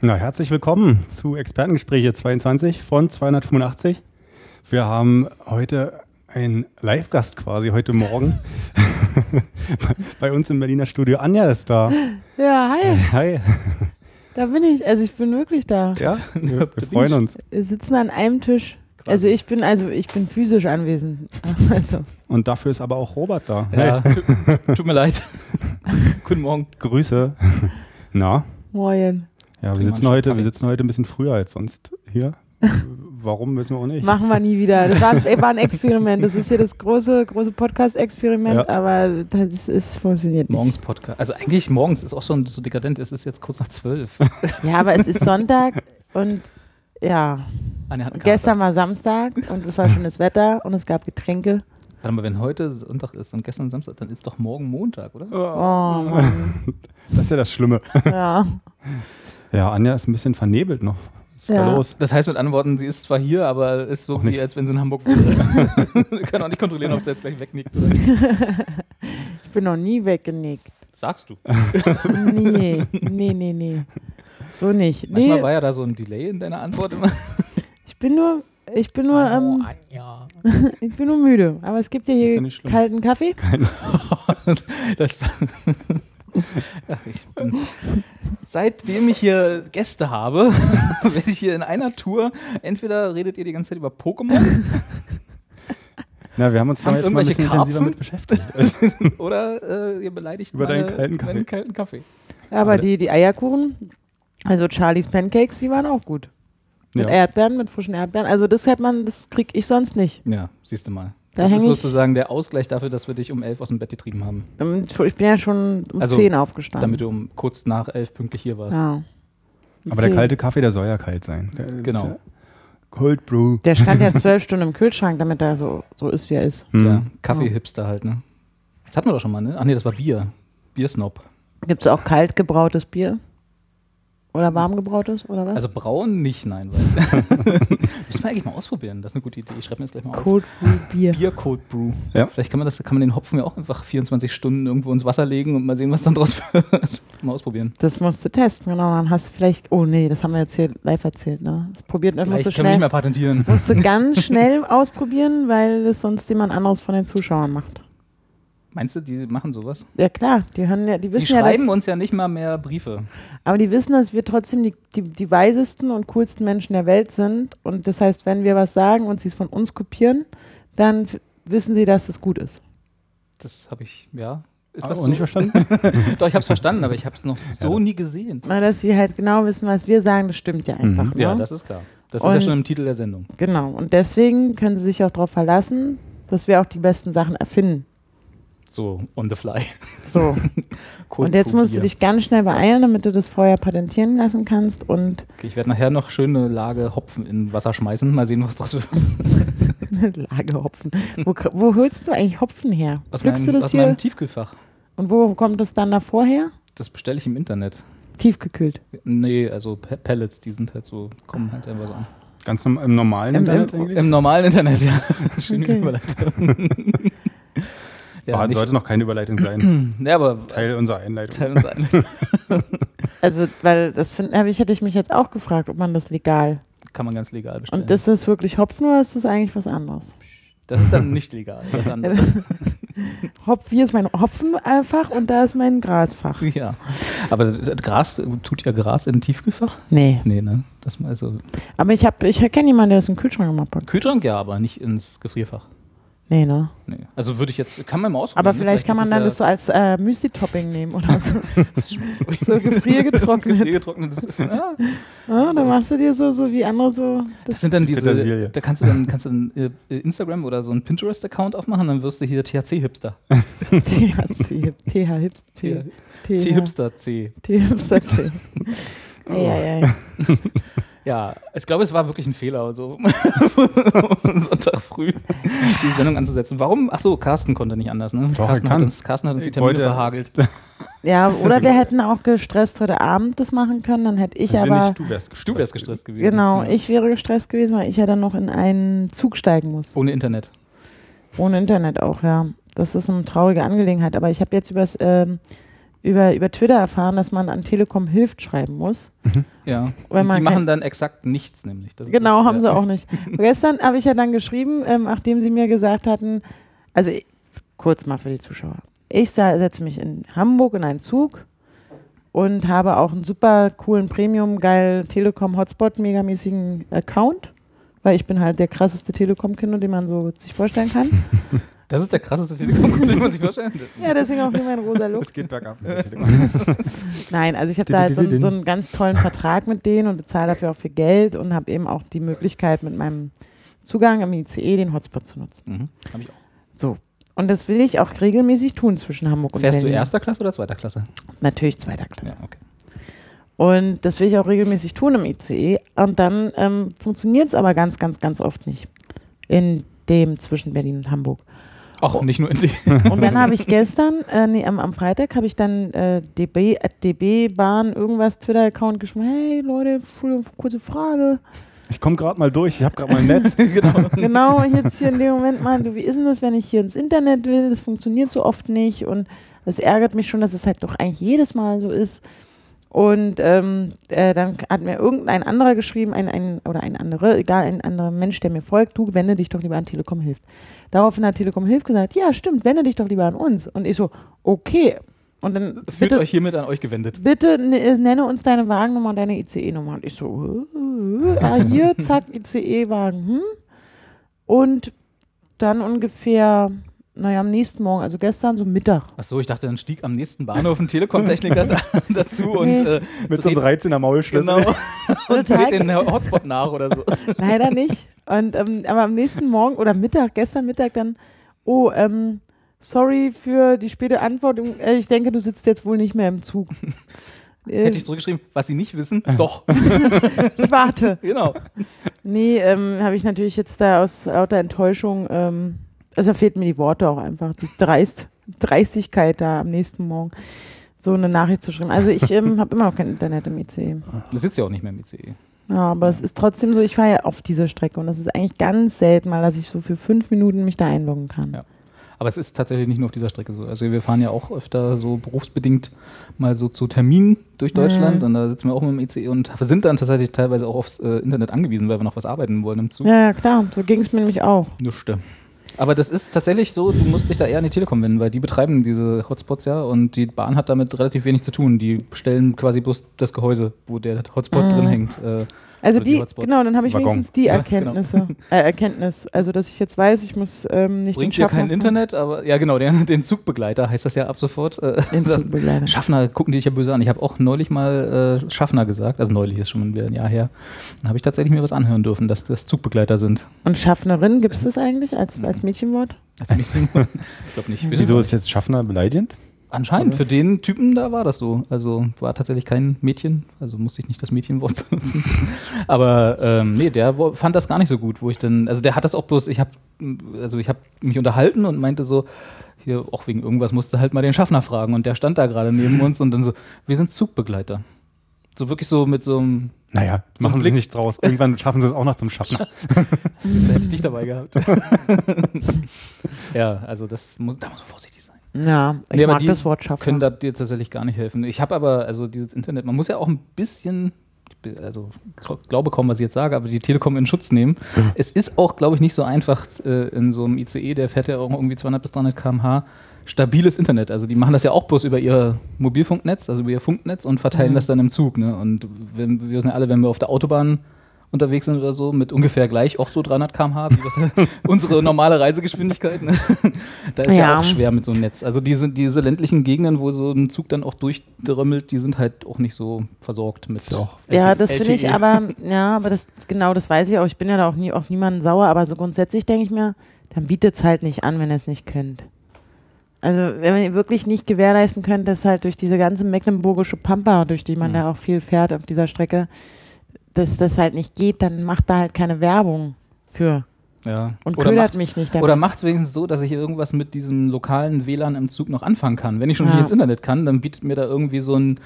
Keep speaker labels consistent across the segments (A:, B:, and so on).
A: Na, herzlich willkommen zu Expertengespräche 22 von 285. Wir haben heute einen Live-Gast quasi, heute Morgen. bei, bei uns im Berliner Studio. Anja ist da.
B: Ja, hi,
A: Hi.
B: da bin ich. Also ich bin wirklich da.
A: Ja, wir, wir freuen uns.
B: Wir sitzen an einem Tisch. Also ich bin, also ich bin physisch anwesend. Also,
A: Und dafür ist aber auch Robert da.
C: Ja, tut, tut mir leid. Guten Morgen.
A: Grüße. Na,
B: moin.
A: ja, wir
C: Trink mal
A: sitzen,
C: einen
A: heute,
C: Kaffee.
A: wir sitzen heute ein bisschen früher als sonst hier. Warum, wissen wir auch nicht.
B: Machen wir nie wieder. Das war, ey, war ein Experiment. Das ist hier das große, große Podcast-Experiment,
A: Ja.
B: aber das ist, funktioniert nicht.
C: Morgens Podcast. Also eigentlich morgens ist auch schon so dekadent. Es ist jetzt kurz nach zwölf.
B: Ja, aber es ist Sonntag und ja,
C: Anja hat einen
B: gestern war Samstag und es war schönes Wetter und es gab Getränke.
C: Kater. Warte mal, wenn heute Sonntag ist und gestern Samstag, dann ist doch morgen Montag, oder?
B: Oh Mann.
A: Das ist ja das Schlimme.
B: Ja.
A: Ja, Anja ist ein bisschen vernebelt noch. Was ist da
B: Ja.
A: los?
C: Das heißt mit anderen Worten, sie ist zwar hier, aber ist so
A: nicht.
C: wie, als wenn sie in Hamburg wäre. Wir können auch nicht kontrollieren, ob sie jetzt gleich wegnickt oder nicht.
B: Ich bin noch nie weggenickt.
C: Sagst du.
B: Nee, nee, nee, nee. So nicht. Nee,
C: Manchmal war ja da so ein Delay in deiner Antwort immer.
B: Ich bin nur, ich bin nur,
C: Hallo,
B: ähm,
C: Anja.
B: ich bin nur müde. Aber es gibt ja
A: Ist ja
B: hier
A: nicht schlimm.
B: kalten Kaffee.
C: Das ja, ich bin, seitdem ich hier Gäste habe, werde ich hier in einer Tour, entweder redet ihr die ganze Zeit über Pokémon
A: Na, wir haben uns da
C: Haben
A: jetzt mal ein
C: irgendwelche
A: bisschen intensiver
C: Karpfen?
A: mit beschäftigt.
C: oder äh, ihr beleidigt
A: Über deinen
C: meine-
A: kalten Kaffee.
C: meinen kalten Kaffee.
B: Aber die, die Eierkuchen, also Charlies Pancakes, die waren auch gut. Mit
A: Ja.
B: Erdbeeren, mit frischen Erdbeeren. Also das hat man, das krieg ich sonst nicht.
C: Ja, siehst du mal.
B: Da
C: Das
B: häng
C: ist
B: ich-
C: sozusagen der Ausgleich dafür, dass wir dich um elf aus dem Bett getrieben haben,
B: Ähm, Ich bin ja schon um
C: Also,
B: 10 aufgestanden.
C: damit du um kurz nach elf pünktlich hier warst.
B: ja. Um
A: Aber der
B: 10.
A: kalte Kaffee, der soll ja kalt sein. Der ist
C: Genau.
A: ja Cold Brew.
B: Der stand ja zwölf Stunden im Kühlschrank, damit er so, so ist, wie er ist.
A: Hm.
C: Der
B: Oh.
C: Kaffee-Hipster halt, ne? Das hatten wir doch schon mal, ne? Ach nee, das war Bier. Biersnob.
B: Gibt es auch kalt gebrautes Bier? Oder warm gebrautes? Oder was?
C: Also braun nicht, nein. Weil müssen wir eigentlich mal ausprobieren. Das ist eine gute Idee. Ich schreibe mir das gleich mal auf.
B: Cold Brew Bier.
C: Bier Cold Brew.
A: Ja.
C: Vielleicht kann man, das, kann man den Hopfen ja auch einfach 24 Stunden irgendwo ins Wasser legen und mal sehen, was dann draus wird. mal ausprobieren.
B: Das musst du testen, genau. Dann hast du vielleicht, oh nee, das haben wir jetzt hier live erzählt, ne? Das probiert, dann musst du
C: Gleich können wir
B: schnell.
C: nicht mehr patentieren.
B: Musst du ganz schnell ausprobieren, weil das sonst jemand anderes von den Zuschauern macht.
C: Meinst du, die machen sowas?
B: Ja klar, die hören ja, die
C: Die
B: wissen ja,
C: schreiben
B: dass,
C: uns ja nicht mal mehr Briefe.
B: aber die wissen, dass wir trotzdem die, die, die weisesten und coolsten Menschen der Welt sind. Und das heißt, wenn wir was sagen und sie es von uns kopieren, dann f- wissen sie, dass es gut ist.
C: Das habe ich, ja. Ist
A: Ist
C: das
A: das
C: so?
A: nicht verstanden?
C: Doch, ich habe es Ah, oh, verstanden, aber ich habe es noch so nie gesehen.
B: Na, dass sie halt genau wissen, was wir sagen, das stimmt ja einfach. Ne?
C: Mhm. Ja, das ist klar. Das ist ja
B: Und-
C: schon im Titel der Sendung.
B: genau. Und deswegen können sie sich auch darauf verlassen, dass wir auch die besten Sachen erfinden.
C: So, on the fly.
B: So.
C: Cold
B: und jetzt
C: Brew
B: musst du
C: Bier.
B: dich ganz schnell beeilen, damit du das vorher patentieren lassen kannst. Und
C: Okay, ich werde nachher noch schöne Lage Hopfen in Wasser schmeißen. Mal sehen, was draus wird.
B: Lagerhopfen. Wo, kr- wo holst du eigentlich Hopfen her?
C: Aus,
B: Pflückst
C: meinem,
B: du das
C: aus meinem
B: hier?
C: Tiefkühlfach.
B: Und wo kommt das dann davor her?
C: Das bestelle ich im Internet.
B: Tiefgekühlt.
C: Nee, also Pa- Pellets, die sind halt so, kommen halt einfach so an.
A: Ganz norm- im normalen
B: Im-
A: Internet
B: im-
A: eigentlich?
C: Im normalen Internet, ja. Schöne
B: Okay.
C: Überleitung. ja,
A: War,
C: nicht,
A: sollte noch keine Überleitung sein.
C: nee, aber
A: Teil unserer Einleitung.
C: Teil uns ein.
B: Also, weil das find, hab ich, hätte ich mich jetzt auch gefragt, ob man das legal.
C: kann man ganz legal bestellen.
B: Und das ist wirklich Hopfen oder ist das eigentlich was anderes?
C: das ist dann nicht legal. Das andere.
B: Hopf, hier ist mein Hopfenfach und da ist mein Grasfach.
C: ja. Aber das Gras, tut ihr Gras in den Tiefkühlfach?
B: Nee.
C: Nee, ne? Das mal so.
B: Aber ich, hab- ich kenne jemanden, der das in den Kühlschrank gemacht hat.
C: Kühlschrank ja, aber nicht ins Gefrierfach.
B: Nee, ne?
C: Nee. Also würde ich jetzt, kann man mal ausprobieren.
B: Aber
C: ne?
B: vielleicht kann man dann das
C: ist
B: so als äh, Müsli-Topping nehmen oder so. so
C: es ja
B: gefriergetrocknet.
C: Gefriergetrocknetes. Ah,
B: Ja, dann machst du dir so, so wie andere so.
C: Das sind dann diese,
A: Petersilie.
C: da kannst du dann, kannst du dann äh, äh, Instagram oder so einen Pinterest-Account aufmachen, dann wirst du hier THC-Hipster.
B: THC, TH-Hipster.
C: T-Hipster-C.
B: T-Hipster C. Eieiei.
C: Oh. Ja, ich glaube, es war wirklich ein Fehler, also Sonntag früh die Sendung anzusetzen. Warum? Ach so, Carsten konnte nicht anders, ne?
A: er
C: Carsten, hat
A: kann.
C: uns, Carsten hat uns die
A: Ich
C: Termine
A: wollte-
C: verhagelt.
B: Ja, oder wir hätten auch gestresst heute Abend das machen können, dann hätte ich
A: Wenn
B: aber.
A: Also nicht, du wärst gestresst.
C: Also Du wärst gestresst gewesen.
B: Genau,
C: Ja.
B: ich wäre gestresst gewesen, weil ich ja dann noch in einen Zug steigen muss.
C: Ohne Internet.
B: Ohne Internet auch, ja. Das ist eine traurige Angelegenheit. Aber ich habe jetzt übers, ähm, über, über Twitter erfahren, dass man an Telekom hilft schreiben muss.
C: Ja.
B: Wenn
C: Und die
B: man
C: machen
B: kein-
C: dann exakt nichts, nämlich. Das ist
B: Genau,
C: das,
B: haben
C: ja.
B: sie auch nicht. Gestern habe ich ja dann geschrieben, ähm, nachdem sie mir gesagt hatten, also ich, kurz mal für die Zuschauer. Ich sa- setze mich in Hamburg in einen Zug und habe auch einen super coolen Premium, geil Telekom Hotspot, megamäßigen Account, weil ich bin halt der krasseste Telekom-Kinder, den man so sich vorstellen kann.
C: Das ist der krasseste Telekom, den man sich vorstellen kann.
B: ja, deswegen auch hier mein rosa Look.
A: Es geht bergab mit der Telekom.
B: Nein, also ich habe da halt so, einen-
A: Din-din-din.
B: so einen ganz tollen Vertrag mit denen und bezahle dafür auch viel Geld und habe eben auch die Möglichkeit, mit meinem Zugang am ICE den Hotspot zu nutzen.
C: Mhm. Hab ich auch.
B: So. Und das will ich auch regelmäßig tun zwischen Hamburg und
C: Fährst du
B: Berlin.
C: erster Klasse oder zweiter Klasse?
B: Natürlich zweiter Klasse.
C: okay.
B: Und das will ich auch regelmäßig tun im ICE. Und dann ähm, funktioniert es aber ganz, ganz, ganz oft nicht. In dem zwischen Berlin und Hamburg.
C: Auch nicht nur in die.
B: Und dann habe ich gestern, äh, nee, am, am Freitag habe ich dann äh, DB, at DB Bahn irgendwas Twitter-Account geschrieben. Hey Leute, Entschuldigung, kurze Frage.
A: Ich komme gerade mal durch, ich habe gerade mein Netz.
C: genau.
B: genau, jetzt hier in dem Moment mal, du, wie ist denn das, wenn ich hier ins Internet will? Das funktioniert so oft nicht und es ärgert mich schon, dass es halt doch eigentlich jedes Mal so ist. Und ähm, äh, dann hat mir irgendein anderer geschrieben, ein, ein, oder ein anderer, egal, ein anderer Mensch, der mir folgt, du wende dich doch lieber an Telekom Hilft. Daraufhin hat Telekom Hilft gesagt, ja stimmt, wende dich doch lieber an uns. Und ich so, okay. Und dann
C: Fühlt euch hiermit an euch gewendet.
B: Bitte n- nenne uns deine Wagennummer und deine ICE-Nummer. Und ich so, äh, äh, ah, hier, zack, ICE-Wagen. Hm? Und dann ungefähr, naja, am nächsten Morgen, also gestern, so Mittag.
C: Achso, ich dachte, dann stieg am nächsten Bahnhof ein Telekom-Techniker da, dazu und äh,
A: Mit so einem
C: dreht-
A: 13er Maulschlüssel.
C: Genau. Und dreht den Hotspot nach oder so.
B: Leider nicht. Und, ähm, aber am nächsten Morgen oder Mittag, gestern Mittag dann, oh, ähm, sorry für die späte Antwort. Äh, Ich denke, du sitzt jetzt wohl nicht mehr im Zug. Äh,
C: Hätte ich zurückgeschrieben, was sie nicht wissen, doch.
B: ich warte.
C: Genau.
B: Nee, ähm, habe ich natürlich jetzt da aus lauter Enttäuschung, ähm, also da fehlten mir die Worte auch einfach, die Dreist, Dreistigkeit da am nächsten Morgen so eine Nachricht zu schreiben. Also ich ähm, habe immer noch kein Internet im ICE.
C: Du sitzt ja auch nicht mehr im ICE.
B: Ja, aber es ist trotzdem so, ich fahre ja auf dieser Strecke und das ist eigentlich ganz selten mal, dass ich so für fünf Minuten mich da einloggen kann.
C: Ja. Aber es ist tatsächlich nicht nur auf dieser Strecke so. Also wir fahren ja auch öfter so berufsbedingt mal so zu Terminen durch Deutschland und da sitzen wir auch mit dem ICE und sind dann tatsächlich teilweise auch aufs äh, Internet angewiesen, weil wir noch was arbeiten wollen im Zug.
B: Ja, ja, klar, so ging es mir nämlich auch.
C: Nüschte. Aber das ist tatsächlich so, du musst dich da eher an die Telekom wenden, weil die betreiben diese Hotspots ja und die Bahn hat damit relativ wenig zu tun. Die stellen quasi bloß das Gehäuse, wo der Hotspot drin hängt. Äh,
B: Also
C: Oder die
B: die,
C: Hotspots. genau.
B: genau, dann habe ich
A: Waggon.
B: wenigstens die Erkenntnisse. Äh, Erkenntnis, also dass ich jetzt weiß, ich muss ähm, nicht
C: bringt
B: den
C: dir
B: Schaffner
C: kein Internet, aber ja genau, den, den Zugbegleiter heißt das ja ab sofort. Äh,
B: Den
C: das-
B: Zugbegleiter.
C: Schaffner gucken die dich ja böse an. Ich habe auch neulich mal äh, Schaffner gesagt, also neulich ist schon wieder ein Jahr her. Dann habe ich tatsächlich mir was anhören dürfen, dass das Zugbegleiter sind.
B: Und Schaffnerin, gibt es das eigentlich als, als Mädchenwort?
C: Also ich glaube nicht.
A: Wieso ist jetzt Schaffner beleidigend?
C: Anscheinend, für den Typen da war das so. Also war tatsächlich kein Mädchen, also musste ich nicht das Mädchenwort benutzen. Aber ähm, nee, der wo- fand das gar nicht so gut, wo ich dann, also der hat das auch bloß, ich habe also ich habe mich unterhalten und meinte so, hier auch wegen irgendwas musste halt mal den Schaffner fragen und der stand da gerade neben uns und dann so, wir sind Zugbegleiter. So wirklich so mit so einem,
A: Naja, machen sie
C: Blick.
A: nicht draus. Irgendwann schaffen sie es auch noch zum Schaffner.
C: das hätte ich dich dabei gehabt. ja, also das muss, da muss man vorsichtig sein.
B: Ja, ich
C: Nee, aber
B: mag
C: die
B: das Wort Schaffner.
C: können da dir tatsächlich gar nicht helfen. Ich habe aber, also dieses Internet, man muss ja auch ein bisschen, also ich glaube kaum, was ich jetzt sage, aber die Telekom in Schutz nehmen.
B: Mhm.
C: Es ist auch, glaube ich, nicht so einfach äh, in so einem ICE, der fährt ja auch irgendwie 200 bis 300 km/h, stabiles Internet. Also die machen das ja auch bloß über ihr
B: Mhm.
C: Mobilfunknetz, also über ihr Funknetz und verteilen das dann im Zug. Ne? Und wenn, wir wissen ja alle, wenn wir auf der Autobahn unterwegs sind oder so, mit ungefähr gleich auch so 300 km/h, wie was, unsere normale Reisegeschwindigkeit. Ne? Da ist ja.
B: Ja.
C: auch schwer mit so einem Netz. Also diese, diese ländlichen Gegenden, wo so ein Zug dann auch durchdrömmelt, die sind halt auch nicht so versorgt mit.
A: auch- E
B: Ja, das finde ich
C: LTE.
B: aber, ja, aber das genau, das weiß ich auch. Ich bin ja da auch nie auf niemanden sauer, aber so grundsätzlich denke ich mir, dann bietet es halt nicht an, wenn ihr es nicht könnt. Also wenn ihr wirklich nicht gewährleisten könnt, dass halt durch diese ganze mecklenburgische Pampa, durch die man
C: Mhm.
B: da auch viel fährt auf dieser Strecke, dass das halt nicht geht, dann macht da halt keine Werbung für
C: Ja.
B: und
C: oder
B: ködert
C: macht,
B: mich nicht damit.
C: oder macht es wenigstens so, dass ich irgendwas mit diesem lokalen WLAN im Zug noch anfangen kann. Wenn ich schon
B: Ja.
C: nicht ins Internet kann, dann bietet mir da irgendwie so ein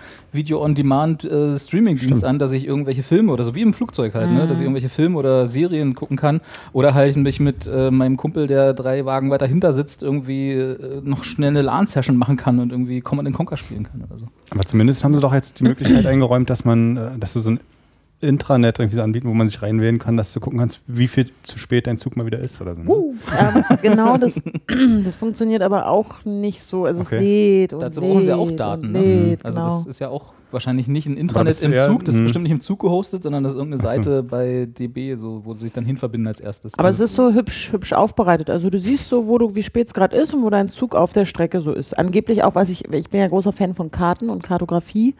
C: Video-on-Demand-Streaming-Dienst
A: Stimmt.
C: an, dass ich irgendwelche Filme oder so, wie im Flugzeug halt, ne,
B: Mhm.
C: dass ich irgendwelche Filme oder Serien gucken kann oder halt mich mit äh, meinem Kumpel, der drei Wagen weiter hinter sitzt, irgendwie äh, noch schnell eine LAN-Session machen kann und irgendwie Command Conquer spielen kann oder so.
A: Aber zumindest haben sie doch jetzt die Möglichkeit eingeräumt, dass man, äh, dass sie so ein Intranet irgendwie so anbieten, wo man sich reinwählen kann, dass du gucken kannst, wie viel zu spät dein Zug mal wieder ist oder so. Ne?
B: aber genau, das, das funktioniert aber auch nicht so. Also
A: Okay.
B: es lädt und
C: Dazu
B: lädt
C: brauchen sie auch
B: und
C: Daten. Ne?
B: Lädt,
C: Also
B: genau.
C: das ist ja auch wahrscheinlich nicht ein
A: bist
C: Intranet
A: du
C: im
A: eher-
C: Zug, das ist
A: Mhm.
C: bestimmt nicht im Zug gehostet, sondern das ist irgendeine
A: Ach so.
C: Seite bei DB, so, wo sie sich dann hinverbinden als erstes.
B: Aber es
C: Also-
B: ist so hübsch, hübsch aufbereitet. Also du siehst so, wo du, wie spät es gerade ist und wo dein Zug auf der Strecke so ist. Angeblich auch, was ich, ich bin ja großer Fan von Karten und Kartografie.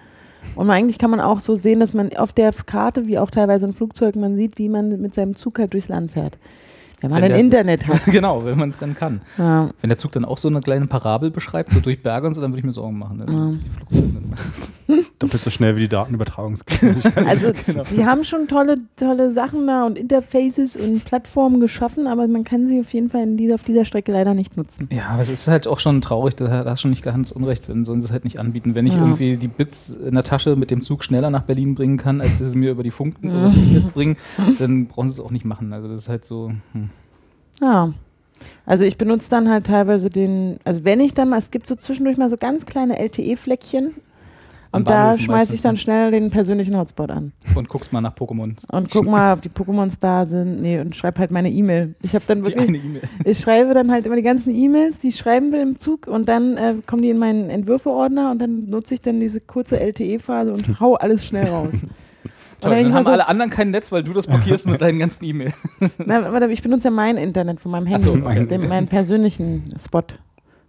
B: Und man, eigentlich kann man auch so sehen, dass man auf der Karte, wie auch teilweise in Flugzeugen, man sieht, wie man mit seinem Zug halt durchs Land fährt. Wenn man
C: Wenn
B: ein
C: der-
B: Internet hat.
C: genau, wenn man es dann kann.
B: Ja.
C: Wenn der Zug dann auch so eine kleine Parabel beschreibt, so durch Berge und so, dann würde ich mir Sorgen machen. Ne? Die Flugzeuge dann-
A: Doppelt so schnell wie die Datenübertragungsgeschwindigkeit.
B: Also
C: Genau.
B: die haben schon tolle, tolle Sachen da und Interfaces und Plattformen geschaffen, aber man kann sie auf jeden Fall in dieser, auf dieser Strecke leider nicht nutzen.
C: Ja, aber es ist halt auch schon traurig, da da hast du schon nicht ganz unrecht, wenn sollen sie es halt nicht anbieten. Wenn ich
B: Ja.
C: irgendwie die Bits in der Tasche mit dem Zug schneller nach Berlin bringen kann, als sie es mir über die Funken über das Funknetz bringen, dann brauchen sie es auch nicht machen. Also das ist halt so. Hm.
B: Ja. Also ich benutze dann halt teilweise den, also wenn ich dann mal, es gibt so zwischendurch mal so ganz kleine LTE-Fleckchen
C: An
B: und da schmeiße
C: Bahnhöfen
B: ich
C: meistens,
B: dann
C: ne?
B: schnell den persönlichen Hotspot an
C: Und guckst mal nach Pokémon.
B: und guck mal, ob die Pokémons da sind. Nee, und schreibe halt meine E-Mail. Ich habe dann
C: Die
B: wirklich,
C: eine E-Mail.
B: ich schreibe dann halt immer die ganzen E-Mails, die ich schreiben will im Zug und dann äh, kommen die in meinen Entwürfeordner und dann nutze ich dann diese kurze LTE-Phase und hau alles schnell raus.
C: Toll,
B: denk ich
C: dann
B: mir
C: haben
B: so-
C: alle anderen kein Netz, weil du das blockierst mit deinen ganzen E-Mails.
B: Na, aber ich benutze ja mein Internet von meinem Handy.
C: so,
A: mein-
B: den, meinen persönlichen Spot.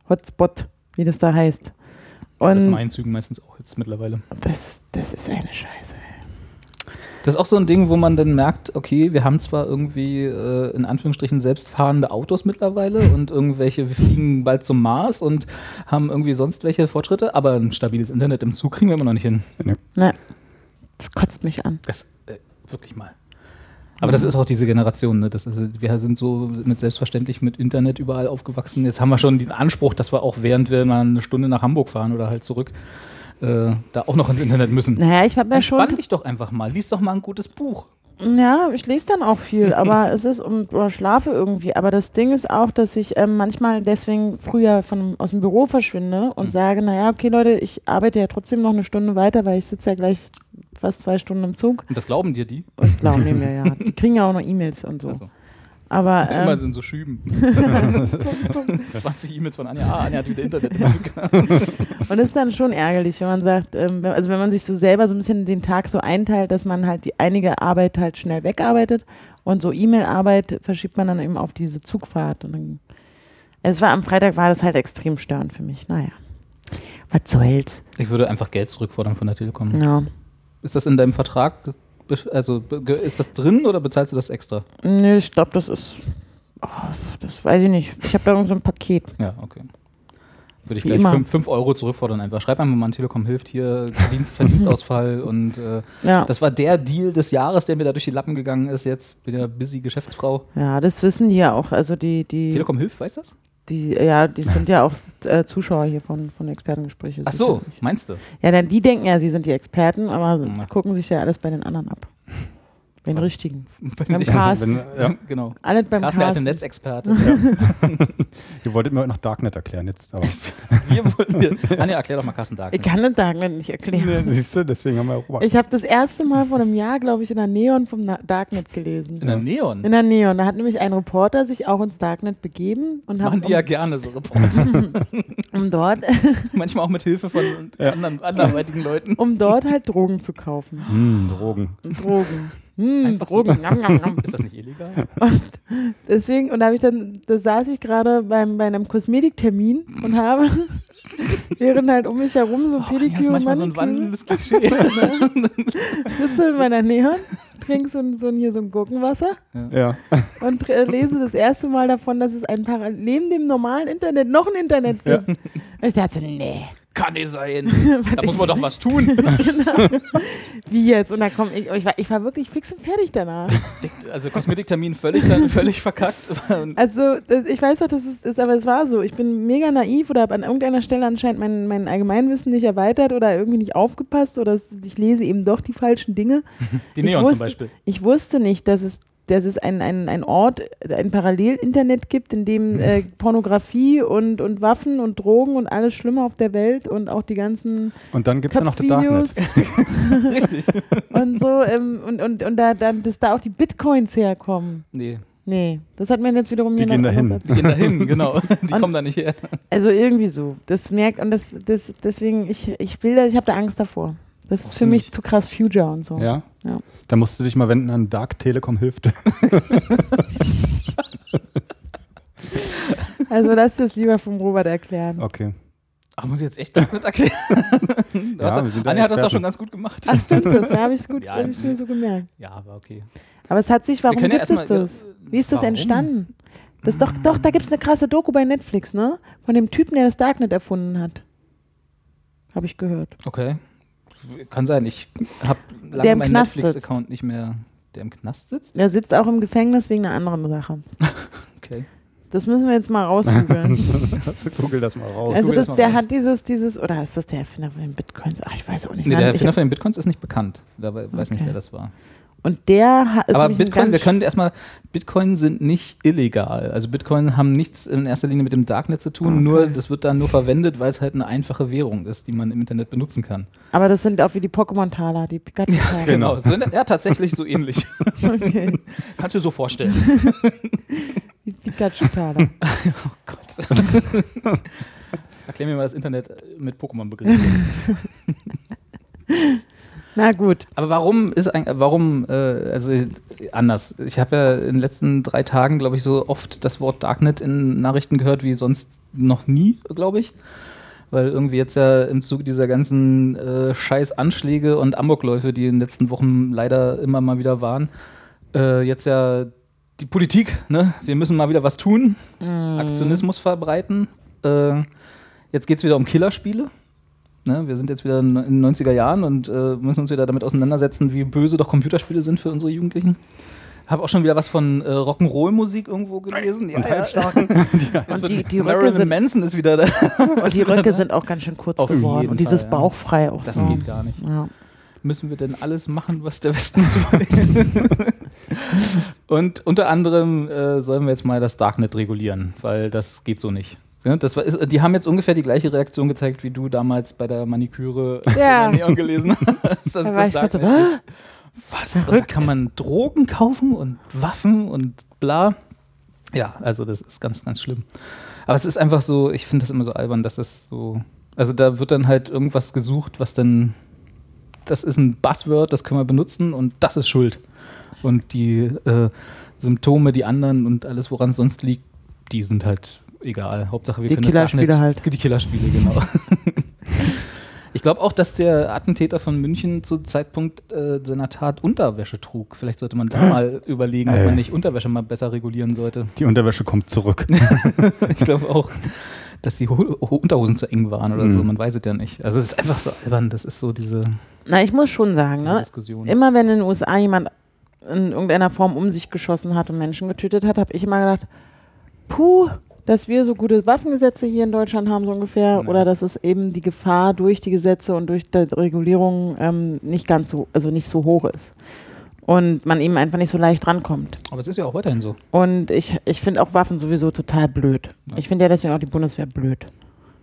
B: Hotspot, wie das da heißt. Und
C: das
B: das,
C: sind Einzügen meistens auch jetzt mittlerweile.
B: das, ist eine Scheiße.
C: Das ist auch so ein Ding, wo man dann merkt, okay, wir haben zwar irgendwie äh, in Anführungsstrichen selbstfahrende Autos mittlerweile und irgendwelche, wir fliegen bald zum Mars und haben irgendwie sonst welche Fortschritte, aber ein stabiles Internet im Zug kriegen wir immer noch nicht hin.
B: Na, das kotzt mich an.
C: Das äh, wirklich mal. Aber das ist auch diese Generation, ne? das ist, wir sind so mit selbstverständlich mit Internet überall aufgewachsen. Jetzt haben wir schon den Anspruch, dass wir auch während wir mal eine Stunde nach Hamburg fahren oder halt zurück, äh, da auch noch ins Internet müssen.
B: Naja, ich habe ja schon.
C: Entspann dich doch einfach mal, lies doch mal ein gutes Buch.
B: Ja, ich lese dann auch viel, aber es ist und oder schlafe irgendwie. Aber das Ding ist auch, dass ich ähm, manchmal deswegen früher von, aus dem Büro verschwinde und sage, naja, okay, Leute, ich arbeite ja trotzdem noch eine Stunde weiter, weil ich sitze ja gleich fast zwei Stunden im Zug.
C: Und das glauben dir die?
B: Und ich glaube, nehmen wir ja. Die kriegen ja auch noch E-Mails und so.
C: Ach so.
B: Aber ähm,
C: Immer sind so Schüben. 20 E-Mails von Anja. Ah, Anja hat wieder Internet.
B: Und das ist dann schon ärgerlich, wenn man sagt, ähm, wenn- also wenn man sich so selber so ein bisschen den Tag so einteilt, dass man halt die einige Arbeit halt schnell wegarbeitet und so E-Mail-Arbeit verschiebt man dann eben auf diese Zugfahrt. Und dann, also es war am Freitag war das halt extrem störend für mich. Naja. Was soll's?
C: Ich würde einfach Geld zurückfordern von der Telekom.
B: Ja.
C: Ist das in deinem Vertrag? be- Also be- ge- ist das drin oder bezahlst du das extra?
B: Nö, ich glaube, das ist. Oh, das weiß ich nicht. Ich habe da irgend so ein Paket.
C: Ja, okay. Würde ich
B: Wie
C: gleich
B: immer.
C: 5 Euro zurückfordern einfach. Schreib einfach mal an Telekom hilft hier, Dienst, Verdienstausfall und äh,
B: Ja.
C: das war der Deal des Jahres, der mir da durch die Lappen gegangen ist. Jetzt bin ja busy Geschäftsfrau.
B: ja, das wissen die ja auch. Also die, die,
C: Telekom hilft, weißt du das?
B: die, ja, die sind ja auch äh, Zuschauer hier von, von Expertengesprächen.
C: Ach so, meinst du?
B: Ja, dann die denken ja, sie sind die Experten, aber
C: Na.
B: gucken sich ja alles bei den anderen ab. Bei den richtigen.
C: Bin
B: Beim
C: ich.
B: Carsten.
A: ja,
C: Genau.
B: Alles beim
C: Carsten, der alte
B: Carsten.
C: Netzexperte.
A: ihr wolltet mir noch Darknet erklären jetzt. Aber.
C: Wir wollten dir. Anja, erklär doch mal Carsten Dark.
B: Ich kann den Darknet nicht erklären.
A: Siehst du, deswegen haben wir auch Robert.
B: Ich habe das erste Mal vor einem Jahr, glaube ich, in der Neon vom Na Darknet
C: In
B: gelesen.
C: der Neon.
B: In der Neon. Da hat nämlich ein Reporter sich auch ins Darknet begeben und hat
C: Machen die ja
B: um,
C: gerne so Reports.
B: um, dort,
C: Manchmal auch mit Hilfe von anderen, anderweitigen Leuten.
B: um dort halt Drogen zu kaufen.
A: Hm, Drogen.
B: Drogen. hm, Drogen, nam, nam, nam.
C: Ist das nicht illegal?
B: Deswegen, und da habe ich dann, da saß ich gerade beim, bei einem Kosmetiktermin und habe, während halt um mich herum so
C: Oh, Anja
B: Pediküre und Maniküre
C: Klischee. ne?
B: sitze in meiner Nähe, trinke so, ein- so ein- hier so ein Gurkenwasser
A: Ja.
B: und tr- äh, lese das erste Mal davon, dass es ein Parallel, neben dem normalen Internet noch ein Internet gibt. Und ich dachte, so, nee,
C: Kann nicht sein. Da muss man doch was tun.
B: wie jetzt? Und da komme ich, ich war, ich war wirklich fix und fertig danach.
C: Also Kosmetiktermin völlig, dann völlig verkackt. Und
B: Also, das, ich weiß doch, dass es ist, aber es war so. Ich bin mega naiv oder habe an irgendeiner Stelle anscheinend mein, mein Allgemeinwissen nicht erweitert oder irgendwie nicht aufgepasst oder es- ich lese eben doch die falschen Dinge.
C: Die
B: Ich
C: Neon
B: wusste,
C: zum Beispiel.
B: Ich wusste nicht, dass es, dass es einen ein, ein Ort, ein Parallel-Internet gibt, in dem äh, Pornografie und, und Waffen und Drogen und alles Schlimme auf der Welt und auch die ganzen
A: Und dann gibt es ja noch das
B: Videos
A: Darknet.
C: Richtig.
B: und so ähm, und, und, und da, da, dass da auch die Bitcoins herkommen.
C: Nee,
B: Nee, das hat mir jetzt wiederum
A: Die
B: jemand
A: gehen dahin.
B: anders
C: die gehen dahin, genau. Die
B: Und-
C: kommen da nicht her.
B: Also irgendwie so. Das merkt und das, das deswegen, ich, ich will da, ich habe da Angst davor. Das ist für mich zu krass Future und so.
A: Ja?
B: Ja.
A: Da musst du dich mal wenden an Dark Telekom Hilft.
B: Also lass das lieber vom Robert erklären.
A: Okay.
C: Ach, muss ich jetzt echt damit erklären? Du hast
A: Ja,
C: doch-
A: wir sind da
C: Anja hat das auch
A: Experten.
C: schon ganz gut gemacht.
B: Ach stimmt, das habe ich gut,
C: Ja,
B: hab ich's mir so gemerkt.
C: Ja, aber okay.
B: Aber es hat sich, warum
C: können ja
B: gibt es
C: erstmal-
B: das? Wie ist das
C: Warum? Hm.
B: entstanden? Das doch, doch, da gibt es eine krasse Doku bei Netflix, ne? Von dem Typen, der das Darknet erfunden hat. Habe ich gehört.
C: Okay. Kann sein. Ich habe
B: Der
C: lange
B: im
C: meinen
B: Knast
C: Netflix-Account nicht mehr. Der im Knast sitzt?
B: Er sitzt auch im Gefängnis wegen einer anderen Sache.
C: Okay.
B: Das müssen wir jetzt mal rausgoogeln.
A: Google das mal raus.
C: Also-
B: Also
C: google das
B: das,
C: mal
B: der
C: raus.
B: hat dieses, dieses, oder ist das der Erfinder von den Bitcoins? Ach, ich weiß auch nicht.
C: Nee, der
B: Mann, ich,
C: Erfinder von den Bitcoins ist nicht bekannt. Da we- weiß nicht,
B: Okay.
C: wer das war.
B: und der ha- ist
C: Aber
B: nämlich ein
C: Bitcoin,
B: ganz-
C: wir können erstmal, Bitcoin sind nicht illegal. Also Bitcoin haben nichts in erster Linie mit dem Darknet zu tun, nur das wird dann nur verwendet, weil es halt eine einfache Währung ist, die man im Internet benutzen kann.
B: Aber das sind auch wie die Pokémon-Taler, die Pikachu-Taler.
A: Genau.
C: So in der, ja, tatsächlich so ähnlich.
B: okay.
C: Kannst du dir so vorstellen.
B: Die Pikachu-Taler.
C: Oh Gott. Erklär mir mal das Internet mit Pokémon-Begriffen.
B: Na gut.
C: Aber warum ist ein, warum, äh, also äh, anders? Ich habe ja in den letzten drei Tagen, glaube ich, so oft das Wort Darknet in Nachrichten gehört wie sonst noch nie, glaube ich. Weil irgendwie jetzt ja im Zuge dieser ganzen äh, Scheiß-Anschläge und Amokläufe, die in den letzten Wochen leider immer mal wieder waren, äh, jetzt ja die Politik, ne? Wir müssen mal wieder was tun,
B: Mhm.
C: Aktionismus verbreiten. Äh, jetzt geht es wieder um Killerspiele. Ne, wir sind jetzt wieder in den 90er Jahren und äh, müssen uns wieder damit auseinandersetzen, wie böse doch Computerspiele sind für unsere Jugendlichen. Habe auch schon wieder was von äh, Rock'n'Roll-Musik irgendwo gelesen.
A: Und halbstarken.
C: Jetzt
B: Und
C: wird
B: die- die Röcke
C: Marilyn
B: sind-
C: Manson ist wieder da.
B: Und die Röcke sind auch ganz schön kurz
C: Auf
B: geworden.
C: jeden
B: Und dieses
C: Fall, ja.
B: bauchfrei auch
C: Das
B: so.
C: geht gar nicht.
B: Ja.
C: Müssen wir denn alles machen, was der Westen zu Und unter anderem äh, sollen wir jetzt mal das Darknet regulieren, weil das geht so nicht. Ne, Das war, ist, die haben jetzt ungefähr die gleiche Reaktion gezeigt, wie du damals bei der Maniküre als du
B: Ja.
C: in der Neon gelesen hast. dass
B: Da
C: es
B: war
C: das
B: ich kurz so,
C: Darknet gibt.
B: "Ah,
C: Was? Und da
B: Verrückt.
C: kann man Drogen kaufen und Waffen und bla. Ja, also das ist ganz, ganz schlimm. Aber es ist einfach so, ich finde das immer so albern, dass das so. Also da wird dann halt irgendwas gesucht, was dann. Das ist ein Buzzword, das können wir benutzen und das ist schuld. Und die äh, Symptome, die anderen und alles, woran es sonst liegt, die sind halt egal. Hauptsache, wir
B: Die
C: können das Darknet-
B: Killerspiele halt.
C: Die Killerspiele, genau. Ich glaube auch, dass der Attentäter von München zu Zeitpunkt äh, seiner Tat Unterwäsche trug. Vielleicht sollte man da mal überlegen, ob
A: Ey.
C: man nicht Unterwäsche mal besser regulieren sollte.
A: Die Unterwäsche kommt zurück.
C: Ich glaube auch, dass die Ho Ho Unterhosen zu eng waren oder so. Man weiß es ja nicht. Also es ist einfach so albern. Das ist so diese,
B: Na, ich muss schon sagen,
C: diese
B: ne?
C: Diskussion.
B: immer wenn in den USA jemand in irgendeiner Form um sich geschossen hat und Menschen getötet hat, habe ich immer gedacht, puh, dass wir so gute Waffengesetze hier in Deutschland haben so ungefähr oder dass es eben die Gefahr durch die Gesetze und durch die Regulierung ähm, nicht ganz so, also nicht so hoch ist. Und man eben einfach nicht so leicht rankommt.
C: Aber es ist ja auch weiterhin so.
B: Und ich, ich finde auch Waffen sowieso total blöd. Ich finde ja deswegen auch die Bundeswehr blöd.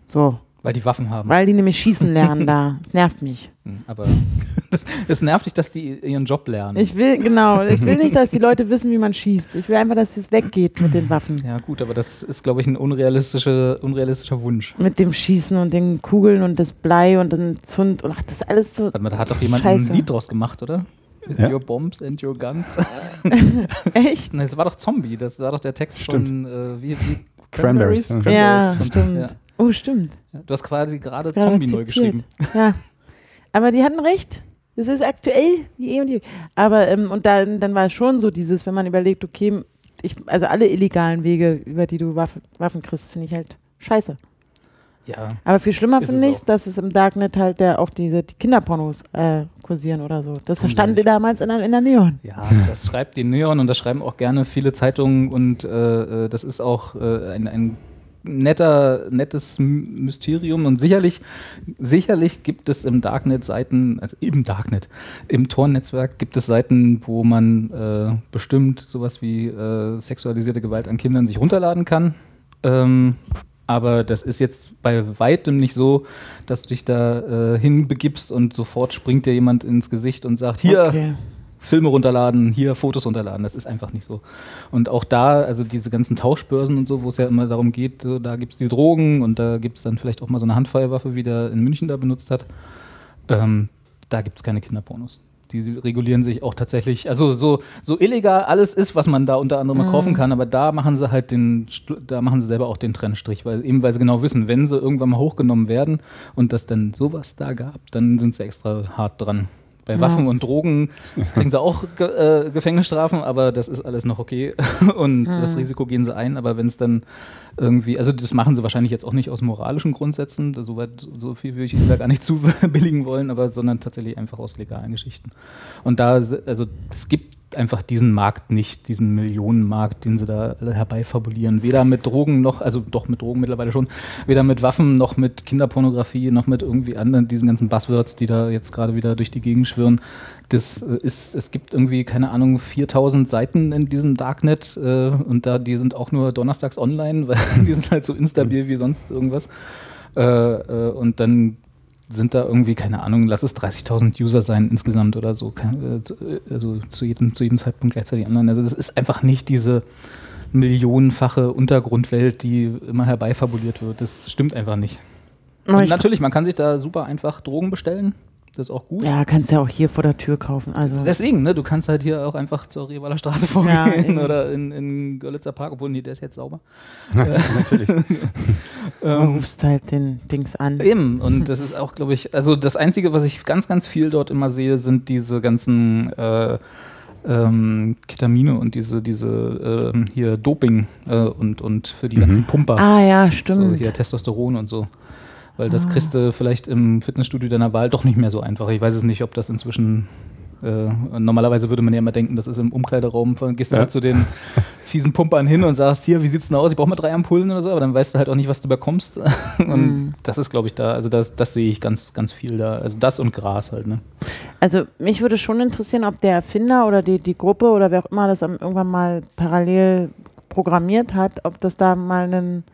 B: So,
C: Weil die Waffen haben. Hm,
B: weil die nämlich schießen lernen da. Das nervt mich.
C: Aber das, das nervt dich, dass die ihren Job lernen.
B: Ich will, genau, ich will nicht, dass die Leute wissen, wie man schießt. Ich will einfach, dass es weggeht mit den Waffen.
C: ja gut, aber das ist, glaube ich, ein unrealistischer, unrealistischer Wunsch.
B: Mit dem Schießen und den Kugeln und das Blei und den Zund und ach, das ist alles so.
C: Warte mal, Da hat doch jemand
B: Scheiße.
C: ein Lied draus gemacht, oder?
A: Ja.
C: Your Bombs and Your Guns.
B: Echt?
C: Nein, das war doch Zombie, das war doch der Text von äh, wie, wie
A: Cranberries, ja.
B: Ja,
C: Cranberries.
B: stimmt.
C: Ja.
B: Oh, stimmt.
C: Du hast quasi gerade
B: Gerade
C: Zombie neu
B: zitiert.
C: geschrieben.
B: Ja. Aber die hatten recht. Es ist aktuell, wie eh und je. Aber, ähm, und dann, dann war es schon so dieses, wenn man überlegt, okay, ich, also alle illegalen Wege, über die du Waffen, Waffen kriegst, finde ich halt scheiße.
C: Ja.
B: Aber viel schlimmer
C: Ist
B: finde
C: es
B: ich,
C: auch.
B: dass es im Darknet halt der, auch diese die Kinderpornos äh, kursieren oder so. Das
C: Kann
B: stand
C: sein.
B: damals in der, in der Neon.
C: Ja, das schreibt die Neon und das schreiben auch gerne viele Zeitungen und äh, äh, das ist auch äh, ein, ein netter, nettes M- Mysterium und sicherlich, sicherlich gibt es im Darknet Seiten, also im Darknet, im Tor-Netzwerk gibt es Seiten, wo man äh, bestimmt sowas wie äh, sexualisierte Gewalt an Kindern sich runterladen kann. Ähm, aber das ist jetzt bei weitem nicht so, dass du dich da äh, hinbegibst und sofort springt dir jemand ins Gesicht und sagt, hier,
B: Okay.
C: Filme runterladen, hier Fotos runterladen. Das ist einfach nicht so. Und auch da, also diese ganzen Tauschbörsen und so, wo es ja immer darum geht, so, da gibt es die Drogen und da gibt es dann vielleicht auch mal so eine Handfeuerwaffe, wie der in München da benutzt hat. Ähm, da gibt es keine Kinderpornos. Die regulieren sich auch tatsächlich, also so, so illegal alles ist, was man da unter anderem mal kaufen kann, aber da machen sie halt den, Stu- da machen sie selber auch den Trennstrich, weil eben weil sie genau wissen, wenn sie irgendwann mal hochgenommen werden und das dann sowas da gab, dann sind sie extra hart dran. Bei Waffen und Drogen kriegen sie auch ge äh, Gefängnisstrafen, aber das ist alles noch okay und das Risiko gehen sie ein, aber wenn es dann irgendwie, also das machen sie wahrscheinlich jetzt auch nicht aus moralischen Grundsätzen, da so, weit, so viel würde ich ihnen da gar nicht zu billigen wollen, aber sondern tatsächlich einfach aus legalen Geschichten. Und da, se- also es gibt einfach diesen Markt nicht, diesen Millionenmarkt, den sie da alle herbeifabulieren. Weder mit Drogen noch, also doch mit Drogen mittlerweile schon, weder mit Waffen noch mit Kinderpornografie noch mit irgendwie anderen, diesen ganzen Buzzwords, die da jetzt gerade wieder durch die Gegend schwirren. Das äh, ist, es gibt irgendwie, keine Ahnung, 4000 Seiten in diesem Darknet äh, und da, die sind auch nur donnerstags online, weil die sind halt so instabil wie sonst irgendwas. Äh, äh, und dann sind da irgendwie, keine Ahnung, lass es 30.000 User sein insgesamt oder so, kein, äh, zu- äh, also zu jedem, zu jedem Zeitpunkt gleichzeitig online. Also das ist einfach nicht diese millionenfache Untergrundwelt, die immer herbeifabuliert wird. Das stimmt einfach nicht.
B: Aber
C: Und
B: ich-
C: natürlich, man kann sich da super einfach Drogen bestellen. Das ist auch gut.
B: Ja, kannst ja auch hier vor der Tür kaufen. Also.
C: Deswegen, ne, du kannst halt hier auch einfach zur Rivaler Straße
B: Ja,
C: vorgehen
B: eben.
C: oder in, in Görlitzer Park, obwohl, nee, der ist jetzt sauber.
A: Natürlich.
C: ähm,
B: Du rufst halt den Dings an.
C: Eben, und das ist auch, glaube ich, also das Einzige, was ich ganz, ganz viel dort immer sehe, sind diese ganzen äh, ähm, Ketamine und diese, diese ähm, hier Doping äh, und, und für die ganzen Pumper.
B: Ah ja,
C: So
B: stimmt.
C: hier Testosteron und so. Weil das kriegst du vielleicht im Fitnessstudio deiner Wahl doch nicht mehr so einfach. Ich weiß es nicht, ob das inzwischen. Äh, normalerweise würde man ja immer denken, das ist im Umkleideraum. Von- Gehst du
A: Ja.
C: halt zu den fiesen Pumpern hin und sagst, hier, wie sieht's denn aus? Ich brauche mal drei Ampullen oder so, aber dann weißt du halt auch nicht, was du bekommst. Und das ist, glaube ich, da, also das, das sehe ich ganz, ganz viel da. Also das und Gras halt, ne?
B: Also mich würde schon interessieren, ob der Erfinder oder die, die Gruppe oder wer auch immer das am- irgendwann mal parallel programmiert hat, ob das da mal einen,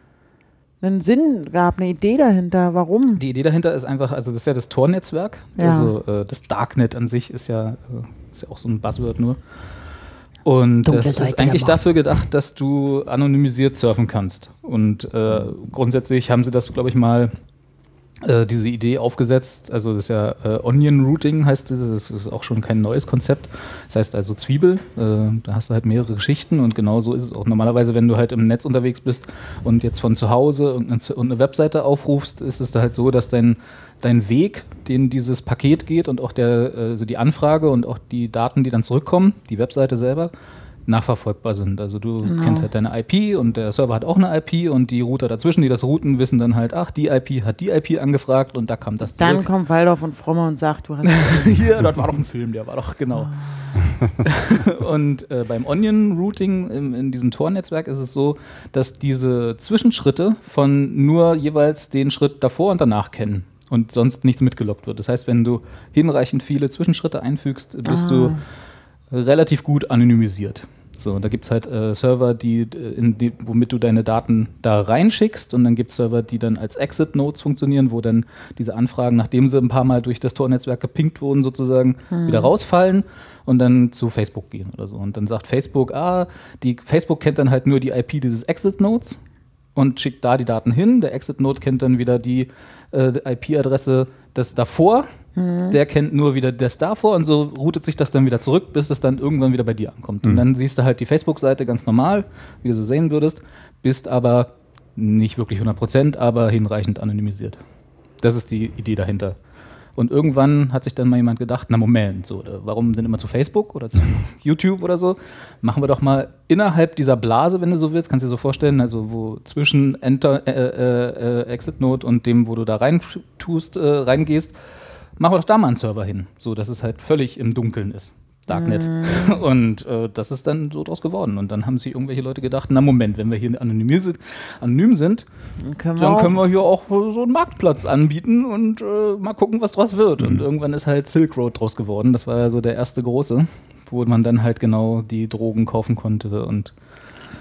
B: einen Sinn gab, eine Idee dahinter, warum.
C: Die Idee dahinter ist einfach, also das ist ja das Tor-Netzwerk.
B: Ja.
C: Also äh, das Darknet an sich ist ja, äh, ist ja auch so ein Buzzword nur. Und
B: Dunkle
C: das
B: Seite
C: ist eigentlich
B: der
C: dafür gedacht, dass du anonymisiert surfen kannst. Und äh, grundsätzlich haben sie das, glaube ich, mal äh, diese Idee aufgesetzt. Also das ist ja äh, Onion Routing heißt das, das ist auch schon kein neues Konzept. Das heißt also Zwiebel, äh, da hast du halt mehrere Geschichten und genau so ist es auch. Normalerweise, wenn du halt im Netz unterwegs bist und jetzt von zu Hause irgendeine Z- irgendeine Webseite aufrufst, ist es da halt so, dass dein, dein Weg, den dieses Paket geht und auch der, äh, also die Anfrage und auch die Daten, die dann zurückkommen, die Webseite selber, nachverfolgbar sind. Also du kennst halt deine IP und der Server hat auch eine IP und die Router dazwischen, die das routen, wissen dann halt, ach, die IP hat die IP angefragt und da kam das
B: Dann
C: zurück.
B: kommt Waldorf und Fromme und sagt, du hast
C: Hier, das war doch ein Film, der war doch, genau. und äh, beim Onion-Routing im- in diesem Tor-Netzwerk ist es so, dass diese Zwischenschritte von nur jeweils den Schritt davor und danach kennen und sonst nichts mitgelockt wird. Das heißt, wenn du hinreichend viele Zwischenschritte einfügst, bist du relativ gut anonymisiert. So, da gibt es halt äh, Server, die, äh, in die, womit du deine Daten da reinschickst und dann gibt es Server, die dann als Exit-Nodes funktionieren, wo dann diese Anfragen, nachdem sie ein paar Mal durch das Tor-Netzwerk gepinkt wurden, sozusagen wieder rausfallen und dann zu Facebook gehen oder so. Und dann sagt Facebook, ah, die Facebook kennt dann halt nur die IP dieses Exit-Nodes und schickt da die Daten hin. Der Exit-Node kennt dann wieder die äh, IP-Adresse des davor Der kennt nur wieder das davor und so routet sich das dann wieder zurück, bis es dann irgendwann wieder bei dir ankommt. Und dann siehst du halt die Facebook-Seite ganz normal, wie du so sehen würdest, bist aber nicht wirklich 100%, aber hinreichend anonymisiert. Das ist die Idee dahinter. Und irgendwann hat sich dann mal jemand gedacht, na Moment, so, äh, warum denn immer zu Facebook oder zu YouTube oder so? Machen wir doch mal innerhalb dieser Blase, wenn du so willst, kannst du dir so vorstellen, also wo zwischen Enter, äh, äh, äh, Exit Note und dem, wo du da rein tust, äh, reingehst, machen wir doch da mal einen Server hin, so dass es halt völlig im Dunkeln ist. Darknet. Und äh, das ist dann so draus geworden. Und dann haben sich irgendwelche Leute gedacht, na Moment, wenn wir hier anonym sind, anonym sind
B: Dann können wir,
C: dann
B: auch,
C: können wir hier auch äh, so einen Marktplatz anbieten und äh, mal gucken, was draus wird. Und irgendwann ist halt Silk Road draus geworden. Das war ja so der erste große, wo man dann halt genau die Drogen kaufen konnte und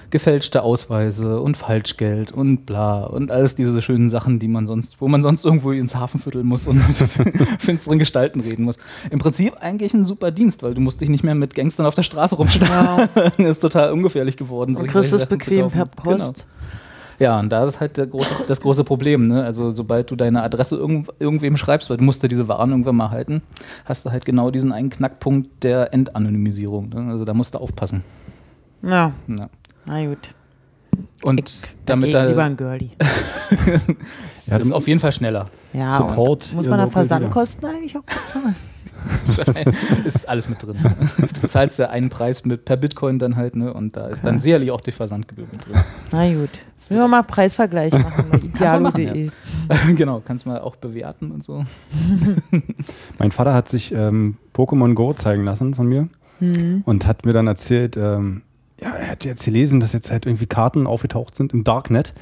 C: gefälschte Ausweise und Falschgeld und bla und alles diese schönen Sachen, die man sonst, wo man sonst irgendwo ins Hafenviertel muss und mit finsteren Gestalten reden muss. Im Prinzip eigentlich ein super Dienst, weil du musst dich nicht mehr mit Gangstern auf der Straße rumschlagen. Ist total ungefährlich geworden.
B: und
C: solche
B: kriegst es
C: Sachen zu
B: bequem
C: kaufen.
B: per Post.
C: Genau. Ja, und da ist halt der große, das große Problem. Ne? Also sobald du deine Adresse irgend, irgendwem schreibst, weil du musst ja diese Waren irgendwann mal halten, hast du halt genau diesen einen Knackpunkt der Entanonymisierung. Ne? Also da musst du aufpassen.
B: Genau. Ja,
C: Ja.
B: na gut.
C: Und damit
B: Damit da geh ich lieber
C: da,
B: ein Girlie.
A: Ja,
C: ist auf jeden Fall schneller.
B: Ja,
A: Support
B: und muss man
A: ihr
B: da
A: Local
B: Versandkosten eigentlich auch bezahlen?
C: ist alles mit drin. Du bezahlst ja einen Preis mit per Bitcoin dann halt, ne? Und da ist dann sicherlich auch die Versandgebühr mit drin.
B: Na gut. Jetzt müssen wir mal Preisvergleich machen bei
C: man machen,
B: idealo.de.
C: genau, kannst mal auch bewerten und so.
A: Mein Vater hat sich ähm, Pokémon Go zeigen lassen von mir
B: Mhm.
A: und hat mir dann erzählt, ähm, ja, er hätte jetzt gelesen, dass jetzt halt irgendwie Karten aufgetaucht sind im Darknet,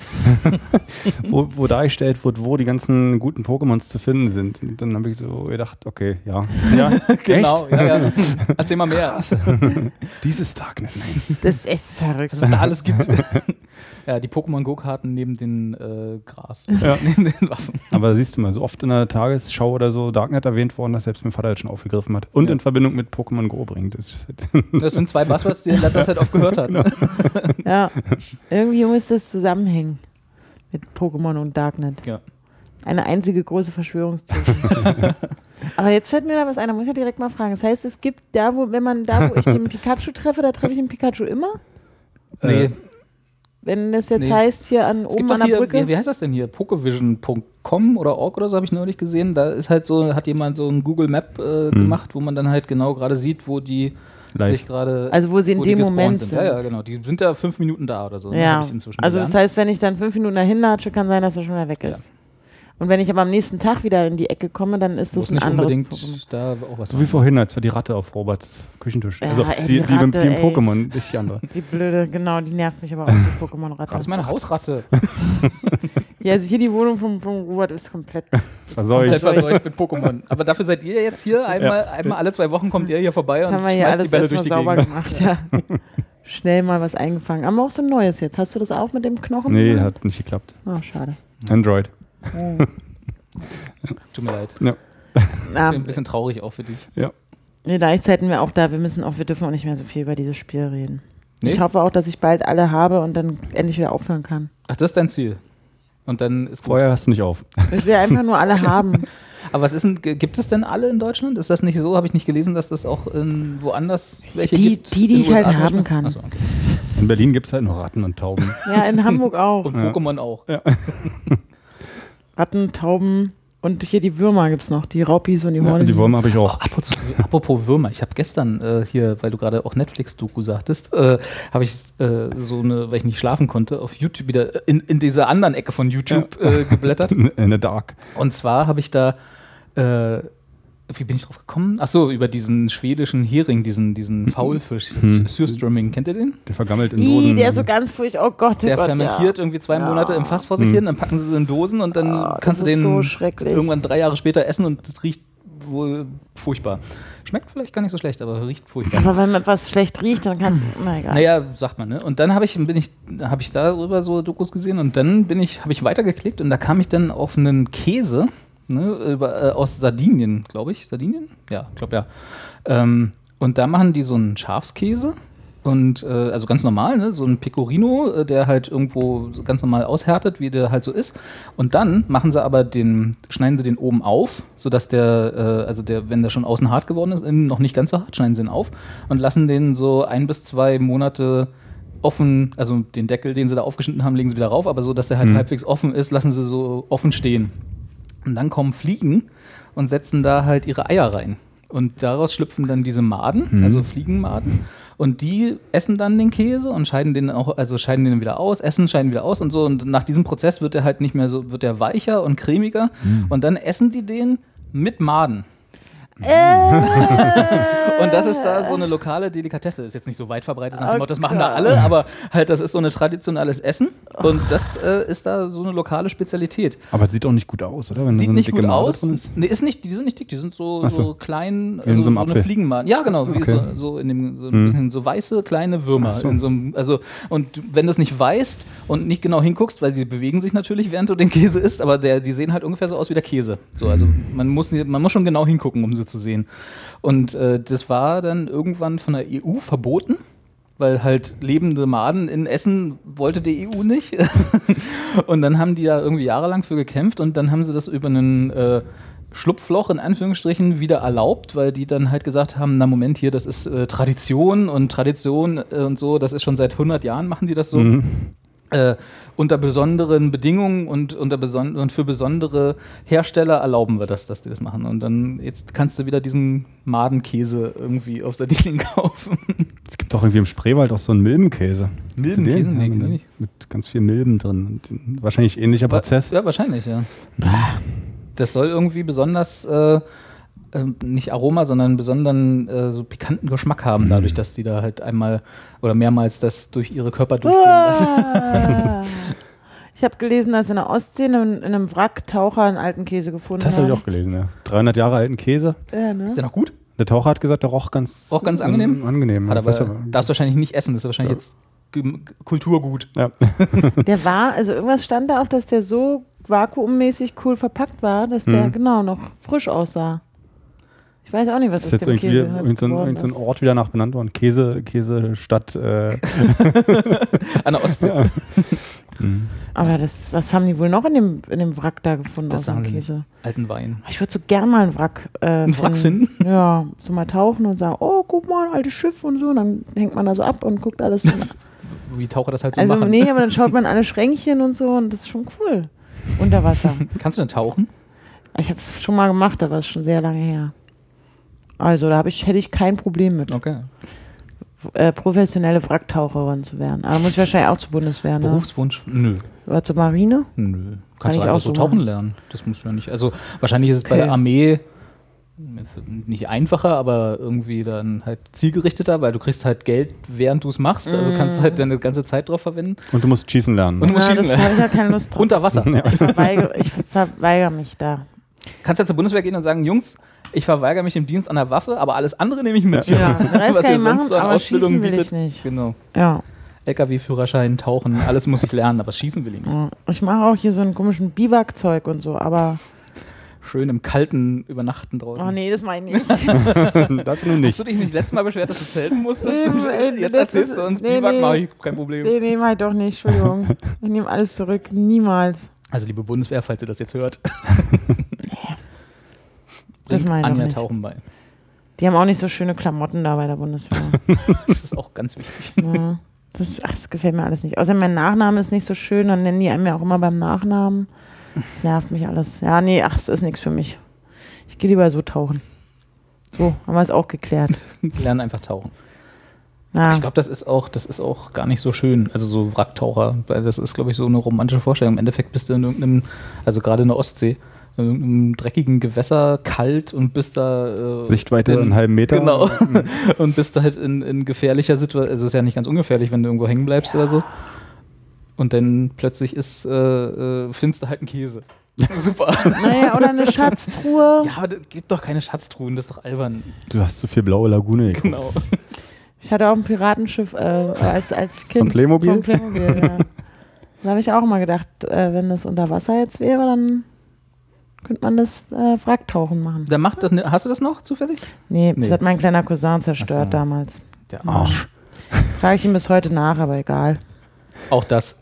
A: wo, wo dargestellt wird, wo die ganzen guten Pokémons zu finden sind. Und dann habe ich so gedacht, okay, ja. Ja,
C: Genau,
A: Echt?
C: ja, ja. Erzähl mal mehr.
A: Dieses Darknet, nein.
B: Das ist verrückt.
C: was es da alles gibt. ja, die Pokémon Go-Karten neben den äh, Gras, neben den Waffen.
A: Aber da siehst du mal, so oft in der Tagesschau oder so Darknet erwähnt worden, dass selbst mein Vater das schon aufgegriffen hat und
C: Ja.
A: in Verbindung mit Pokémon Go bringt. Das ist halt
C: Das sind zwei Buzzwords, die in letzter Zeit oft gehört
B: Genau.
C: hat. Ne?
B: Ja, irgendwie muss das zusammenhängen mit Pokémon und Darknet.
C: Ja.
B: Eine einzige große Verschwörungstheorie. Aber jetzt fällt mir da was ein, da muss ich ja direkt mal fragen. Das heißt, es gibt da, wo, wenn man da, wo ich den Pikachu treffe, da treffe ich den Pikachu immer?
C: Nee,
A: Äh,
B: Wenn das jetzt
C: Nee.
B: heißt, hier an
C: es gibt
B: oben
C: doch
B: an der
C: hier,
B: Brücke.
C: wie, wie heißt das denn hier? Pokevision.com oder org oder so habe ich neulich gesehen. Da ist halt so, hat jemand so ein Google Map
B: Hm.
C: äh, gemacht, wo man dann halt genau gerade sieht, wo die sich gerade.
B: Also wo sie in
C: die
B: dem
C: gespawnt
B: Moment
C: Ja, ja,
B: sind.
C: genau. Die sind da fünf Minuten da oder so. ne?
B: ja,
C: Hab ich inzwischen
B: also das
C: gelernt.
B: heißt, wenn ich dann fünf Minuten dahin latsche, kann sein, dass er schon wieder weg
C: Ja.
B: ist. Und wenn ich aber am nächsten Tag wieder in die Ecke komme, dann ist das
C: muss
B: ein
C: nicht
B: anderes
C: unbedingt
B: Pokémon.
C: da auch was.
A: So wie vorhin, als war die Ratte auf Roberts Küchentisch. also
B: ey,
A: die,
B: die
A: die, mit
B: Ratte,
A: dem
B: ey.
A: Pokémon, nicht die andere.
B: Die blöde, genau, die nervt mich aber auch, die Pokémon-Ratte.
C: Das ist meine Hausratte.
B: Ja, also hier die Wohnung vom, vom Robert ist komplett.
C: Komplett
A: Verseucht.
C: verseucht mit Pokémon. Aber dafür seid ihr jetzt hier. Einmal, einmal alle zwei Wochen kommt ihr hier vorbei
B: Das
C: und
B: haben wir hier
C: schmeißt die
B: alles
C: Bälle durch
B: erstmal
C: die
B: sauber
C: Gegend.
B: gemacht, ja. Schnell mal was eingefangen. Haben wir auch so ein neues jetzt. Hast du das auch mit dem Knochen?
A: Nee,
B: gemacht?
A: hat nicht geklappt.
B: Oh, schade.
A: Android.
C: Tut mir leid.
B: Ah,
C: Bin ein bisschen traurig auch für dich.
B: vielleicht hätten wir auch da, wir müssen auch, wir dürfen auch nicht mehr so viel über dieses Spiel reden.
C: Nee?
B: Ich hoffe auch, dass ich bald alle habe und dann endlich wieder aufhören kann.
C: Ach, das ist dein Ziel. Und dann ist gut.
A: Vorher hast du nicht auf.
B: Ich will einfach nur alle haben.
C: Aber was ist denn, g- gibt es denn alle in Deutschland? Ist das nicht so? Habe ich nicht gelesen, dass das auch in woanders welche
B: Die-
C: gibt?
B: die, die
C: In
B: ich
C: USA
B: halt
C: zum
B: haben
C: Beispiel?
B: kann.
C: Achso, okay.
A: In Berlin gibt es halt noch Ratten und Tauben.
B: Ja, in Hamburg auch.
C: Und Pokémon auch.
B: Ratten, Tauben und hier die Würmer gibt's noch. Die Raupis und die
A: Ja,
B: Hornies.
A: die Würmer habe ich auch.
C: Apropos, apropos Würmer, ich habe gestern äh, hier, weil du gerade auch Netflix-Doku sagtest, äh, habe ich äh, so eine, weil ich nicht schlafen konnte, auf YouTube wieder in, in dieser anderen Ecke von YouTube äh, geblättert.
A: In the Dark.
C: Und zwar habe ich da, äh, wie bin ich drauf gekommen? Ach so, über diesen schwedischen Hering, diesen,
B: Mhm.
C: diesen Faulfisch, Surströmming, kennt ihr den?
A: Der vergammelt in
B: Ih,
A: Dosen.
B: der ist so ganz furchtbar. Oh Gott, oh
C: Der
B: Gott,
C: fermentiert
B: ja.
C: irgendwie zwei
B: Ja.
C: Monate im Fass vor sich hin, dann packen sie es in Dosen und dann
B: Ah,
C: kannst du
B: das ist
C: den
B: so schrecklich.
C: irgendwann drei Jahre später essen und es riecht wohl furchtbar. Schmeckt vielleicht gar nicht so schlecht, aber riecht furchtbar.
B: Aber wenn etwas schlecht riecht, dann kann's. Oh mein Gott.
C: Naja, sagt man, ne? Und dann habe ich, bin ich, habe ich darüber so Dokus gesehen und dann bin ich, habe ich weitergeklickt und da kam ich dann auf einen Käse, ne, über, äh, aus Sardinien, glaube ich. Sardinien? Ja, ich glaube ja. Ähm, und da machen die so einen Schafskäse. Und äh, also ganz normal, ne? so ein Pecorino, äh, der halt irgendwo so ganz normal aushärtet, wie der halt so ist. Und dann machen sie aber den, schneiden sie den oben auf, sodass der, äh, also der, wenn der schon außen hart geworden ist, innen noch nicht ganz so hart, schneiden sie ihn auf und lassen den so ein bis zwei Monate offen, also den Deckel, den sie da aufgeschnitten haben, legen sie wieder rauf, aber so, dass der halt halbwegs offen ist, lassen sie so offen stehen. Und dann kommen Fliegen und setzen da halt ihre Eier rein. Und daraus schlüpfen dann diese Maden, also Fliegenmaden. Und die essen dann den Käse und scheiden den auch, also scheiden den wieder aus, essen, scheiden wieder aus und so. Und nach diesem Prozess wird er halt nicht mehr so, wird er weicher und cremiger. Und dann essen die den mit Maden. Und das ist da so eine lokale Delikatesse. Ist jetzt nicht so weit verbreitet, nach dem
B: Oh
C: Motto, das machen da alle, aber halt, das ist so ein traditionelles Essen. Und das äh, ist da so eine lokale Spezialität.
A: Aber es sieht auch nicht gut aus, oder? Wenn da
C: Sieht
A: so eine
C: nicht
A: dicke
C: gut
A: Made
C: aus.
A: drin ist.
C: Nee, ist nicht, die sind nicht dick, die sind so,
A: Ach
C: so.
A: so.
C: klein,
A: in
C: also
A: so einem
C: so eine
A: Apfel.
C: Fliegenmaden. Ja, genau, wie
A: Okay. Hm.
C: so, so in dem so ein bisschen so weiße kleine Würmer
A: Ach so.
C: in so einem, also und wenn du es nicht weißt und nicht genau hinguckst, weil die bewegen sich natürlich, während du den Käse isst, aber der, die sehen halt ungefähr so aus wie der Käse. So, also
A: Hm.
C: man muss nie- man muss schon genau hingucken, um sie zu sehen. Und äh, das war dann irgendwann von der EU verboten. Weil halt lebende Maden in Essen wollte die EU nicht. Und dann haben die da irgendwie jahrelang für gekämpft und dann haben sie das über einen äh, Schlupfloch in Anführungsstrichen wieder erlaubt, weil die dann halt gesagt haben, na Moment hier, das ist äh, Tradition und Tradition äh, und so, das ist schon seit 100 Jahren machen die das so. Äh, unter besonderen Bedingungen und, unter beson und für besondere Hersteller erlauben wir das, dass die das machen. Und dann jetzt kannst du wieder diesen Madenkäse irgendwie auf Sardinien kaufen.
A: Es gibt auch irgendwie im Spreewald auch so einen Milbenkäse.
C: Milbenkäse?
A: Kennst du den?
C: Nee,
A: Ja,
C: kenn ich
A: mit-
C: nicht.
A: Mit ganz viel Milben drin. Und den- wahrscheinlich ähnlicher Prozess.
C: Ja, wahrscheinlich, ja. Das soll irgendwie besonders, äh, äh, nicht Aroma, sondern besonderen äh, so pikanten Geschmack haben,
A: Mhm.
C: dadurch, dass die da halt einmal oder mehrmals das durch ihre Körper durchgehen lassen.
B: Ah. Ich habe gelesen, dass in der Ostsee in einem, in einem Wrack Taucher einen alten Käse gefunden
A: Das
B: haben.
A: habe ich auch gelesen, ja. 300 Jahre alten Käse.
B: Ja, ne?
C: Ist der noch gut?
A: Der Taucher hat gesagt, der roch ganz,
C: Roch ganz angenehm?
A: ähm, angenehm.
C: Hat
A: ja.
C: aber,
A: Weiß aber-
C: darfst du wahrscheinlich nicht essen, das ist wahrscheinlich jetzt Gem- Kulturgut.
A: ja.
B: Der war, also irgendwas stand da auch, dass der so vakuummäßig cool verpackt war, dass der
A: Mhm.
B: genau noch frisch aussah. Ich weiß auch nicht, was
A: Das
B: aus
A: ist jetzt
B: dem
A: irgendwie
B: Käse jetzt
A: irgend so ein,
B: geworden
A: irgend so ein
B: ist.
A: Ort wieder nach benannt worden. Käse, Käsestadt. Äh,
C: An der Ostsee.
A: hm.
B: Aber das, was haben die wohl noch in dem, in dem Wrack da gefunden
C: Das
B: aus dem
C: sagen sie nicht.
B: Käse?
C: Alten Wein.
B: Ich würde so gern mal einen Wrack, äh, einen
C: Wrack finden?
B: Ja, so mal tauchen und sagen, oh, guck mal, ein altes Schiff und so. Und dann hängt man da so ab und guckt alles. so nach.
C: Wie Taucher das halt so
B: also
C: machen.
B: nee, aber dann schaut man alle Schränkchen und so und das ist schon cool. Unter Wasser.
C: Kannst du denn tauchen?
B: ich habe es schon mal gemacht, aber es ist schon sehr lange her. Also da hab ich, hätte ich kein Problem mit,
C: Okay.
B: äh, professionelle Wracktaucherin zu werden. Aber muss ich wahrscheinlich auch zur Bundeswehr, ne?
C: Berufswunsch? Nö.
B: Oder zur Marine?
C: Nö. Kannst
B: Kann
C: du
B: ich
C: einfach
B: auch
C: so
B: so
C: tauchen
B: machen.
C: lernen. Das musst du ja nicht. Also wahrscheinlich ist es bei der
B: Okay.
C: Armee nicht einfacher, aber irgendwie dann halt zielgerichteter, weil du kriegst halt Geld, während du es machst. Also kannst
B: Mhm.
C: du halt deine ganze Zeit drauf verwenden.
A: und du musst schießen lernen.
C: Und- Du musst
B: Na,
C: schießen
B: das
C: lernen.
B: habe ich ja keine Lust drauf.
C: Unter Wasser.
B: Ich verweigere, ich verweigere mich da.
C: Kannst ja zur Bundeswehr gehen und sagen, Jungs, ich verweigere mich dem Dienst an der Waffe, aber alles andere nehme ich mit.
B: Ja, den Rest
C: Was
B: kann
C: ihr
B: ich
C: sonst
B: machen,
C: so an
B: aber
C: Ausbildung
B: schießen will
C: bietet.
B: ich nicht.
C: Genau.
B: Ja.
C: LKW-Führerschein, Tauchen, alles muss ich lernen, aber schießen will ich nicht.
B: Ich mache auch hier so einen komischen Biwakzeug und so, aber.
C: Schön im Kalten übernachten draußen.
B: Oh nee, das meine ich nicht.
A: das nun
C: Hast
A: nicht.
C: du dich nicht letztes Mal beschwert, dass du zelten musstest?
B: Nee, Ähm,
C: Jetzt
B: äh, das
C: erzählst
B: ist-
C: du uns,
B: nee,
C: Biwak
B: nee.
C: mache ich, kein Problem.
B: Nee, nee, mach ich doch nicht, Entschuldigung. Ich nehme alles zurück. Niemals.
C: Also liebe Bundeswehr, falls ihr das jetzt hört.
B: Das
C: bringt
B: meine ich
C: Anja
B: doch nicht.
C: Tauchen bei.
B: Die haben auch nicht so schöne Klamotten da bei der Bundeswehr.
C: Das ist auch ganz wichtig.
B: Ja. Das, ach, das gefällt mir alles nicht. Außer mein Nachname ist nicht so schön, dann nennen die einen ja auch immer beim Nachnamen. Das nervt mich alles. Ja, nee, ach, es ist nichts für mich. Ich gehe lieber so tauchen. So, haben wir es auch geklärt.
C: Lernen einfach tauchen.
B: Na,
C: Ich glaube, das ist auch, das ist auch gar nicht so schön. Also so Wracktaucher, weil das ist, glaube ich, so eine romantische Vorstellung. Im Endeffekt bist du in irgendeinem, also gerade in der Ostsee, in irgendeinem dreckigen Gewässer, kalt und bist da äh,
A: Sichtweite
C: in-
A: einen halben Meter.
C: Genau. Und bist da halt in, in gefährlicher Situation. Also ist ja nicht ganz ungefährlich, wenn du irgendwo hängen bleibst oder so. Und dann plötzlich ist, äh, äh, findest du halt einen Käse. Super.
B: naja, oder eine Schatztruhe.
C: Ja, aber das gibt doch keine Schatztruhen, das ist doch albern.
A: Du hast so viel blaue Lagune geguckt.
C: Genau.
B: Ich hatte auch ein Piratenschiff äh, als, als Kind.
A: Von Playmobil?
B: Von Playmobil, ja. Da habe ich auch mal gedacht, äh, wenn das unter Wasser jetzt wäre, dann könnte man das äh, Wracktauchen machen.
C: Da macht das, ne- hast du das noch zufällig?
B: Nee,
C: Nee.
B: das hat mein kleiner Cousin zerstört
C: Ach so.
B: damals.
C: Der
A: Arsch.
B: Frage ich ihm bis heute nach, aber egal.
C: Auch das.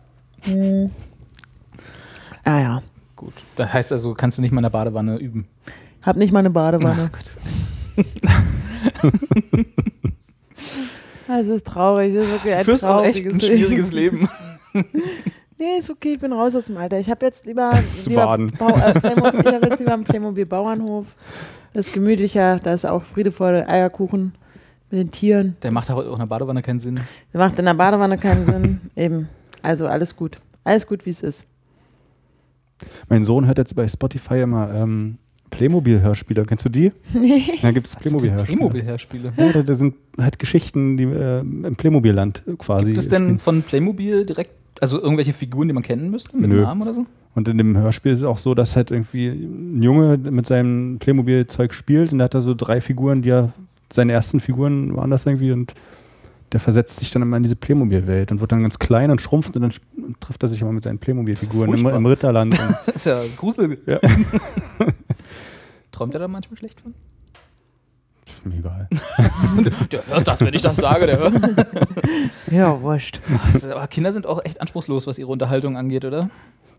B: Ah ja.
C: Gut. Das heißt also, kannst du nicht mal in der Badewanne üben.
B: Hab nicht mal eine Badewanne. Es ist traurig, es ist wirklich ein
C: Führst auch echt
B: trauriges
C: ein
B: Leben.
C: schwieriges Leben.
B: Nee, ist okay, ich bin raus aus dem Alter. Ich habe jetzt lieber,
A: Zu
B: lieber
A: baden.
B: Bau, äh, Playmobil, ich hab jetzt lieber einen Playmobil Bauernhof. Das ist gemütlicher, da ist auch Friede vor der Eierkuchen mit den Tieren.
C: Der macht auch in der Badewanne keinen Sinn.
B: Das macht in der Badewanne keinen Sinn. Eben. Also alles gut. Alles gut, wie es ist.
A: Mein Sohn hört jetzt bei Spotify immer ähm, Playmobil-Hörspiele. Kennst du die?
B: Nee.
A: Da gibt es Playmobil-Hörspiele.
C: Playmobil-Hörspiele.
A: Ja, da- das sind halt Geschichten, die äh, im Playmobil-Land quasi.
C: Gibt es denn von Playmobil direkt, also irgendwelche Figuren, die man kennen müsste, mit
A: Nö.
C: Namen oder so?
A: Und in dem Hörspiel ist es auch so, dass halt irgendwie ein Junge mit seinem Playmobil-Zeug spielt und da hat er so drei Figuren, die er, seine ersten Figuren waren das irgendwie und der versetzt sich dann immer in diese Playmobil-Welt und wird dann ganz klein und schrumpft und dann sch- trifft er sich immer mit seinen Playmobil-Figuren im,
C: Furchtbar.
A: im Ritterland. Und
C: Das ist ja Grusel.
A: Ja.
C: Träumt er da manchmal schlecht von?
A: ist mir egal.
C: Der hört das, wenn ich das sage, der hört. Also,
B: Ja, wurscht.
C: Aber Kinder sind auch echt anspruchslos, was ihre Unterhaltung angeht, oder?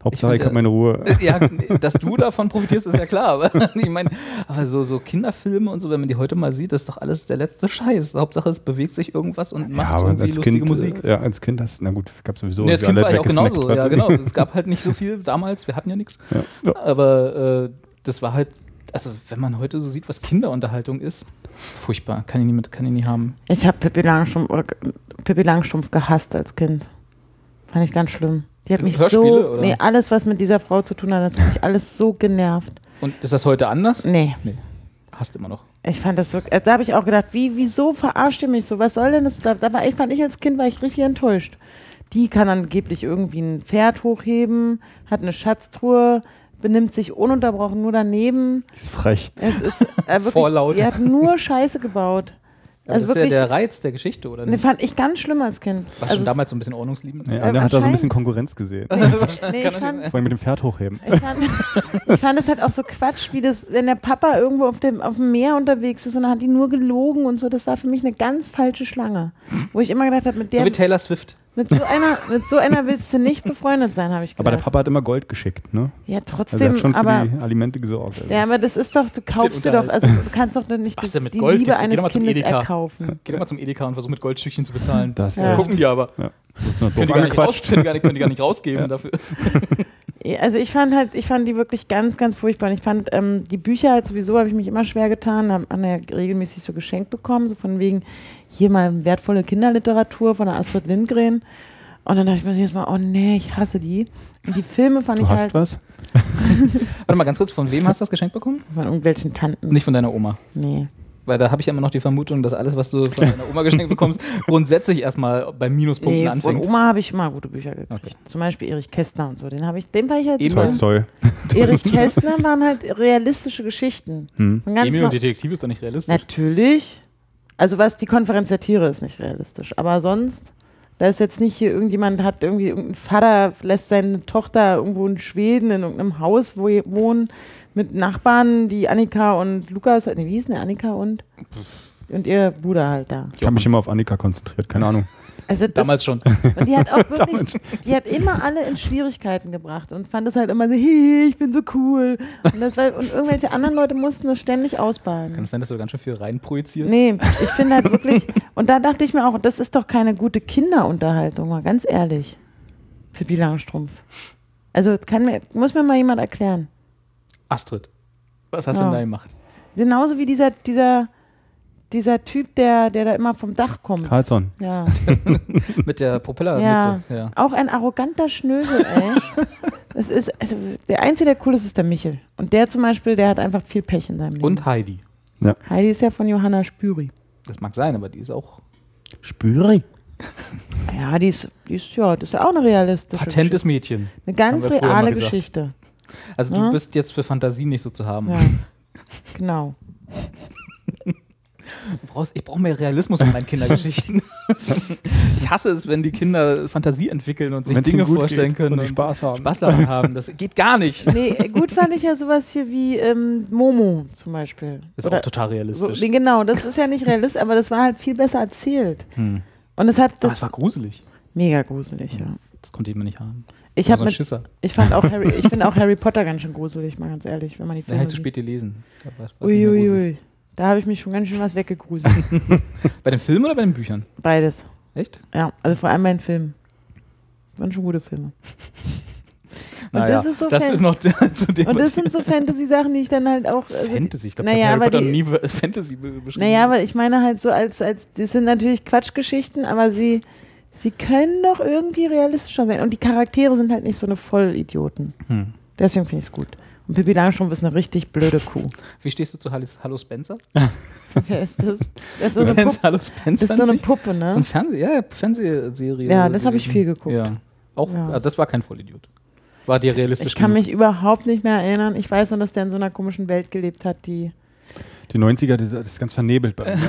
A: Hauptsache, ich,
C: fand ja-
A: habe meine Ruhe.
C: Ja, dass du davon profitierst, ist ja klar. Aber ich meine, aber so, so Kinderfilme und so, wenn man die heute mal sieht, das ist doch alles der letzte Scheiß. Hauptsache, es bewegt sich irgendwas und macht irgendwie lustige Musik.
A: äh, Ja, als Kind hast na gut, gab sowieso.
C: Nee, als Kind
A: irgendwie
C: war ich auch
A: weggesnackt,
C: genauso.
A: was
C: Ja,
A: du-
C: genau. Es gab halt nicht so viel damals, wir hatten ja nichts.
A: Ja. Ja.
C: Aber äh, das war halt, also wenn man heute so sieht, was Kinderunterhaltung ist, furchtbar, kann ich nie, mit, kann ich nie haben.
B: Ich habe Pippi Langstrumpf, oder, Pippi Langstrumpf gehasst als Kind. Fand ich ganz schlimm. Die hat mich
C: Hörspiele,
B: so.
C: oder?
B: Nee, alles, was mit dieser Frau zu tun hat, das hat mich alles so genervt.
C: Und ist das heute anders?
B: Nee.
C: Hast immer noch.
B: Ich fand das wirklich, da habe ich auch gedacht, wie, wieso verarscht ihr mich so? Was soll denn das? Da, da war ich, fand ich als Kind, war ich richtig enttäuscht. Die kann angeblich irgendwie ein Pferd hochheben, hat eine Schatztruhe, benimmt sich ununterbrochen nur daneben.
A: Die ist frech.
B: Es ist äh, wirklich,
C: Vorlaut.
B: die hat nur Scheiße gebaut.
C: Aber
B: Also
C: das ist ja
B: wirklich,
C: der Reiz der Geschichte, oder?
B: ne,
C: Nicht?
B: fand ich ganz schlimm als Kind.
C: War
B: also
C: schon damals so ein bisschen ordnungsliebend.
A: Ja, und da hat er so ein
B: anscheinend-
A: bisschen Konkurrenz gesehen. Vor
B: es- nee, ich, fand,
A: allem mit dem Pferd hochheben.
B: Ich fand, ich fand das halt auch so Quatsch, wie das, wenn der Papa irgendwo auf dem, auf dem Meer unterwegs ist und dann hat die nur gelogen und so. Das war für mich eine ganz falsche Schlange. Wo ich immer gedacht habe, mit
C: So
B: der,
C: wie Taylor Swift.
B: mit so einer, mit so einer willst du nicht befreundet sein, habe ich
A: Aber der
B: gedacht.
A: Papa hat immer Gold geschickt, ne?
B: ja,
A: Also er
B: trotzdem,
A: hat schon für
B: aber.
A: die Alimente gesorgt. Also.
B: Ja, aber das ist doch, du kaufst dir doch,
C: Unterhalt.
B: also du kannst doch dann nicht
C: Was
B: das,
C: denn mit
B: die
C: Gold?
B: Liebe
C: Geh- geh doch
B: eines
C: mal zum
B: Kindes
C: Edeka.
B: erkaufen.
C: Geh doch mal zum Edeka und versuch mit Goldstückchen zu bezahlen.
A: Das ist
B: Ja.
C: Gucken die aber.
A: Das ist noch doof
C: Können die, gar nicht raus,
A: angekwatscht.
C: können, die gar nicht, können die gar nicht rausgeben dafür.
B: Ja, Also ich fand halt, ich fand die wirklich ganz, ganz furchtbar. Und ich fand ähm, die Bücher halt sowieso, habe ich mich immer schwer getan, haben haben ja regelmäßig so geschenkt bekommen, so von wegen hier mal wertvolle Kinderliteratur von der Astrid Lindgren. Und dann dachte ich mir jedes Mal, oh nee, ich hasse die. Und die Filme fand
A: Du
B: ich
A: hast
B: halt
A: was?
C: Warte mal ganz kurz, von wem hast du das Geschenk bekommen?
B: von irgendwelchen Tanten.
C: Nicht von deiner Oma.
B: Nee.
C: Weil da habe ich ja immer noch die Vermutung, dass alles, was du von deiner Oma geschenkt bekommst, grundsätzlich erstmal bei Minuspunkten
B: nee von
C: anfängt.
B: Oma habe ich immer gute Bücher gekriegt.
C: Okay.
B: Zum Beispiel Erich Kästner und so. Den habe ich, den fand ich halt
C: Eben
B: super.
C: als-
A: Toll.
B: Erich Kästner waren halt realistische Geschichten.
A: Hm.
B: Von ganz
C: Emil
B: nor-
C: und Detektiv ist doch nicht realistisch.
B: Natürlich. Also was die Konferenz der Tiere ist nicht realistisch. Aber sonst, da ist jetzt nicht hier irgendjemand hat irgendwie irgendein Vater lässt seine Tochter irgendwo in Schweden in irgendeinem Haus wo wohnen mit Nachbarn, die Annika und Lukas, nee, wie hießen die Annika und und ihr Bruder halt da.
A: Ich habe mich immer auf Annika konzentriert, keine Ahnung.
B: Also das,
C: Damals schon.
B: und die hat auch wirklich, die hat immer alle in Schwierigkeiten gebracht und fand es halt immer so, hey, ich bin so cool. Und, das war, und irgendwelche anderen Leute mussten das ständig ausbaden.
C: Kann es sein, dass du ganz schön viel reinprojizierst?
B: Nee, ich finde halt wirklich, und da dachte ich mir auch, das ist doch keine gute Kinderunterhaltung, mal ganz ehrlich. Pippi Langstrumpf. Also kann mir, muss mir mal jemand erklären.
C: Astrid, was hast
B: Ja.
C: du denn da gemacht?
B: Genauso wie dieser, dieser, dieser Typ, der, der da immer vom Dach kommt.
A: Carlson.
B: Ja.
C: Mit der
B: ja.
C: Propellermütze. Ja.
B: Auch ein arroganter Schnösel, ey. Das ist, also der Einzige, der cool ist, ist der Michel. Und der zum Beispiel, der hat einfach viel Pech in seinem Leben.
C: Und Heidi.
B: Heidi ist ja von Johanna Spüri.
C: Das mag sein, aber die ist auch.
A: Spüri.
B: Ja, die ist, die ist, ja, das ist ja auch eine realistische
C: Patentes Mädchen.
B: Eine ganz
C: Haben wir früher mal
B: reale
C: gesagt.
B: Geschichte.
C: Also du
B: Ja.
C: bist jetzt für Fantasie nicht so zu haben.
B: Ja. genau.
C: Du brauchst, ich brauche mehr Realismus in meinen Kindergeschichten. ich hasse es, wenn die Kinder Fantasie entwickeln und sich
A: Wenn's
C: Dinge
A: ihnen gut
C: vorstellen
A: geht
C: können
A: und die Spaß haben.
C: Spaß daran haben. Das geht gar nicht.
B: Nee, äh, gut fand ich ja sowas hier wie ähm, Momo zum Beispiel.
C: Ist auch total realistisch.
B: so, nee, genau, das ist ja nicht realistisch, aber das war halt viel besser erzählt. Und es hat das
C: Das, Hm. Ah, war gruselig.
B: mega gruselig, ja.
C: Das konnte ich mir nicht haben.
B: Ich habe
C: War so ein
B: mit
C: Schisser.
B: ich fand auch Harry, ich finde auch Harry Potter ganz schön gruselig, mal ganz ehrlich, wenn man die
C: Der
B: Filme
C: halt zu spät gelesen. Da war- war's nicht mehr
B: Uiuiui.
C: gruselig.
B: Da habe ich mich schon ganz schön was weggegruselt.
C: Bei den Filmen oder bei den Büchern?
B: Beides.
C: Echt?
B: Ja, also vor allem bei den Filmen. Waren schon gute Filme. Und das ist so
C: das
B: fan-
C: ist noch zu dem.
B: Und das sind so Fantasy-Sachen, die ich dann halt auch. Also
C: Fantasy. Ich glaube,
B: Naja,
C: naja, Harry
B: aber
C: Potter
B: die-
C: nie Fantasy be- beschrieben.
B: Naja, aber ich meine halt so als, als, das sind natürlich Quatschgeschichten, aber sie, sie können doch irgendwie realistischer sein. Und die Charaktere sind halt nicht so eine Vollidioten.
C: Hm.
B: Deswegen finde ich es gut. Und Pippi Langstrumpf ist eine richtig blöde Kuh.
C: Wie stehst du zu Hallo, Hallo Spencer?
B: Äh, Wer ist das? Das ist so
C: Du
B: eine, Puppe,
C: kennst Hallo
B: das
C: Spencer
B: ist so eine
C: nicht?
B: Puppe,
C: Das ist ein
B: ne?
C: Fernseh ja, ja, Fernsehserie.
B: Ja, das habe ich
C: gewesen.
B: viel geguckt.
C: Ja. Auch,
B: Ja.
C: ah, das war kein Vollidiot. War dir realistisch
B: Ich kann
C: genug.
B: mich überhaupt nicht mehr erinnern. Ich weiß nur, dass der in so einer komischen Welt gelebt hat, die.
A: Die 90er, das ist- das ist ganz vernebelt bei mir.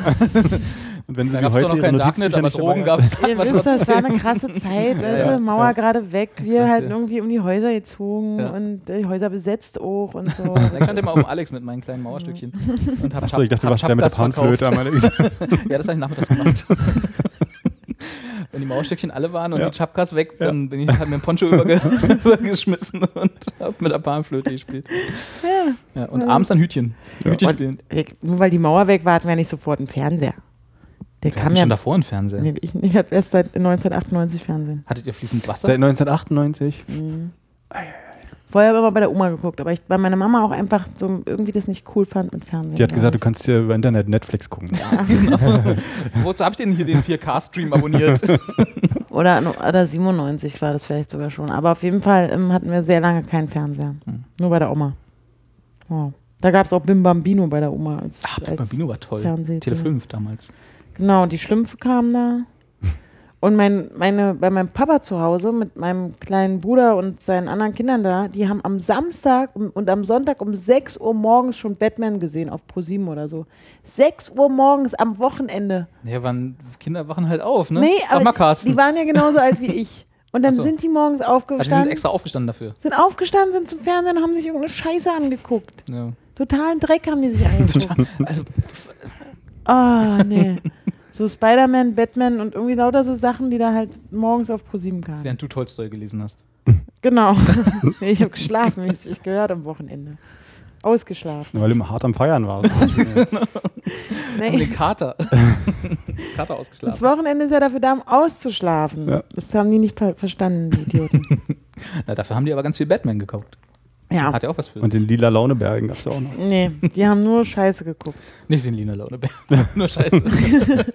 A: Und wenn sie
C: Da
A: wie
C: gab es
A: heute
C: doch noch
A: ihre
C: kein Darknet,
A: Notizbücher
C: aber
A: nicht dabei
C: Drogen gab
A: hatten.
C: es
B: Ihr wisst, das war eine krasse Zeit, weißt
C: ja.
B: du? Mauer gerade weg, wir
C: Exakt,
B: halt
C: ja.
B: irgendwie um die Häuser gezogen
C: Ja.
B: und äh, die Häuser besetzt auch und so.
C: Da stand immer auf dem Alex mit meinen kleinen Mauerstückchen. Und hab,
A: Achso, ich dachte, du warst der mit der
C: das verkauft.
A: Panflöte. am Ende gesagt.
C: Ja, das habe ich nachmittags gemacht. Wenn die Mauerstückchen alle waren und
A: Ja.
C: die Chapkas weg, dann bin ich halt mir ein Poncho überge übergeschmissen und habe mit der Panflöte gespielt.
B: ja.
C: Ja, und abends dann Hütchen. Hütchen
B: Und-
C: spielen.
B: Weg- Nur weil die Mauer weg war, hatten wir nicht sofort einen Fernseher. Der
C: Wir
B: kam
C: hatten
B: ja.
C: schon davor einen Fernseher.
B: Nee, ich ich hatte erst seit 1998 Fernsehen.
C: Hattet ihr fließend Wasser?
A: Seit 1998.
B: Vorher habe ich immer bei der Oma geguckt, aber ich, weil meine Mama auch einfach so irgendwie das nicht cool fand mit Fernsehen.
A: Die hat
B: glaub
A: gesagt, du
B: ich.
A: kannst hier über Internet Netflix gucken.
C: Wozu habt ihr denn hier den 4K-Stream abonniert?
B: Oder, oder 97 war das vielleicht sogar schon. Aber auf jeden Fall ähm, hatten wir sehr lange keinen Fernseher.
C: Hm.
B: Nur bei der Oma. Wow. Da gab es auch Bim Bambino bei der Oma. Als,
C: Ach,
B: als
C: Bambino war toll.
B: Fernseh-
C: Tele 5 damals.
B: Genau, die Schlümpfe kamen da. Und mein, meine, bei meinem Papa zu Hause mit meinem kleinen Bruder und seinen anderen Kindern da, die haben am Samstag um- und am Sonntag um 6 Uhr morgens schon Batman gesehen auf ProSieben oder so. 6 Uhr morgens am Wochenende.
C: Naja, waren, Kinder wachen halt auf, ne?
B: Nee,
C: Frag mal
B: aber
C: Carsten.
B: die waren ja genauso alt wie ich. Und dann
C: Ach so.
B: sind die morgens
C: also die sind
B: aufgestanden,
C: extra aufgestanden dafür.
B: sind aufgestanden, sind zum Fernsehen und haben sich irgendeine Scheiße angeguckt.
C: Ja.
B: Totalen Dreck haben die sich angeguckt.
C: Also,
B: Ah, nee. So Spider-Man, Batman und irgendwie lauter so Sachen, die da halt morgens auf ProSieben kamen.
C: während du Tolstoi gelesen hast.
B: Genau. nee, ich habe geschlafen, wie es sich gehört am Wochenende. Ausgeschlafen.
A: Weil du hart am Feiern warst.
C: Und den
B: Nee.
C: Kater. Kater
B: Das
C: ausgeschlafen.
B: Wochenende ist ja dafür da, um auszuschlafen.
A: Ja.
B: Das haben die nicht ver- verstanden, die Idioten.
C: Na, dafür haben die aber ganz viel Batman gekauft.
B: Ja.
C: Hat ja auch was für.
A: Und den lila Launebergen gab es auch noch.
B: Nee, die haben nur Scheiße geguckt.
C: Nicht den Lina Launeberg. Nur Scheiße.
B: Ich weiß gar nicht,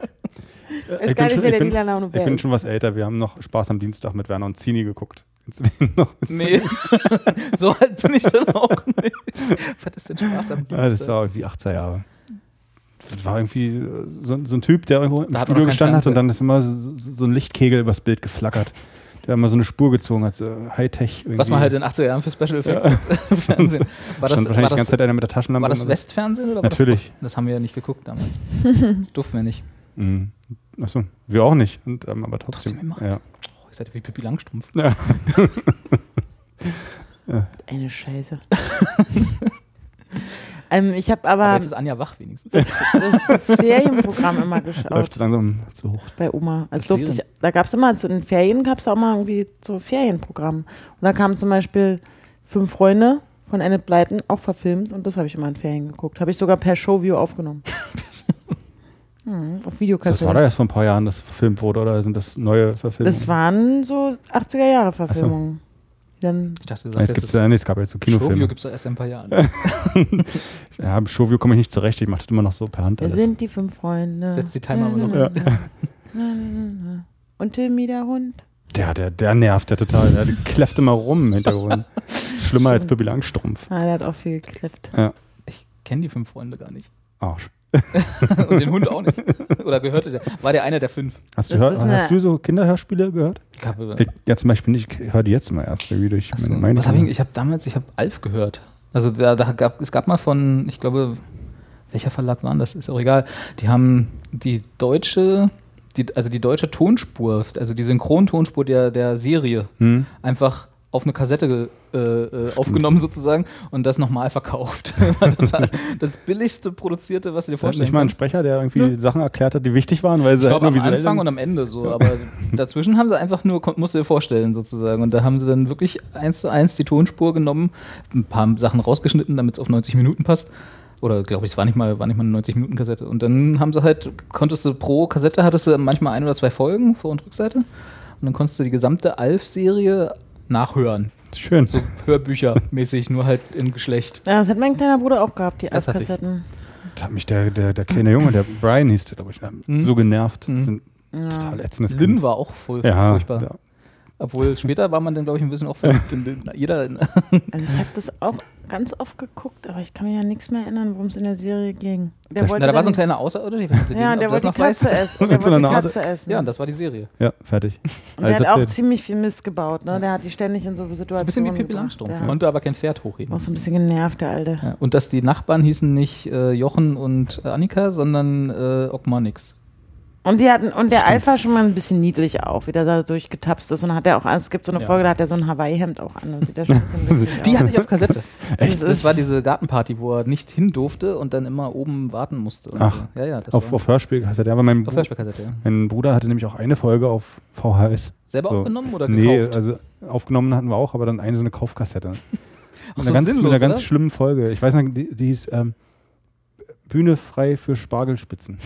B: wer
A: Äh, ich
B: der
A: bin,
B: lila Laune
A: ich bin
B: ist.
A: schon was älter. Wir haben noch Spaß am Dienstag mit Werner und Zini geguckt. Kennst du den noch?
C: nee. so alt bin ich dann auch nicht. Was ist denn Spaß am
A: Ah, das
C: Dienstag?
A: war irgendwie 18 Jahre. Das war irgendwie äh, so, so ein Typ, der irgendwo im
C: Da hat
A: Studio
C: man noch keinen
A: gestanden hat und
C: Fernseher.
A: dann ist immer so, so ein Lichtkegel übers Bild geflackert. Der hat immer so eine Spur gezogen hat, so Hightech. Irgendwie.
C: was man halt in 80er Jahren für Special Effects im Fernsehen. War das,
A: Stand
C: war
A: wahrscheinlich die ganze
C: das,
A: Zeit einer mit der Taschenlampe.
C: war das
A: und-
C: Westfernsehen? Oder war
A: Natürlich.
C: Das, das haben wir ja nicht geguckt damals. Durften wir nicht.
A: Mhm. Achso, wir auch nicht. Und, ähm, aber
C: Trotzdem
A: trotzdem.
C: gemacht.
A: ja.
C: Oh, ich seid wie Pippi Langstrumpf.
B: Eine Scheiße. ähm, ich habe aber,
C: Aber jetzt ist Anja wach wenigstens.
B: das, das Ferienprogramm immer geschaut
A: Läuft es langsam zu hoch.
B: bei Oma.
C: Das
B: Also durfte ich,
C: Serien-
B: da gab es immer, zu den Ferien gab es auch mal irgendwie so Ferienprogramm. Und da kamen zum Beispiel Fünf Freunde von Annette Blyton, auch verfilmt. Und das habe ich immer in Ferien geguckt. Habe ich sogar per Showview aufgenommen. hm, auf
A: Das
B: Videokassette.
A: war da erst vor ein paar Jahren, das verfilmt wurde, oder sind das neue Verfilmungen?
B: Das waren so 80er-Jahre-Verfilmungen. Die Dann,
C: Ich dachte, du
A: Ah,
C: sagst,
A: jetzt gibt's, ja, nee, es gab jetzt so
C: Showview
A: Kinofilme.
C: gibt es erst in ein paar Jahren.
A: Ja, im Showview komme ich nicht zurecht, ich mache das immer noch so per Hand
B: wir
A: alles.
B: sind die fünf Freunde.
C: Setz die Timer immer noch.
B: Na, na, na, na, na. Und Timmy, der Hund.
A: Der, der, der nervt der total. Der kläfft immer rum im Hintergrund. Schlimmer als Pippi Langstrumpf.
B: Ah, der hat auch viel gekläfft.
C: Ich kenne die fünf Freunde gar nicht.
A: Arsch.
C: Und den Hund auch nicht. Oder gehörte der. War der einer der fünf?
A: Hast du,
B: Das
A: hör,
B: ist eine-
A: hast du so Kinderhörspiele gehört?
C: Ich habe
A: Ich, ja, zum Beispiel nicht. Ich höre die jetzt mal erst irgendwie durch
C: Achso,
A: meine, meine
C: was hab ich, ich habe damals, ich habe Alf gehört. Also da, da gab, es gab mal von, ich glaube, welcher Verlag waren das? Ist auch egal. Die haben die deutsche, die, also die deutsche Tonspur, also die Synchrontonspur der, der Serie
A: Hm?
C: einfach auf eine Kassette ge- äh, äh, aufgenommen sozusagen und das nochmal verkauft. Total- das billigste produzierte, was du dir
A: Da hat
C: vorstellen
A: nicht mal einen
C: kannst.
A: Sprecher, der irgendwie Sachen erklärt hat, die wichtig waren, weil sie
C: Ich glaube,
A: halt
C: am
A: nur visuell
C: Anfang und
A: sind.
C: am Ende so, aber dazwischen haben sie einfach nur, kon- musst du dir vorstellen sozusagen. Und da haben sie dann wirklich eins zu eins die Tonspur genommen, ein paar Sachen rausgeschnitten, damit es auf 90 Minuten passt. Oder glaube ich, es war nicht mal, war nicht mal eine 90-Minuten-Kassette. Und dann haben sie halt, konntest du pro Kassette hattest du manchmal ein oder zwei Folgen, Vor- und Rückseite. Und dann konntest du die gesamte Alf-Serie nachhören.
A: Schön.
C: So Hörbücher-mäßig, nur halt im Geschlecht.
B: Ja, das hat mein kleiner Bruder auch gehabt, die
C: Das hatte ich.
B: Altkassetten.
A: Da hat mich der, der, der kleine Junge, der Brian hieß der, glaube ich, ne, so genervt. Total ätzendes
C: Mhm. Lynn
A: Kind.
C: war auch voll
A: ja,
C: furchtbar.
A: Ja.
C: Obwohl später war man dann, glaube ich, ein bisschen auch verliebt in Lynn. Jeder in,
B: Also ich habe das auch ganz oft geguckt, aber ich kann mich ja nichts mehr erinnern, worum es in der Serie ging. Der
A: Da-
C: Na, da war so ein
B: dann-
C: kleiner Außerirdischer. ich weiß nicht, ob du den-
B: Ja,
C: ob
B: der
C: du
B: wollte die
C: das noch weißt.
B: Katze essen. Der
A: Mit so
B: wollte die
A: einer Nase.
B: Katze essen.
C: Ja, und das war die Serie.
A: ja, fertig.
B: und der hat auch
A: erzählt.
B: ziemlich viel Mist gebaut. Ne? Der hat die ständig in so Situationen
C: Das ist ein bisschen wie Pippi
B: gebracht.
C: Langstrumpf.
B: Ja.
C: Konnte aber kein Pferd hochheben.
B: Auch so ein bisschen genervt, der Alte.
C: Ja. Und dass die Nachbarn hießen nicht äh, Jochen und äh, Annika, sondern äh, Ogmanix.
B: Und, die hatten, und der Alf war schon mal ein bisschen niedlich auch, wie der da durchgetapst ist. Und hat er auch, es gibt so eine
C: Ja.
B: Folge, da hat er so ein Hawaii-Hemd auch an. Das sieht ja schon ein bisschen witzig
C: Die
B: aus.
C: hatte ich auf Kassette.
B: Echt?
C: Das war diese Gartenparty, wo er nicht hin durfte und dann immer oben warten musste. und
A: Ach,
C: so. ja, ja, das
A: Auf,
C: war,
A: auf Hörspiel heißt er der, aber mein,
C: auf
A: Bru-
C: Hörspielkassette. Ja.
A: mein Bruder hatte nämlich auch eine Folge auf VHS.
C: Selber
A: So.
C: aufgenommen oder gekauft?
A: Nee, also aufgenommen hatten wir auch, aber dann eine so eine Kaufkassette.
C: Ach,
A: Mit
C: so
A: einer ganz, mit
C: sinnlos,
A: einer ganz
C: oder?
A: schlimmen Folge. Ich weiß nicht, die, die hieß ähm, Bühne frei für Spargelspitzen.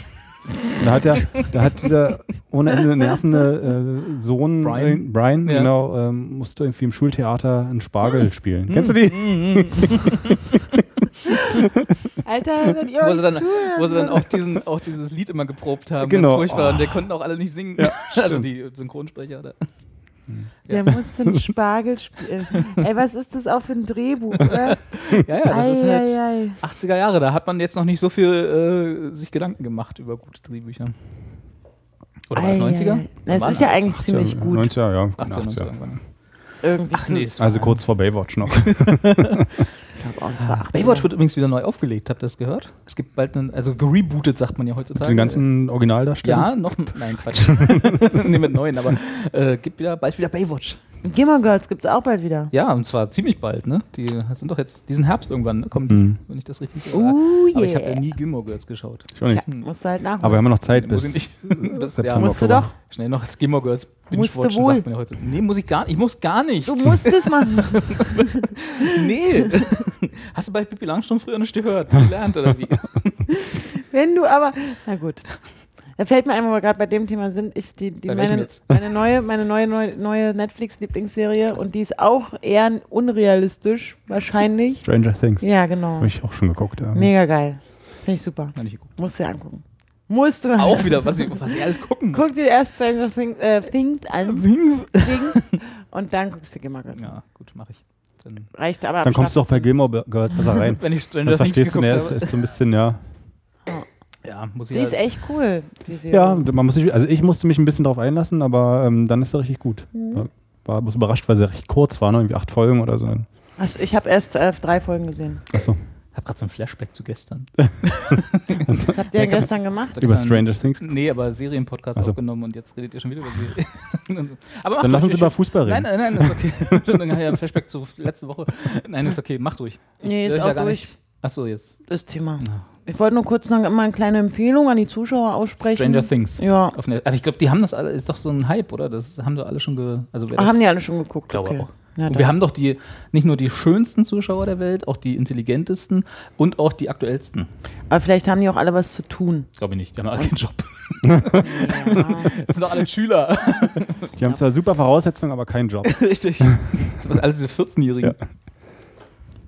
A: Und Da hat, der, da hat dieser ohne Ende nervende äh, Sohn,
C: Brian.
A: äh, Brian
C: Ja. Hm.
A: genau, ähm, musste irgendwie im Schultheater einen Spargel spielen. Kennst du die?
C: Mhm,
B: Alter, wenn ihr
C: Wo
B: euch
C: sie, dann,
B: zuhört.
C: wo sie dann auch, diesen, auch dieses Lied immer geprobt haben.
A: Genau.
C: Ganz furchtbar.
A: Oh.
C: Und der konnten auch alle nicht singen. also die Synchronsprecher. Da.
B: Der musste einen Spargel spielen. Ey, was ist das auch für ein Drehbuch, oder?
C: Ja, ja, das ist
B: Ei,
C: halt.
B: ei, ei.
C: 80er Jahre, da hat man jetzt noch nicht so viel äh, sich Gedanken gemacht über gute Drehbücher. Oder war es
B: Ei, ei,
C: 90er?
B: ei. Na, Es ist ja eigentlich ziemlich gut.
A: 90, Ähm, ja, ja,
C: 18,
A: 18,
C: 19 irgendwann.
B: irgendwie
C: Ach nee,
B: zu-
C: es war-
A: Also kurz vor Baywatch noch.
B: Ich glaube auch, oh, es war 18.
C: Baywatch wird übrigens wieder neu aufgelegt, habt ihr das gehört? Es gibt bald einen, also gerebootet, sagt man ja heutzutage.
A: Den ganzen Originaldarsteller.
C: ja, noch ein, nein, Quatsch. nee, mit neuen, aber äh, gibt wieder bald wieder Baywatch.
B: Gimmer Girls gibt es auch bald wieder.
C: Ja, und zwar ziemlich bald, ne? Die sind doch jetzt diesen Herbst irgendwann, ne? kommen die,
A: Hm.
C: wenn ich das richtig
B: Uh,
C: Aber ich habe
B: yeah.
C: ja nie Gilmore Girls geschaut.
A: Ich auch nicht.
B: Tja, musst du halt nachholen.
A: Aber wir haben ja noch Zeit
C: Muss
A: bis.
C: ich nicht. Bis, ja,
A: September.
B: musst du
A: Oktober.
B: doch.
C: Schnell noch Gilmore Girls
B: Musste
C: binge-watchen,
B: wohl.
C: sagt man ja heute. Nee, muss ich gar nicht. Ich muss gar nicht.
B: Du musst es machen.
C: Nee. Hast du bei Pippi Langstrumpf früher nicht gehört, gelernt oder wie?
B: Wenn du aber. Na gut. Da fällt mir ein, wo wir gerade bei dem Thema sind, ich, die, die
C: Bei welchem
B: meine,
C: jetzt?
B: meine neue, meine neue, neue, neue Netflix-Lieblingsserie und die ist auch eher unrealistisch, wahrscheinlich.
A: Stranger Things.
B: Ja, genau.
A: Habe ich auch schon geguckt. Ja.
B: Mega geil. Finde ich super.
C: Nein, ich guck.
B: Musst du dir angucken. Musst du
C: Auch wieder, was ich, was ich alles gucken muss.
B: Guck dir erst Stranger Things, äh, Things an. Things. und dann guckst du Gimmer Girls.
C: Ja, gut, mache ich. Dann,
B: Reicht aber ab
A: Dann kommst du
B: Staffel-
A: auch bei Gilmore Girls besser rein.
C: wenn ich Stranger
A: Das
C: Things
A: verstehst du,
C: geguckt
A: ne? Ist,
C: habe.
A: ist so ein bisschen, ja.
C: ja, muss ich halt-
B: Die ist
C: alles-
B: echt cool. Die Serie.
A: Ja, man muss sich, also ich musste mich ein bisschen drauf einlassen, aber ähm, dann ist er richtig gut. War- War bloß überrascht, weil sie recht kurz waren, ne? irgendwie acht Folgen oder so.
B: Also ich habe erst äh, drei Folgen gesehen.
A: Achso,
C: Ich habe gerade so ein Flashback zu gestern.
B: Was habt ihr denn gestern gemacht?
C: Da
A: über
C: gestern-
A: Stranger Things.
C: Nee, aber Serienpodcast
A: Ach so.
C: aufgenommen und jetzt redet ihr schon wieder über Serien. aber mach
A: Also. Dann lass
C: ruhig,
A: uns
C: ich-
A: über Fußball
C: Nein,
A: reden.
C: nein, nein, ist okay. Dann habe ich ja ein Flashback zu letzte Woche. Nein, ist okay, mach durch.
B: Nee, ist
C: Hör ich
B: auch
C: gar
B: durch.
C: nicht- Ach so, jetzt.
B: Das Thema. Ich wollte nur kurz noch immer eine kleine Empfehlung an die Zuschauer aussprechen.
C: Stranger Things.
B: Ja.
C: Auf Net- aber ich glaube, die haben das alle, ist doch so ein Hype, oder? Das haben doch alle schon ge. Also wer
B: Ach,
C: das,
B: Ah, haben die alle schon geguckt?
C: glaube
B: okay.
C: auch.
B: Ja,
C: und wir
B: dann.
C: haben doch die, nicht nur die schönsten Zuschauer der Welt, auch die intelligentesten und auch die aktuellsten.
B: Aber vielleicht haben die auch alle was zu tun.
C: Glaube ich nicht, die haben alle keinen Job. das sind doch alle Schüler.
A: Die haben zwar super Voraussetzungen, aber keinen Job.
C: Richtig. Das sind alle diese 14-Jährigen.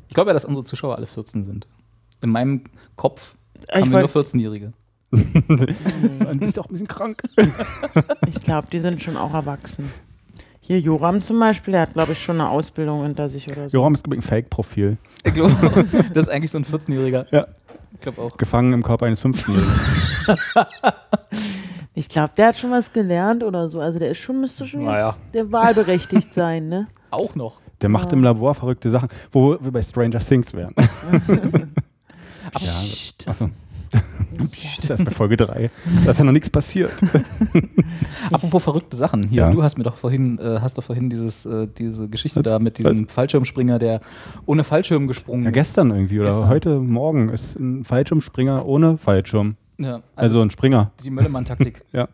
C: Ich glaube ja, dass unsere Zuschauer alle 14 sind. In meinem Kopf haben
B: Ich,
C: wir nur
B: wollt-
C: 14-Jährige.
A: Und bist auch ein bisschen krank.
B: ich glaube, die sind schon auch erwachsen. Hier Joram zum Beispiel, der hat, glaube ich, schon eine Ausbildung hinter sich oder so.
A: Joram ist übrigens ein Fake-Profil.
C: Ich glaube, das ist eigentlich so ein 14-Jähriger.
A: Ja.
C: Ich glaube auch.
A: Gefangen im Körper eines 15-Jährigen.
B: Ich glaube, der hat schon was gelernt oder so. Also der ist schon, müsste schon
C: Naja.
B: jetzt der wahlberechtigt sein, ne?
C: Auch noch.
A: Der macht im Labor verrückte Sachen, wo wir bei Stranger Things wären.
C: Aber
A: Ja, Achso. Das ist erst bei Folge 3. Da ist ja noch nichts passiert.
C: Apropos verrückte Sachen. Hier,
A: Ja.
C: du hast mir doch vorhin, äh, hast doch vorhin dieses, äh, diese Geschichte
A: Was?
C: da mit diesem Fallschirmspringer, der ohne Fallschirm gesprungen
A: Ja,
C: ist.
A: gestern irgendwie oder
C: Hm. Gestern.
A: heute Morgen ist ein Fallschirmspringer ohne Fallschirm.
C: Ja, also,
A: Also ein Springer,
C: die Möllemann-Taktik.
A: ja.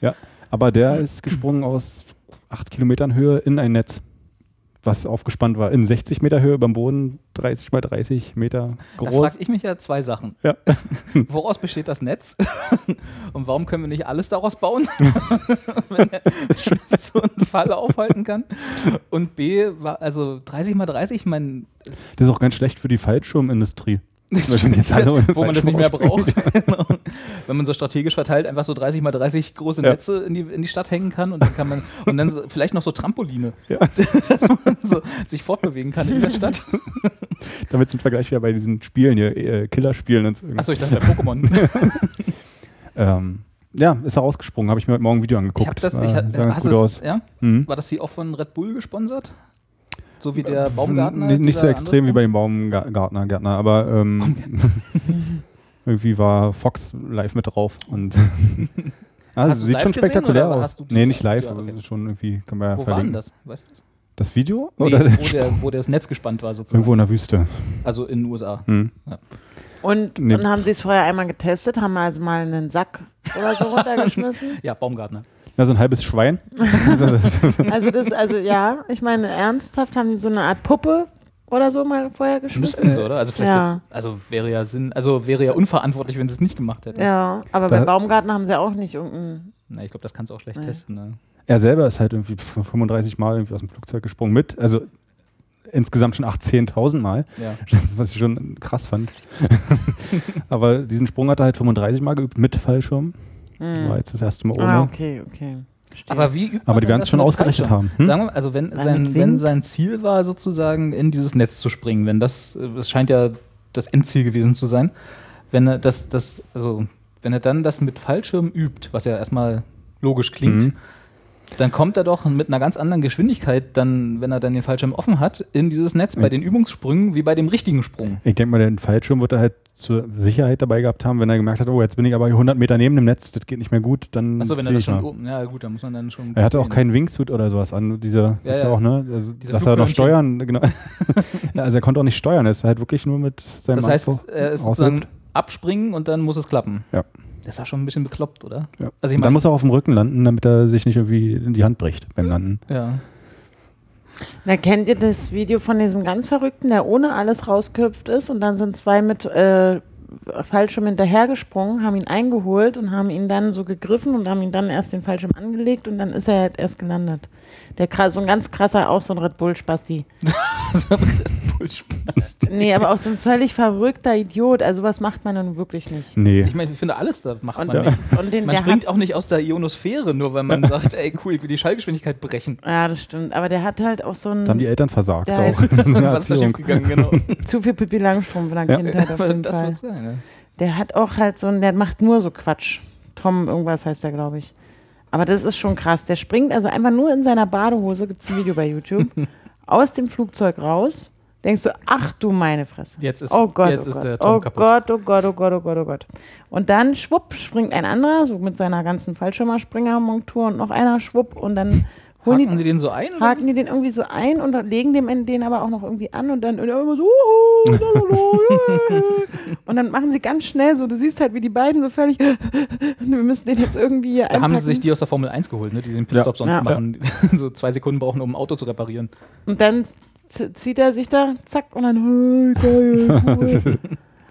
A: ja, aber der ist gesprungen aus 8 Kilometern Höhe in ein Netz, was aufgespannt war. In 60 Meter Höhe über dem Boden, 30 mal 30 Meter
C: Da
A: groß.
C: frage ich mich ja zwei Sachen.
A: Ja.
C: Woraus besteht das Netz? Und warum können wir nicht alles daraus bauen, wenn er so einen Fall aufhalten kann? Und B, war, also 30 mal 30, mein,
A: Das ist auch ganz schlecht für die Fallschirmindustrie. Weil wenn jetzt alle ohne
C: wo man das nicht mehr
A: Fallschirm
C: braucht. Genau. Wenn man so strategisch verteilt einfach so 30 mal 30 große
A: Ja.
C: Netze in die, in die Stadt hängen kann und dann kann man und dann so, vielleicht noch so Trampoline, dass man so sich fortbewegen kann in der Stadt.
A: springt. Damit sind wir gleich wieder bei diesen Spielen hier, äh, Killerspielen und so.
C: Achso, ich dachte bei Pokémon.
A: Ähm, ja, ist er rausgesprungen. Habe ich mir heute Morgen ein Video
C: Ich
A: angeguckt.
C: hab das,
A: Sah-
C: ich, ha-
A: sah ganz
C: hast
A: gut
C: es-
A: aus.
C: Ja?
A: Mhm.
C: War das hier auch von Red Bull gesponsert? So wie der Baumgartner?
A: Äh, Nicht, nicht so
C: dieser
A: extrem wie bei
C: andere
A: dem Baumgartner, Gärtner, aber ähm, irgendwie war Fox live mit drauf und
C: Hast
A: also
C: du's
A: sieht schon
C: live gesehen
A: spektakulär
C: oder
A: aus.
C: hast du die-
A: Nee, nicht live,
C: Ja,
A: aber
C: okay.
A: schon irgendwie kann man ja
C: Wo war
A: verlinken.
C: denn das? Weißt du das?
A: Das Video
C: Nee,
A: oder der
C: wo,
A: Spruch?
C: der, wo das Netz gespannt war sozusagen.
A: irgendwo in der Wüste?
C: Also in den USA.
A: Hm.
B: Und,
A: Nee.
B: und haben sie es vorher einmal getestet, haben also mal einen Sack oder so runtergeschmissen.
C: Ja, Baumgartner.
A: Na, so ein halbes Schwein. Also das-
B: Also das, also ja, ich meine, ernsthaft haben die so eine Art Puppe oder so mal vorher geschmissen.
C: Müssten sie, oder? Also vielleicht
B: Äh, Ja.
C: jetzt, also wäre ja Sinn, also wäre ja unverantwortlich, wenn sie es nicht gemacht hätten.
B: Ja, aber
A: Da-
B: bei Baumgarten haben sie auch nicht irgendeinen.
C: Na, ich glaube, das kannst du auch schlecht
B: Nee.
C: testen. Ne?
A: er selber ist halt irgendwie 35 Mal irgendwie aus dem Flugzeug gesprungen mit. Also insgesamt schon 18.000 Mal.
C: Ja.
A: was ich schon krass fand. Aber diesen Sprung hat er halt 35 Mal geübt mit Fallschirm.
C: Hm.
A: War jetzt das erste Mal ohne.
B: hm. Ah, okay, okay. Verstehe.
C: Aber wie übt
A: Aber
C: man
A: die
C: denn
A: werden es
C: das
A: schon
C: mit
A: ausgerechnet
C: Fallschirm?
A: haben. Hm?
C: Sagen wir, mal, also wenn
B: Weil
C: sein,
B: mit
C: wenn
B: Wind?
C: sein Ziel war, sozusagen in dieses Netz zu springen, wenn das, äh, das scheint ja das Endziel gewesen zu sein, wenn er das, das, also wenn er dann das mit Fallschirm übt, was ja erstmal logisch klingt,
A: Mhm.
C: dann kommt er doch mit einer ganz anderen Geschwindigkeit, dann, wenn er dann den Fallschirm offen hat, in dieses Netz bei den Übungssprüngen wie bei dem richtigen Sprung.
A: Ich denke mal, den Fallschirm wird er halt zur Sicherheit dabei gehabt haben, wenn er gemerkt hat, oh, jetzt bin ich aber hier 100 Meter neben dem Netz, das geht nicht mehr gut, dann
C: Achso, wenn er
A: zieh
C: das
A: ich
C: schon
A: mal.
C: oben, ja gut, dann muss man dann schon.
A: Er hatte auch
C: sehen.
A: keinen Wingsuit oder sowas an. Diese,
C: Ja,
A: hat's
C: ja.
A: auch, ne? Also,
C: Diese
A: dass er noch
C: Flughörnchen.
A: steuern, genau. ja, also er konnte auch nicht steuern, er ist halt wirklich nur mit seinem
C: Das heißt,
A: Arm so
C: er ist
A: ausgeübt.
C: sozusagen abspringen und dann muss es klappen.
A: Ja.
C: Das war schon ein bisschen bekloppt, oder?
A: Ja.
C: Also ich
A: Und dann
C: mein-
A: muss er auf dem Rücken landen, damit er sich nicht irgendwie in die Hand bricht beim Landen.
C: Ja.
B: Na, kennt ihr das Video von diesem ganz Verrückten, der ohne alles rausgehüpft ist und dann sind zwei mit äh, Fallschirm hinterhergesprungen, haben ihn eingeholt und haben ihn dann so gegriffen und haben ihn dann erst den Fallschirm angelegt und dann ist er halt erst gelandet. Der kra- so ein ganz krasser, auch so ein Red Bull-Spasti. Nee, aber auch so ein völlig verrückter Idiot. Also was macht man denn wirklich nicht?
A: Nee.
C: Ich meine, ich finde, alles da macht
B: Und,
C: man nicht.
B: und den,
C: Man
B: der
C: springt
B: hat,
C: auch nicht aus der Ionosphäre, nur weil man sagt, ey cool, ich will die Schallgeschwindigkeit brechen.
B: ja, das stimmt. Aber der hat halt auch so
A: Da haben die
B: ein
A: Eltern versagt.
B: Ja,
A: auch
B: ist-
A: in der
C: Was ist da
A: Erziehung.
C: schiefgegangen, genau.
B: zu viel Pippi Langstrumpf in der
A: Ja.
B: Kindheit auf jeden
C: das
B: Fall.
C: wird sein, ja.
B: Der hat auch halt so, ein- der macht nur so Quatsch. Tom irgendwas heißt der, glaube ich. Aber das ist schon krass. Der springt also einfach nur in seiner Badehose, gibt es ein Video bei YouTube, aus dem Flugzeug raus. Denkst du, ach du meine Fresse.
C: Jetzt ist-
B: oh Gott,
C: jetzt
B: oh
C: ist
B: Gott,
C: der Tom
B: oh
C: kaputt.
B: Gott, oh Gott, oh Gott, oh Gott, oh Gott. Und dann schwupp springt ein anderer, so mit seiner ganzen Fallschirmerspringermontur und noch einer schwupp und dann holen die
C: Haken die den so ein? Oder?
B: haken die den irgendwie so ein und legen dem den aber auch noch irgendwie an und dann und dann immer so "Uhu, lalalo, yeah." und dann machen sie ganz schnell so du siehst halt wie die beiden so völlig wir müssen den jetzt irgendwie hier
C: Da haben sie
B: einpacken.
C: sich die aus der Formel 1 geholt, ne, die den Pitstop sonst
B: Ja.
C: machen. So zwei Sekunden brauchen, um ein Auto zu reparieren.
B: und dann z- zieht er sich da zack und dann hey, geil, cool.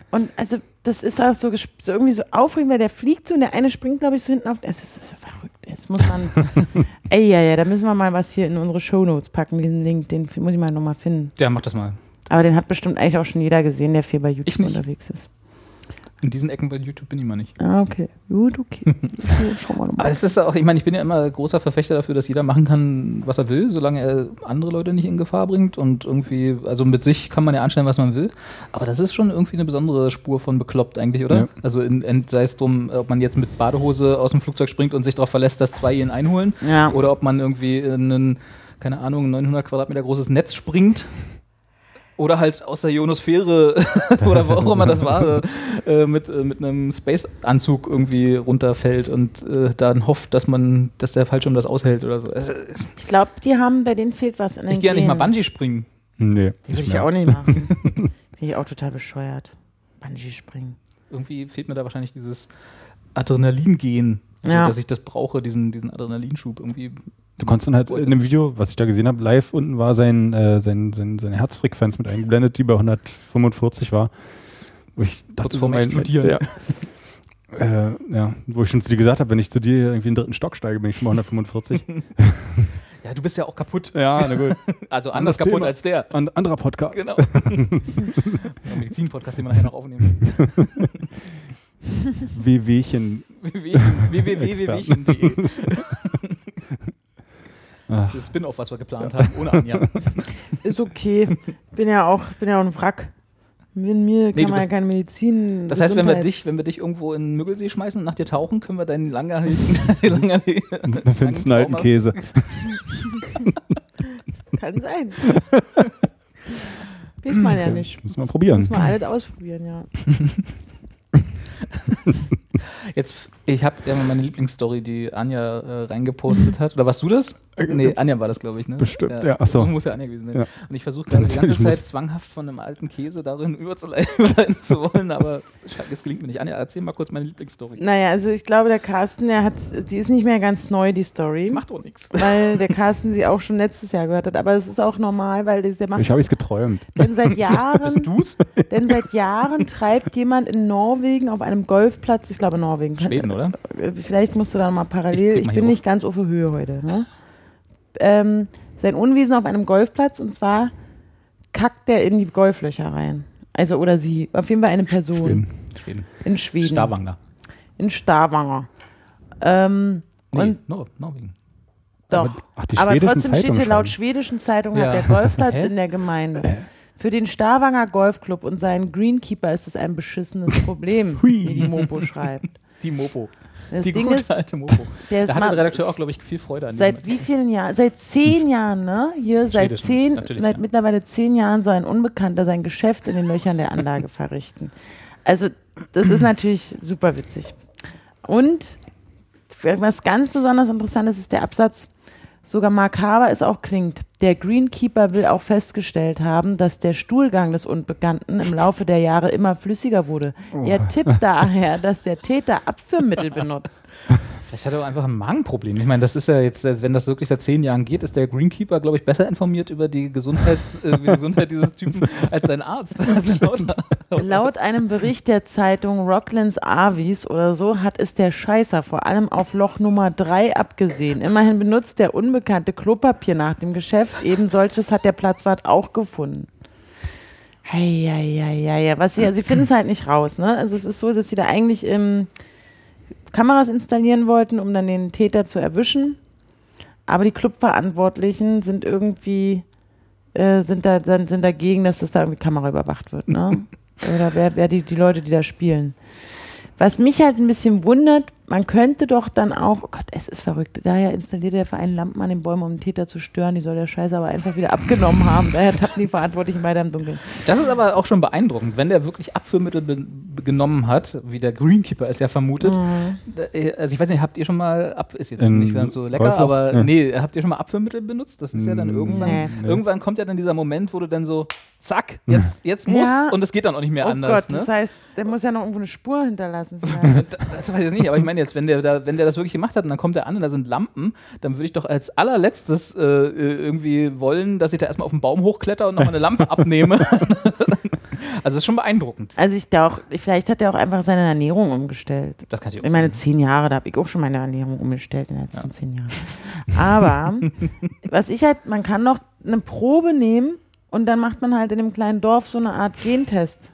B: und also das ist auch so, gesp- so irgendwie so aufregend weil der fliegt so und der eine springt glaube ich so hinten auf es ist, es ist so verrückt jetzt muss man ey ja ja da müssen wir mal was hier in unsere Shownotes packen diesen Link den f- muss ich mal nochmal finden
C: Ja, mach das mal.
B: Aber den hat bestimmt eigentlich auch schon jeder gesehen, der viel bei YouTube
C: Ich nicht.
B: unterwegs ist.
C: In diesen Ecken bei YouTube bin ich mal nicht.
B: Ah, okay. Gut, okay. So, Schauen wir
C: Aber
B: nochmal.
C: es ist auch, ich meine, ich bin ja immer großer Verfechter dafür, dass jeder machen kann, was er will, solange er andere Leute nicht in Gefahr bringt. Und irgendwie, also mit sich kann man ja anstellen, was man will. Aber das ist schon irgendwie eine besondere Spur von bekloppt eigentlich, oder?
A: Ja.
C: Also in, in, sei es drum, ob man jetzt mit Badehose aus dem Flugzeug springt und sich darauf verlässt, dass zwei ihn einholen.
B: Ja.
C: Oder ob man irgendwie in einen, keine Ahnung, 900 Quadratmeter großes Netz springt. Oder halt aus der Ionosphäre oder wo auch immer das war, äh, mit, äh, mit einem Space-Anzug irgendwie runterfällt und äh, dann hofft, dass man, dass der Fallschirm das aushält oder so. Also,
B: Ich glaube, die haben, bei denen fehlt was in den
C: ich gehe ja nicht mal
B: Genen.
C: Bungee springen.
A: Nee.
B: Würde ich auch nicht machen. Finde ich auch total bescheuert. Bungee springen.
C: Irgendwie fehlt mir da wahrscheinlich dieses Adrenalin-Gen. Also,
B: Ja.
C: Dass ich das brauche, diesen, diesen Adrenalinschub irgendwie.
A: Du konntest dann halt in einem Video, was ich da gesehen habe, live unten war sein, äh, sein, sein, seine Herzfrequenz mit eingeblendet, die bei 145 war. Wo ich dachte,
C: Kurz vorm
A: mein-
C: Explodieren.
A: Ja. Äh, ja, wo ich schon zu dir gesagt habe, wenn ich zu dir irgendwie in den dritten Stock steige, bin ich schon bei 145.
C: Ja, du bist ja auch kaputt.
A: ja, na gut.
C: Also
A: Anderes
C: anders kaputt
A: Thema.
C: als der.
A: An, anderer Podcast.
C: Genau. Der Medizin-Podcast, den wir nachher noch aufnehmen.
A: WWchen. Experten. Ah.
C: www.www.de Das
A: Ach.
C: ist das Spin-off, was wir geplant haben, ohne Anja.
B: Ist okay. Bin ja auch, bin ja auch ein Wrack. Mit mir kann
C: du
B: man ja
C: bist-
B: keine Medizin.
C: Das heißt, wenn wir
B: Gesundheit-
C: dich, wenn wir dich irgendwo in den Müggelsee schmeißen und nach dir tauchen, können wir deinen langerhaltenden langerhaltenden
A: Dann findest du einen alten
C: Trauma-
A: Käse.
B: Kann sein. Weiß man ja nicht.
A: Müssen wir probieren.
B: Muss man alles ausprobieren, ja.
C: Jetzt, ich habe ja mal meine Lieblingsstory, die Anja äh, reingepostet hat. Oder warst du das? Nee, Anja war das, glaube ich, ne?
A: Äh, Bestimmt, ja, ach so.
C: Muss ja Anja gewesen sein.
A: Ja.
C: Und ich versuche gerade die ganze
A: Natürlich muss-
C: Zeit zwanghaft von einem alten Käse darin überzuleiten zu wollen, aber sche- das gelingt mir nicht. Anja, erzähl mal kurz meine Lieblingsstory.
B: Naja, also ich glaube, der Carsten, der hat, sie ist nicht mehr ganz neu, die Story.
C: Macht doch nichts.
B: Weil der Carsten sie auch schon letztes Jahr gehört hat. Aber es ist auch normal, weil das- der macht
A: Ich habe es geträumt.
B: Denn seit Jahren,
C: Du's?
B: denn seit Jahren treibt jemand in Norwegen auf einem Golfplatz, ich glaube Norwegen.
C: Schweden, oder?
B: Äh, Vielleicht musst du da mal
C: Ich
B: parallel,
C: klick
B: ich,
C: mal
B: bin
C: hier
B: nicht ganz auf der Höhe heute. Ne? Ähm, sein Unwesen auf einem Golfplatz und zwar kackt der in die Golflöcher rein. Also oder sie, auf jeden Fall eine Person
C: Schweden.
B: in Schweden.
C: Stavanger.
B: In Stavanger. Ähm,
C: Nee,
B: und
C: Nor Norwegen.
B: doch.
A: Aber- ach, die
B: Aber
A: schwedischen
B: trotzdem steht hier
A: Zeitungen schreiben.
B: laut
A: Äh.
B: schwedischen Zeitung
C: Ja.
B: hat der Golfplatz
C: Hä?
B: in der Gemeinde. Für den Stavanger Golfclub und seinen Greenkeeper ist es ein beschissenes Problem, wie die Mopo schreibt.
C: Die Mopo.
B: Das
C: die
B: Ding
C: gute
B: ist,
C: alte Mopo.
B: der ist
C: Da hat
B: mal-
C: der Redakteur auch, glaube ich, viel Freude an
B: Seit
C: diesem-
B: wie vielen Jahren? Seit zehn Jahren, ne? Hier, seit
C: Schwedisch,
B: zehn,
C: natürlich,
B: seit
C: ja.
B: mittlerweile zehn Jahren soll ein Unbekannter sein Geschäft in den Löchern der Anlage verrichten. Also, das ist natürlich super witzig. Und was ganz besonders interessant ist, ist der Absatz, sogar makaber es auch klingt. Der Greenkeeper will auch festgestellt haben, dass der Stuhlgang des Unbekannten im Laufe der Jahre immer flüssiger wurde. Er
C: Oh.
B: tippt daher, dass der Täter Abführmittel benutzt.
C: Vielleicht hat er auch einfach ein Magenproblem. Ich meine, das ist ja jetzt, wenn das wirklich seit zehn Jahren geht, ist der Greenkeeper, glaube ich, besser informiert über die, Gesundheits, äh, die Gesundheit dieses Typen als sein Arzt. Als lauter-
B: Laut einem Bericht der Zeitung Rocklands Avis oder so hat es der Scheißer vor allem auf Loch Nummer 3 abgesehen. Immerhin benutzt der Unbekannte Klopapier nach dem Geschäft. Eben solches hat der Platzwart auch gefunden. Ja, ja, ja, ja. Was sie, sie finden es halt nicht raus. Ne? Also es ist so, dass sie da eigentlich ähm, Kameras installieren wollten, um dann den Täter zu erwischen. Aber die Clubverantwortlichen sind irgendwie äh, sind, da, sind, sind dagegen, dass das da irgendwie Kamera überwacht wird. Ne? Oder wer, wer die, die Leute, die da spielen. Was mich halt ein bisschen wundert, man könnte doch dann auch, oh Gott, es ist verrückt, daher installierte der Verein Lampen an den Bäumen, um den Täter zu stören, die soll der Scheiße aber einfach wieder abgenommen haben. Daher tappen die Verantwortlichen weiter im Dunkeln.
C: Das ist aber auch schon beeindruckend, wenn der wirklich Abführmittel be- be- genommen hat, wie der Greenkeeper es ja vermutet.
B: Mhm.
C: Da- äh, Also ich weiß nicht, habt ihr schon mal Ab ist jetzt
A: Ähm,
C: nicht ganz so lecker,
A: Wolfhoff?
C: aber
A: Ja.
C: nee, habt ihr schon mal Abführmittel benutzt? Das ist ja dann irgendwann,
B: Mm, Nee.
C: irgendwann kommt ja dann dieser Moment, wo du dann so zack, jetzt jetzt muss
B: Ja.
C: und es geht dann auch nicht mehr
B: oh
C: anders,
B: Gott,
C: ne?
B: das heißt, der muss ja noch irgendwo eine Spur hinterlassen. vielleicht.
C: D- Das weiß ich jetzt nicht, aber ich meine jetzt, wenn der, da, wenn der das wirklich gemacht hat und dann kommt der an und da sind Lampen, dann würde ich doch als allerletztes äh, äh, irgendwie wollen, dass ich da erstmal auf den Baum hochkletter und nochmal eine Lampe abnehme. also das ist schon beeindruckend.
B: Also ich da auch, vielleicht hat er auch einfach seine Ernährung umgestellt.
C: Das kann ich auch
B: Ich meine, zehn Jahre, da habe ich auch schon meine Ernährung umgestellt in den letzten zehn Jahren. Aber was ich halt, man kann noch eine Probe nehmen und dann macht man halt in dem kleinen Dorf so eine Art Gentest.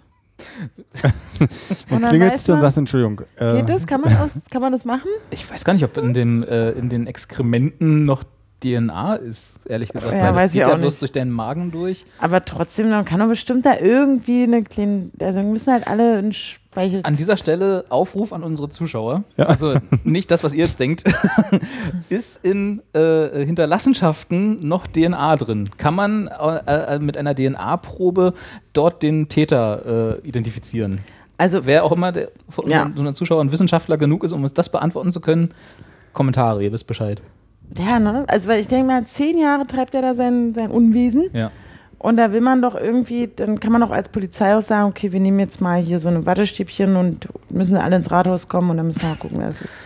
A: Und
B: dann weiß
A: klingelst du und
B: man-
A: sagst, Entschuldigung. äh,
B: Geht das? Kann man, aus, kann man das machen?
C: Ich weiß gar nicht, ob in, dem, äh, in den Exkrementen noch DNA ist, ehrlich gesagt.
B: Ja,
C: weil
B: weiß
C: das geht
B: ich
C: ja
B: auch
C: bloß
B: nicht.
C: durch deinen Magen durch.
B: Aber trotzdem, man kann doch bestimmt da irgendwie eine kleine, also müssen halt alle einen Speichel.
C: An dieser Stelle Aufruf an unsere Zuschauer.
A: Ja.
C: Also nicht das, was ihr jetzt denkt. ist in äh, Hinterlassenschaften noch DNA drin? Kann man äh, äh, mit einer DNA-Probe dort den Täter äh, identifizieren?
B: Also
C: Wer auch immer der, von
B: Ja.
C: unseren- unseren Zuschauern Wissenschaftler genug ist, um uns das beantworten zu können, Kommentare, ihr wisst Bescheid.
B: Ja, ne? Also, weil ich denke mal, zehn Jahre treibt er da sein, sein Unwesen.
C: Ja.
B: Und da will man doch irgendwie, dann kann man auch als Polizei auch sagen, okay, wir nehmen jetzt mal hier so eine Wattestäbchen und müssen alle ins Rathaus kommen und dann müssen wir mal gucken, wer es ist.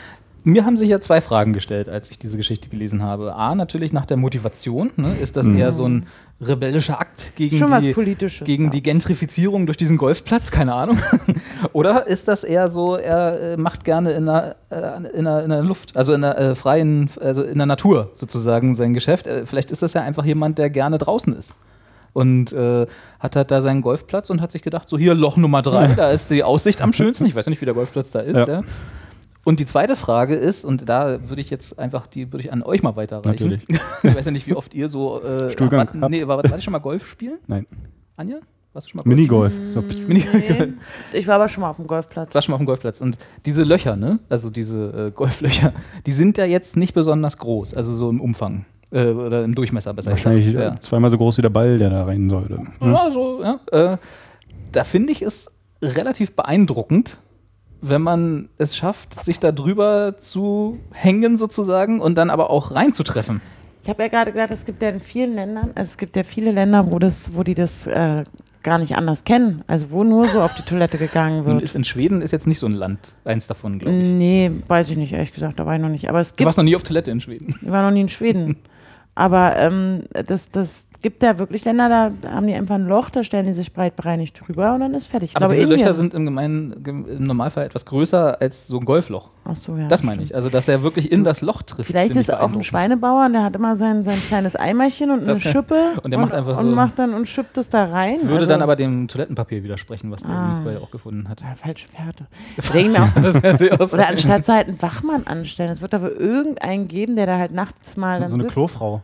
C: Mir haben sich ja zwei Fragen gestellt, als ich diese Geschichte gelesen habe. A, natürlich nach der Motivation. Ne? Ist das eher so ein rebellischer Akt gegen,
B: Schon was
C: die,
B: Politisches,
C: gegen
B: ja.
C: die Gentrifizierung durch diesen Golfplatz? Keine Ahnung. Oder ist das eher so, er äh, macht gerne in der, äh, in der, in der Luft, also in der äh, freien, also in der Natur sozusagen sein Geschäft? Äh, vielleicht ist das ja einfach jemand, der gerne draußen ist. Und äh, hat halt da seinen Golfplatz und hat sich gedacht, so hier Loch Nummer drei, da ist die Aussicht am schönsten. Ich weiß ja nicht, wie der Golfplatz da ist.
A: Ja.
C: Ja. Und die zweite Frage ist, und da würde ich jetzt einfach, die würde ich an euch mal weiterreichen.
A: Natürlich.
C: ich weiß ja nicht, wie oft ihr so. Äh,
A: Stuhlgang
C: wart,
A: habt.
C: nee, war, war ich schon mal Golf spielen?
A: Nein.
C: Anja? Warst du schon mal Golf
A: Minigolf. So,
C: spielen? Mini
B: Ich war aber schon mal auf dem Golfplatz.
C: warst schon mal auf dem Golfplatz. Und diese Löcher, ne? Also diese äh, Golflöcher, die sind ja jetzt nicht besonders groß, also so im Umfang. Äh, oder im Durchmesser besser gesagt.
A: wahrscheinlich
C: Ja.
A: zweimal so groß wie der Ball, der da rein ne? sollte.
C: Ja, also, ja. Äh, da finde ich es relativ beeindruckend, wenn man es schafft, sich da drüber zu hängen sozusagen und dann aber auch reinzutreffen.
B: Ich habe ja gerade gesagt, es gibt ja in vielen Ländern, also es gibt ja viele Länder, wo, das, wo die das äh, gar nicht anders kennen. Also, wo nur so auf die Toilette gegangen
C: Und
B: wird.
C: ist in Schweden ist jetzt nicht so ein Land, eins davon, glaube ich.
B: Nee, weiß ich nicht, ehrlich gesagt, da war ich noch nicht. Aber es
C: Du
B: Mm, gibt
C: warst noch nie auf Toilette in Schweden.
B: Ich war noch nie in Schweden. Aber ähm, das, das gibt da wirklich Länder, da haben die einfach ein Loch, da stellen die sich breit bereinigt drüber und dann ist fertig. Ich
C: Aber diese
B: Indien-
C: Löcher sind im, gemeinen, gem- im Normalfall etwas größer als so ein Golfloch.
B: Ach so, ja,
C: Das meine ich. Also, dass er wirklich in das Loch trifft.
B: Vielleicht
C: finde
B: ist
C: ich
B: er auch ein
C: beeindruckend.
B: Schweinebauer und der hat immer sein, sein kleines Eimerchen und eine
C: Das-
B: Schippe.
C: und der macht einfach so-
B: Und macht dann und schippt es da rein.
C: Würde
B: Also-
C: dann aber dem Toilettenpapier widersprechen, was der
B: Ah.
C: Nikolai auch gefunden hat.
B: Ja, Falsche Fährte. Denk mir auch,
C: Das könnte ja auch
B: oder
C: sein.
B: anstatt halt einen Wachmann anstellen. Es wird aber irgendeinen geben, der da halt nachts mal
A: So,
B: dann
A: so eine
B: sitzt.
A: Klofrau.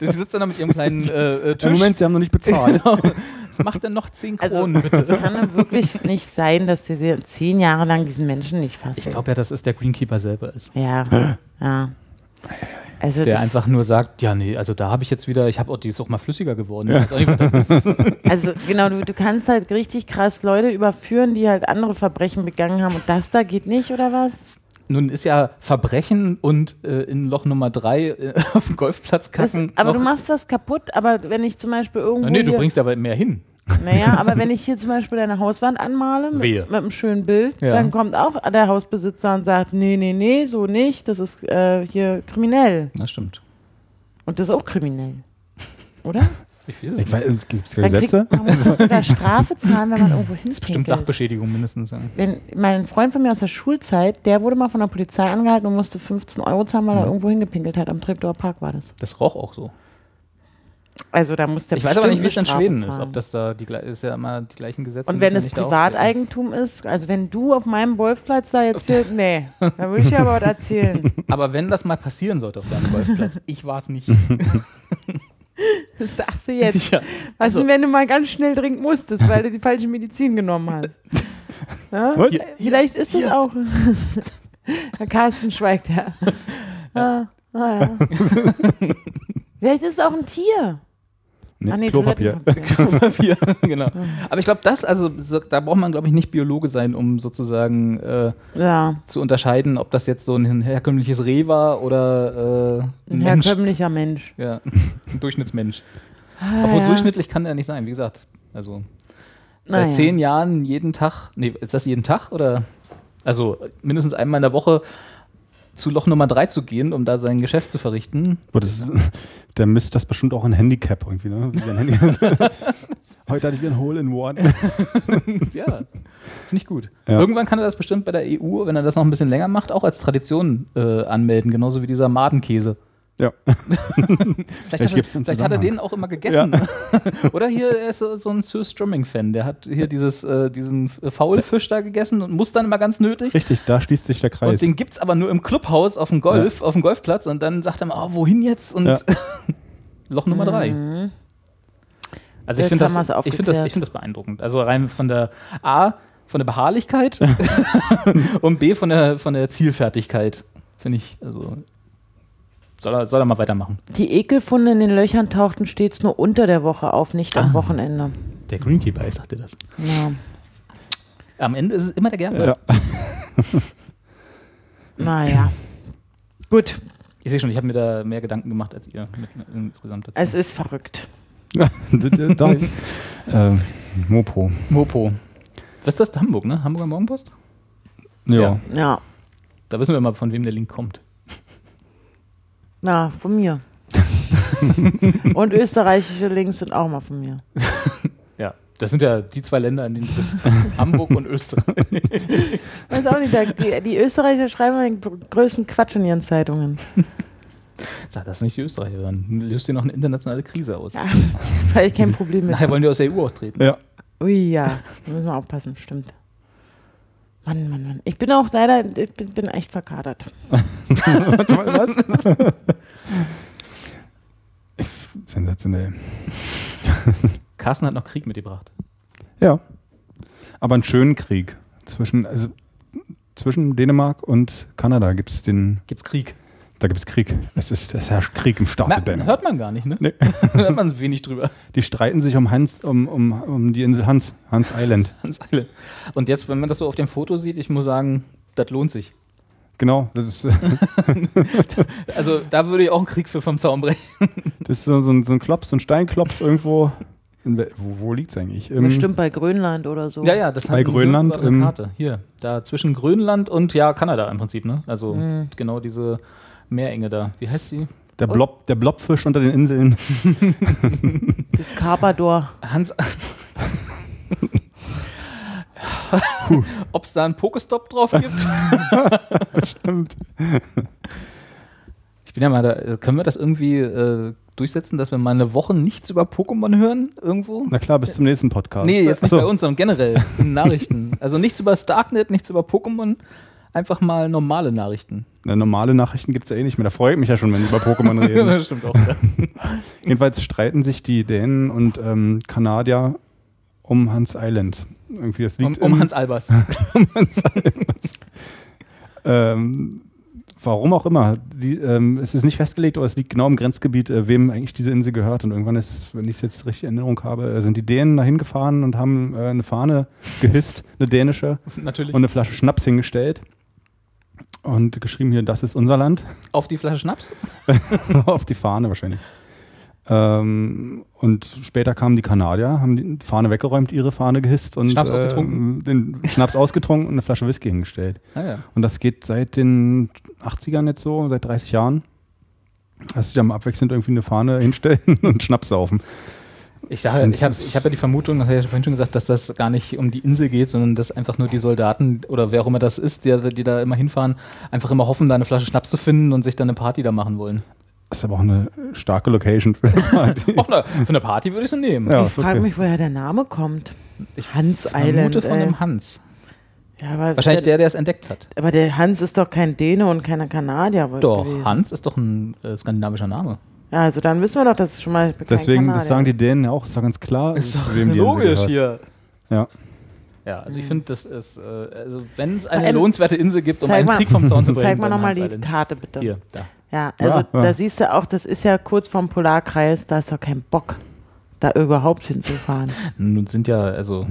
C: Die sitzt dann da mit ihrem kleinen äh, äh,
A: Im
C: Tisch.
A: Moment, sie haben noch nicht bezahlt.
C: Genau. Was macht denn noch 10
B: Also,
C: Kronen, bitte?
B: es kann doch wirklich nicht sein, dass sie dir zehn Jahre lang diesen Menschen nicht fassen.
C: Ich glaube ja, dass es der Greenkeeper selber ist.
B: Ja, ja. Also
C: Der
B: das,
C: einfach nur sagt, ja, nee, also da habe ich jetzt wieder, ich habe auch, die ist auch mal flüssiger geworden. Ich weiß auch nicht, was das ist.
B: also genau, du, du kannst halt richtig krass Leute überführen, die halt andere Verbrechen begangen haben und das da geht nicht, oder was?
C: Nun ist ja Verbrechen und äh, in Loch Nummer 3 äh, auf dem Golfplatz
B: Das,
C: kacken.
B: aber du
C: noch-
B: machst was kaputt, aber wenn ich zum Beispiel irgendwo.
C: Na, Äh, nee, du
B: hier,
C: bringst aber mehr hin.
B: Naja, aber wenn ich hier zum Beispiel deine Hauswand anmale mit,
C: Wehe.
B: mit einem schönen Bild,
C: Ja.
B: dann kommt auch der Hausbesitzer und sagt, nee, nee, nee, so nicht, das ist äh, hier kriminell.
C: Das stimmt.
B: Und das ist auch kriminell. Oder?
C: Ich weiß es
A: Ich
C: nicht.
A: weiß, gibt es
B: Dann
A: Gesetze?
B: Kriegt, man muss doch sogar Strafe zahlen, wenn man irgendwo hin ist.
C: Bestimmt Sachbeschädigung mindestens. Ja.
B: wenn mein Freund von mir aus der Schulzeit, der wurde mal von der Polizei angehalten und musste 15 Euro zahlen, weil er irgendwo hingepinkelt hat. Am Treptower Park war das.
C: Das roch auch so.
B: Also da muss der
C: Ich weiß aber nicht, wie es in
B: bestimmt eine
C: Schweden
B: Strafe
C: ist. Ob
B: zahlen.
C: das da die gle- ist ja immer die gleichen Gesetze.
B: und wenn
C: müssen
B: es
C: nicht da auch gelten.
B: Privateigentum ist, also wenn du auf meinem Golfplatz da jetzt hier, nee, da würde ich dir aber was erzählen.
C: Aber wenn das mal passieren sollte auf deinem Golfplatz, ich war es nicht.
B: Das sagst du jetzt.
C: Ja.
B: Was denn, wenn du mal ganz schnell trinken musstest, weil du die falsche Medizin genommen hast? Ja?
A: What?
B: Vielleicht ist es auch. Herr Carsten schweigt ja. Ah, ah, ja. Vielleicht ist es auch ein Tier.
A: Nee,
B: Ah, nee,
A: Klopapier.
B: Toilettenpapier.
C: Papier, genau. Aber ich glaube, das, also so, da braucht man, glaube ich, nicht Biologe sein, um sozusagen äh,
B: ja,
C: zu unterscheiden, ob das jetzt so ein herkömmliches Reh war oder äh, ein
B: ein
C: Mensch.
B: herkömmlicher Mensch.
C: Ja, ein Durchschnittsmensch. Obwohl
B: Ah, ja.
C: durchschnittlich kann er nicht sein, wie gesagt. Also seit
B: Naja.
C: zehn Jahren jeden Tag, nee, ist das jeden Tag oder? Also mindestens einmal in der Woche zu Loch Nummer 3 zu gehen, um da sein Geschäft zu verrichten.
A: Boah, das ist, der misst das bestimmt auch ein Handicap irgendwie, ne? Wie ein Handy. Heute hatte ich wieder ein Hole in One.
C: Ja, finde ich gut.
A: Ja.
C: Irgendwann kann er das bestimmt E bei der EU, wenn er das noch ein bisschen länger macht, auch als Tradition äh, anmelden, genauso wie dieser Madenkäse.
A: Ja.
C: Vielleicht, hat, er-
A: gibt's einen
C: vielleicht hat
A: Zusammenhang.
C: er den auch immer gegessen. ne? Oder hier er ist so, so ein Sir Strumming-Fan, der hat hier dieses, äh, diesen Faulfisch da gegessen und muss dann immer ganz nötig.
A: Richtig, da schließt sich der
C: Und
A: Kreis.
C: den gibt's aber nur im Clubhaus auf dem Golf, auf dem Golfplatz und dann sagt er mal, oh, wohin jetzt? Und
A: Ja.
C: Loch Nummer drei. Also ich
B: Mhm. Jetzt
C: finde
B: haben wir's
C: das, ich find das,
B: aufgeklärt.
C: ich find das beeindruckend. Also rein von der A, von der Beharrlichkeit und B, von der, von der Zielfertigkeit. Finde ich, also soll er, soll er mal weitermachen.
B: Die Ekelfunde in den Löchern tauchten stets nur unter der Woche auf, nicht am
C: Ah.
B: Wochenende.
C: Der Greenkeeper, ich sagte das.
B: Ja.
C: Am Ende ist es immer der Gerber.
A: ja.
B: Naja. Gut,
C: Ich sehe schon, ich habe mir da mehr Gedanken gemacht als ihr mit, insgesamt. dazu.
B: es ist verrückt.
A: da, ähm, Mopo.
C: Mopo. Was ist das? Hamburg, ne? Hamburger Morgenpost?
A: Ja.
C: Ja.
B: Ja,
C: Da wissen wir mal, von wem der Link kommt.
B: na, von mir. Und österreichische Links sind auch mal von mir.
C: Ja. Das sind ja die zwei Länder, in denen du bist. Hamburg und Österreich.
B: Weiß auch nicht, da- die, die Österreicher schreiben den gr- größten Quatsch in ihren Zeitungen.
C: Sag das nicht die Österreicher, dann löst ihr noch eine internationale Krise aus.
B: Ja, weil ich kein Problem mit.
C: Nachher wollen die aus der EU austreten.
A: Ja.
B: Ui, ja, da müssen wir aufpassen, stimmt. Mann, Mann, Mann. Ich bin auch leider, ich bin, bin echt verkadert.
A: Warte mal, was? Sensationell.
C: Carsten hat noch Krieg mitgebracht.
A: Ja. Aber einen schönen Krieg. Zwischen, also, zwischen Dänemark und Kanada gibt es den.
C: Gibt's Krieg?
A: Da gibt es Krieg. Es, ist, es herrscht Krieg im Staate
C: Na,
A: Dänemark.
C: hört man gar nicht, ne?
A: Nee.
C: hört man wenig drüber.
A: Die streiten sich um Hans, um, um, um die Insel Hans, Hans Island.
C: Hans Eile. Und jetzt, wenn man das so auf dem Foto sieht, ich muss sagen, das lohnt sich.
A: Genau, das ist,
C: Also da würde ich auch einen Krieg für vom Zaun brechen.
A: das ist so, so, ein, so ein Klops, so ein Steinklops irgendwo. In, wel- wo wo liegt es eigentlich? Ähm, Im-
B: Bestimmt bei Grönland oder so.
C: Ja, ja, das
A: Bei
C: hatten wir
A: Grönland,
C: auf der
A: ähm,
C: Karte. Hier, da zwischen Grönland und ja, Kanada im Prinzip, ne? Also genau diese Meerenge da. Wie heißt die?
A: Der, Blob, der Blobfisch unter den Inseln.
B: Das Carpador.
C: Hans. Ob es da einen Pokestop drauf gibt?
A: Stimmt.
C: Ich bin ja mal da. Können wir das irgendwie äh, durchsetzen, dass wir mal eine Woche nichts über Pokémon hören? Irgendwo?
A: Na klar, bis zum nächsten Podcast.
C: Nee, jetzt nicht
A: Achso,
C: bei uns, sondern generell in Nachrichten. Also nichts über Starknet, nichts über Pokémon. Einfach mal normale Nachrichten.
A: Na, ne, normale Nachrichten gibt es ja eh nicht mehr. Da freue ich mich ja schon, wenn die über Pokémon reden.
C: das stimmt auch. Ja.
A: Jedenfalls streiten sich die Dänen und ähm, Kanadier um Hans Island. Irgendwie das
C: Um,
A: liegt
C: um
A: im-
C: Hans Albers.
A: ähm, warum auch immer. Die, ähm, es ist nicht festgelegt, aber es liegt genau im Grenzgebiet, äh, wem eigentlich diese Insel gehört. Und irgendwann ist, wenn ich es jetzt richtig in Erinnerung habe, äh, sind die Dänen dahin gefahren und haben äh, eine Fahne gehisst, eine dänische,
C: Natürlich.
A: und eine Flasche Schnaps hingestellt. Und geschrieben hier, das ist unser Land.
C: Auf die Flasche Schnaps?
A: auf die Fahne wahrscheinlich. Ähm, und später kamen die Kanadier, haben die Fahne weggeräumt, ihre Fahne gehisst und
C: Schnaps
A: äh,
C: ausgetrunken.
A: den Schnaps ausgetrunken und eine Flasche Whisky hingestellt.
C: Ah, ja.
A: Und das geht seit den 80ern jetzt so, seit 30 Jahren, dass sie dann abwechselnd irgendwie eine Fahne hinstellen und Schnaps saufen.
C: Ich, sage, ich habe ich hab ja die Vermutung, das habe ich ja vorhin schon gesagt, dass das gar nicht um die Insel geht, sondern dass einfach nur die Soldaten oder wer auch immer das ist, die, die da immer hinfahren, einfach immer hoffen, da eine Flasche Schnaps zu finden und sich dann eine Party da machen wollen.
A: Das ist aber auch eine starke Location für eine Party.
C: Auch ne, für eine Party würde ich sie nehmen.
A: Ja,
B: ich
A: ist okay.
B: frage mich, woher der Name kommt. Hans Island.
C: Vermute von
B: ey.
C: dem Hans.
B: ja, aber
C: Wahrscheinlich der, der es entdeckt hat.
B: Aber der Hans ist doch kein Däne und keiner Kanadier. wohl
C: Doch,
B: gewesen.
C: Hans ist doch ein äh, skandinavischer Name.
B: Ja, also dann wissen wir doch, dass es schon mal kein
A: Deswegen,
B: Kanadier
A: das sagen die
B: ist.
A: Dänen ja auch, ist doch ganz klar, zu wem die Insel gehört.
C: hier.
A: Ja.
C: Ja, also ich finde, das ist, äh, also wenn es eine
B: allem-
C: lohnenswerte Insel gibt, um
B: Zeig
C: einen
B: mal-
C: Krieg vom Zaun zu bringen,
B: Zeig mal
C: dann
B: nochmal die
C: Hans Island.
B: Karte, bitte.
C: Hier, da.
B: Ja, also
A: Ja, ja.
B: da siehst du auch, das ist ja kurz vorm Polarkreis, da ist doch kein Bock, da überhaupt hinzufahren.
C: Nun sind ja, also,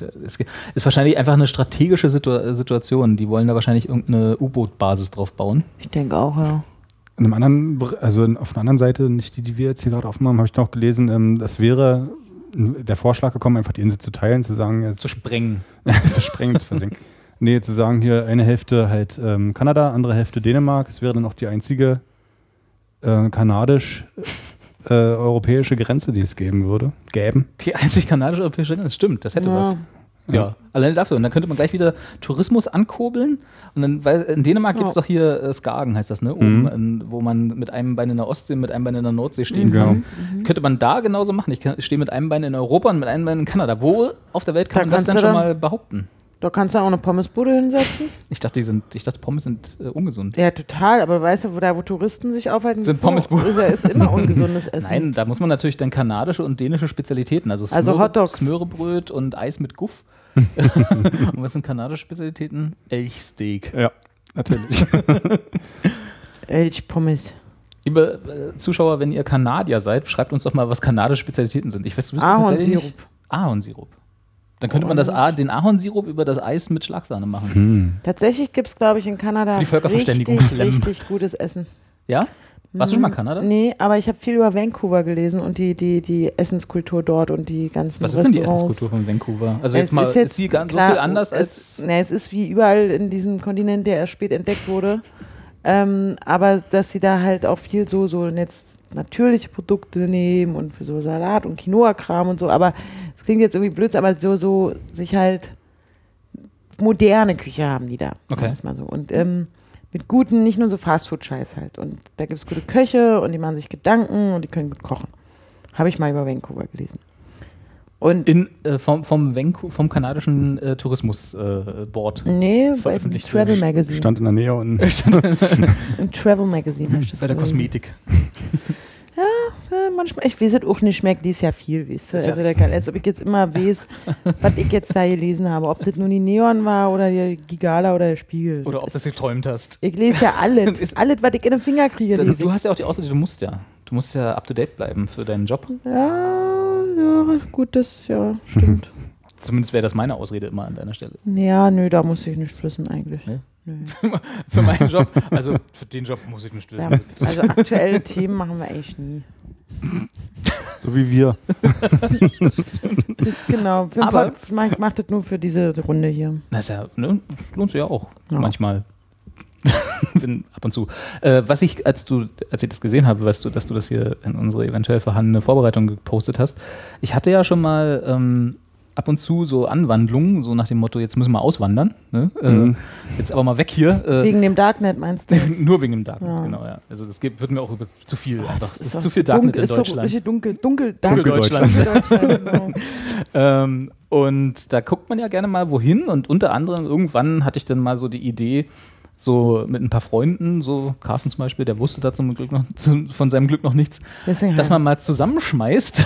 C: d- es ge- ist wahrscheinlich einfach eine strategische Situ Situation. Die wollen da wahrscheinlich irgendeine U-Boot-Basis drauf bauen.
B: Ich denke auch, ja.
A: In einem anderen, Br- also in- auf einer anderen Seite, nicht die, die wir jetzt hier gerade offen haben, habe ich noch gelesen, ähm, das wäre der Vorschlag gekommen, einfach die Insel zu teilen, zu sagen, ja,
C: Zu sprengen.
A: zu sprengen, zu versinken. Nee, zu sagen, hier eine Hälfte halt ähm, Kanada, andere Hälfte Dänemark. Es wäre dann auch die einzige äh, kanadisch-europäische Grenze, die es geben würde. Gäben.
C: Die einzig kanadische europäische Grenze, das stimmt, das hätte
B: ja.
C: was. Ja, alleine dafür. Und dann könnte man gleich wieder Tourismus ankurbeln. Und dann, weil in Dänemark gibt es
B: Ja.
C: doch hier äh, Skagen, heißt das, ne? Oben, ähm, wo man mit einem Bein in der Ostsee, mit einem Bein in der Nordsee stehen
A: Genau.
C: kann.
B: Mhm.
C: Könnte man da genauso machen. Ich kann- stehe mit einem Bein in Europa und mit einem Bein in Kanada. Wo auf der Welt kann
B: Da
C: man das
B: kannst
C: dann
B: du
C: schon
B: dann-
C: mal behaupten?
B: Da kannst du auch eine Pommesbude hinsetzen.
C: Ich dachte, die sind, ich dachte, Pommes sind äh, ungesund.
B: Ja, total. Aber du weißt ja, wo, da wo Touristen sich aufhalten,
C: Sind
B: gibt's auch-
C: Pommesbuden.
B: Ist, ja- ist immer ungesundes Essen.
C: Nein, da muss man natürlich dann kanadische und dänische Spezialitäten, also,
B: Also Hotdogs.
C: Smörebröt und Eis mit Guff. und was sind kanadische Spezialitäten? Elchsteak.
A: Ja, natürlich.
B: Elchpommes.
C: Liebe äh, Zuschauer, wenn ihr Kanadier seid, schreibt uns doch mal, was kanadische Spezialitäten sind. Ich weiß, du bist
B: Ahornsirup.
C: Ahornsirup. Dann könnte man das A, den Ahornsirup über das Eis mit Schlagsahne machen.
B: Hm. Tatsächlich gibt es, glaube ich, in Kanada
C: Für die Völkerverständigung
B: richtig,
C: klemmen.
B: richtig gutes Essen.
C: Ja? Warst du schon mal in Kanada?
B: Hm. Mhm. Nee, aber ich habe viel über Vancouver gelesen und die, die, die Essenskultur dort und die ganzen
C: Was ist denn die
B: Restaurants.
C: Essenskultur von Vancouver? Also
B: Es
C: jetzt mal,
B: ist
C: ist,
B: jetzt
C: die ganz
B: klar,
C: so viel
B: es,
C: anders als...
B: Ne, es ist wie überall in diesem Kontinent, der erst spät entdeckt wurde. Ähm, aber dass sie da halt auch viel so, so jetzt natürliche Produkte nehmen und für so Salat und Quinoa-Kram und so. Aber es klingt jetzt irgendwie blöd, aber so, so sich halt moderne Küche haben die da. sagen
C: Okay.
B: wir es Mal so. Und ähm, mit guten, nicht nur so Fastfood-Scheiß halt. Und da gibt es gute Köche und die machen sich Gedanken und die können gut kochen. Habe ich mal über Vancouver gelesen. Und
C: In, äh, vom, vom, Vancou vom kanadischen äh, Tourismusboard. Äh, Board.
B: Nee, bei
C: veröffentlicht
B: Travel
C: wurde.
B: Magazine.
A: Stand in der Nähe unten.
B: Im Travel Magazine habe ich das
C: Mhm. Bei der
B: gelesen.
C: Kosmetik.
B: Ja, manchmal, ich weiß es auch nicht, schmeckt dies ja viel, weißt du.
C: Ist ja
B: Also, der kann, als ob ich jetzt immer weiß, was ich jetzt da gelesen habe. Ob das nun die Neon war oder die Gigala oder der Spiegel.
C: Oder ob du das geträumt hast.
B: ich lese ja alles. alles, was ich in den Finger kriege,
C: Du,
B: lese
C: du
B: ich.
C: hast ja auch die Ausrede, du musst ja. Du musst ja up-to-date bleiben für deinen Job.
B: Ja, ja, gut, das, ja, stimmt.
C: Zumindest wäre das meine Ausrede immer an deiner Stelle.
B: ja, nö, da muss ich nicht wissen, eigentlich.
C: Nee?
B: Nö.
C: Für meinen Job, also für den Job muss ich nicht
B: Ja,
C: wissen.
B: also, aktuelle Themen machen wir eigentlich nie.
A: So wie wir.
B: Das ist genau. Für den
C: Aber-
B: Pod- mach- Ich mache das nur für diese Runde hier.
C: Das, ist ja, ne, das lohnt sich ja auch
B: Ja.
C: manchmal. Wenn, ab und zu. Äh, was ich, als du, als ich das gesehen habe, weißt du, dass du das hier in unsere eventuell vorhandene Vorbereitung gepostet hast, ich hatte ja schon mal ähm, ab und zu so Anwandlungen, so nach dem Motto, jetzt müssen wir auswandern, ne?
A: Mhm.
C: äh, jetzt aber mal weg hier. Äh,
B: Wegen dem Darknet meinst du? jetzt?
C: Nur wegen dem Darknet,
B: Ja. Ah,
C: genau, ja. Also das geht, wird mir auch über zu viel einfach. Das ist,
B: doch
C: zu viel
B: so
C: Darknet
B: dunkel,
C: in
B: ist doch richtig
C: Deutschland.
B: Dunkel, dunkel,
A: Dunkel
B: dunkel,
A: Deutschland.
B: Deutschland, genau.
C: ähm, und da guckt man ja gerne mal wohin und unter anderem irgendwann hatte ich dann mal so die Idee, so mit ein paar Freunden, so Carsten zum Beispiel, der wusste da zum Glück noch, zu, von seinem Glück noch nichts,
B: Deswegen
C: dass man mal zusammenschmeißt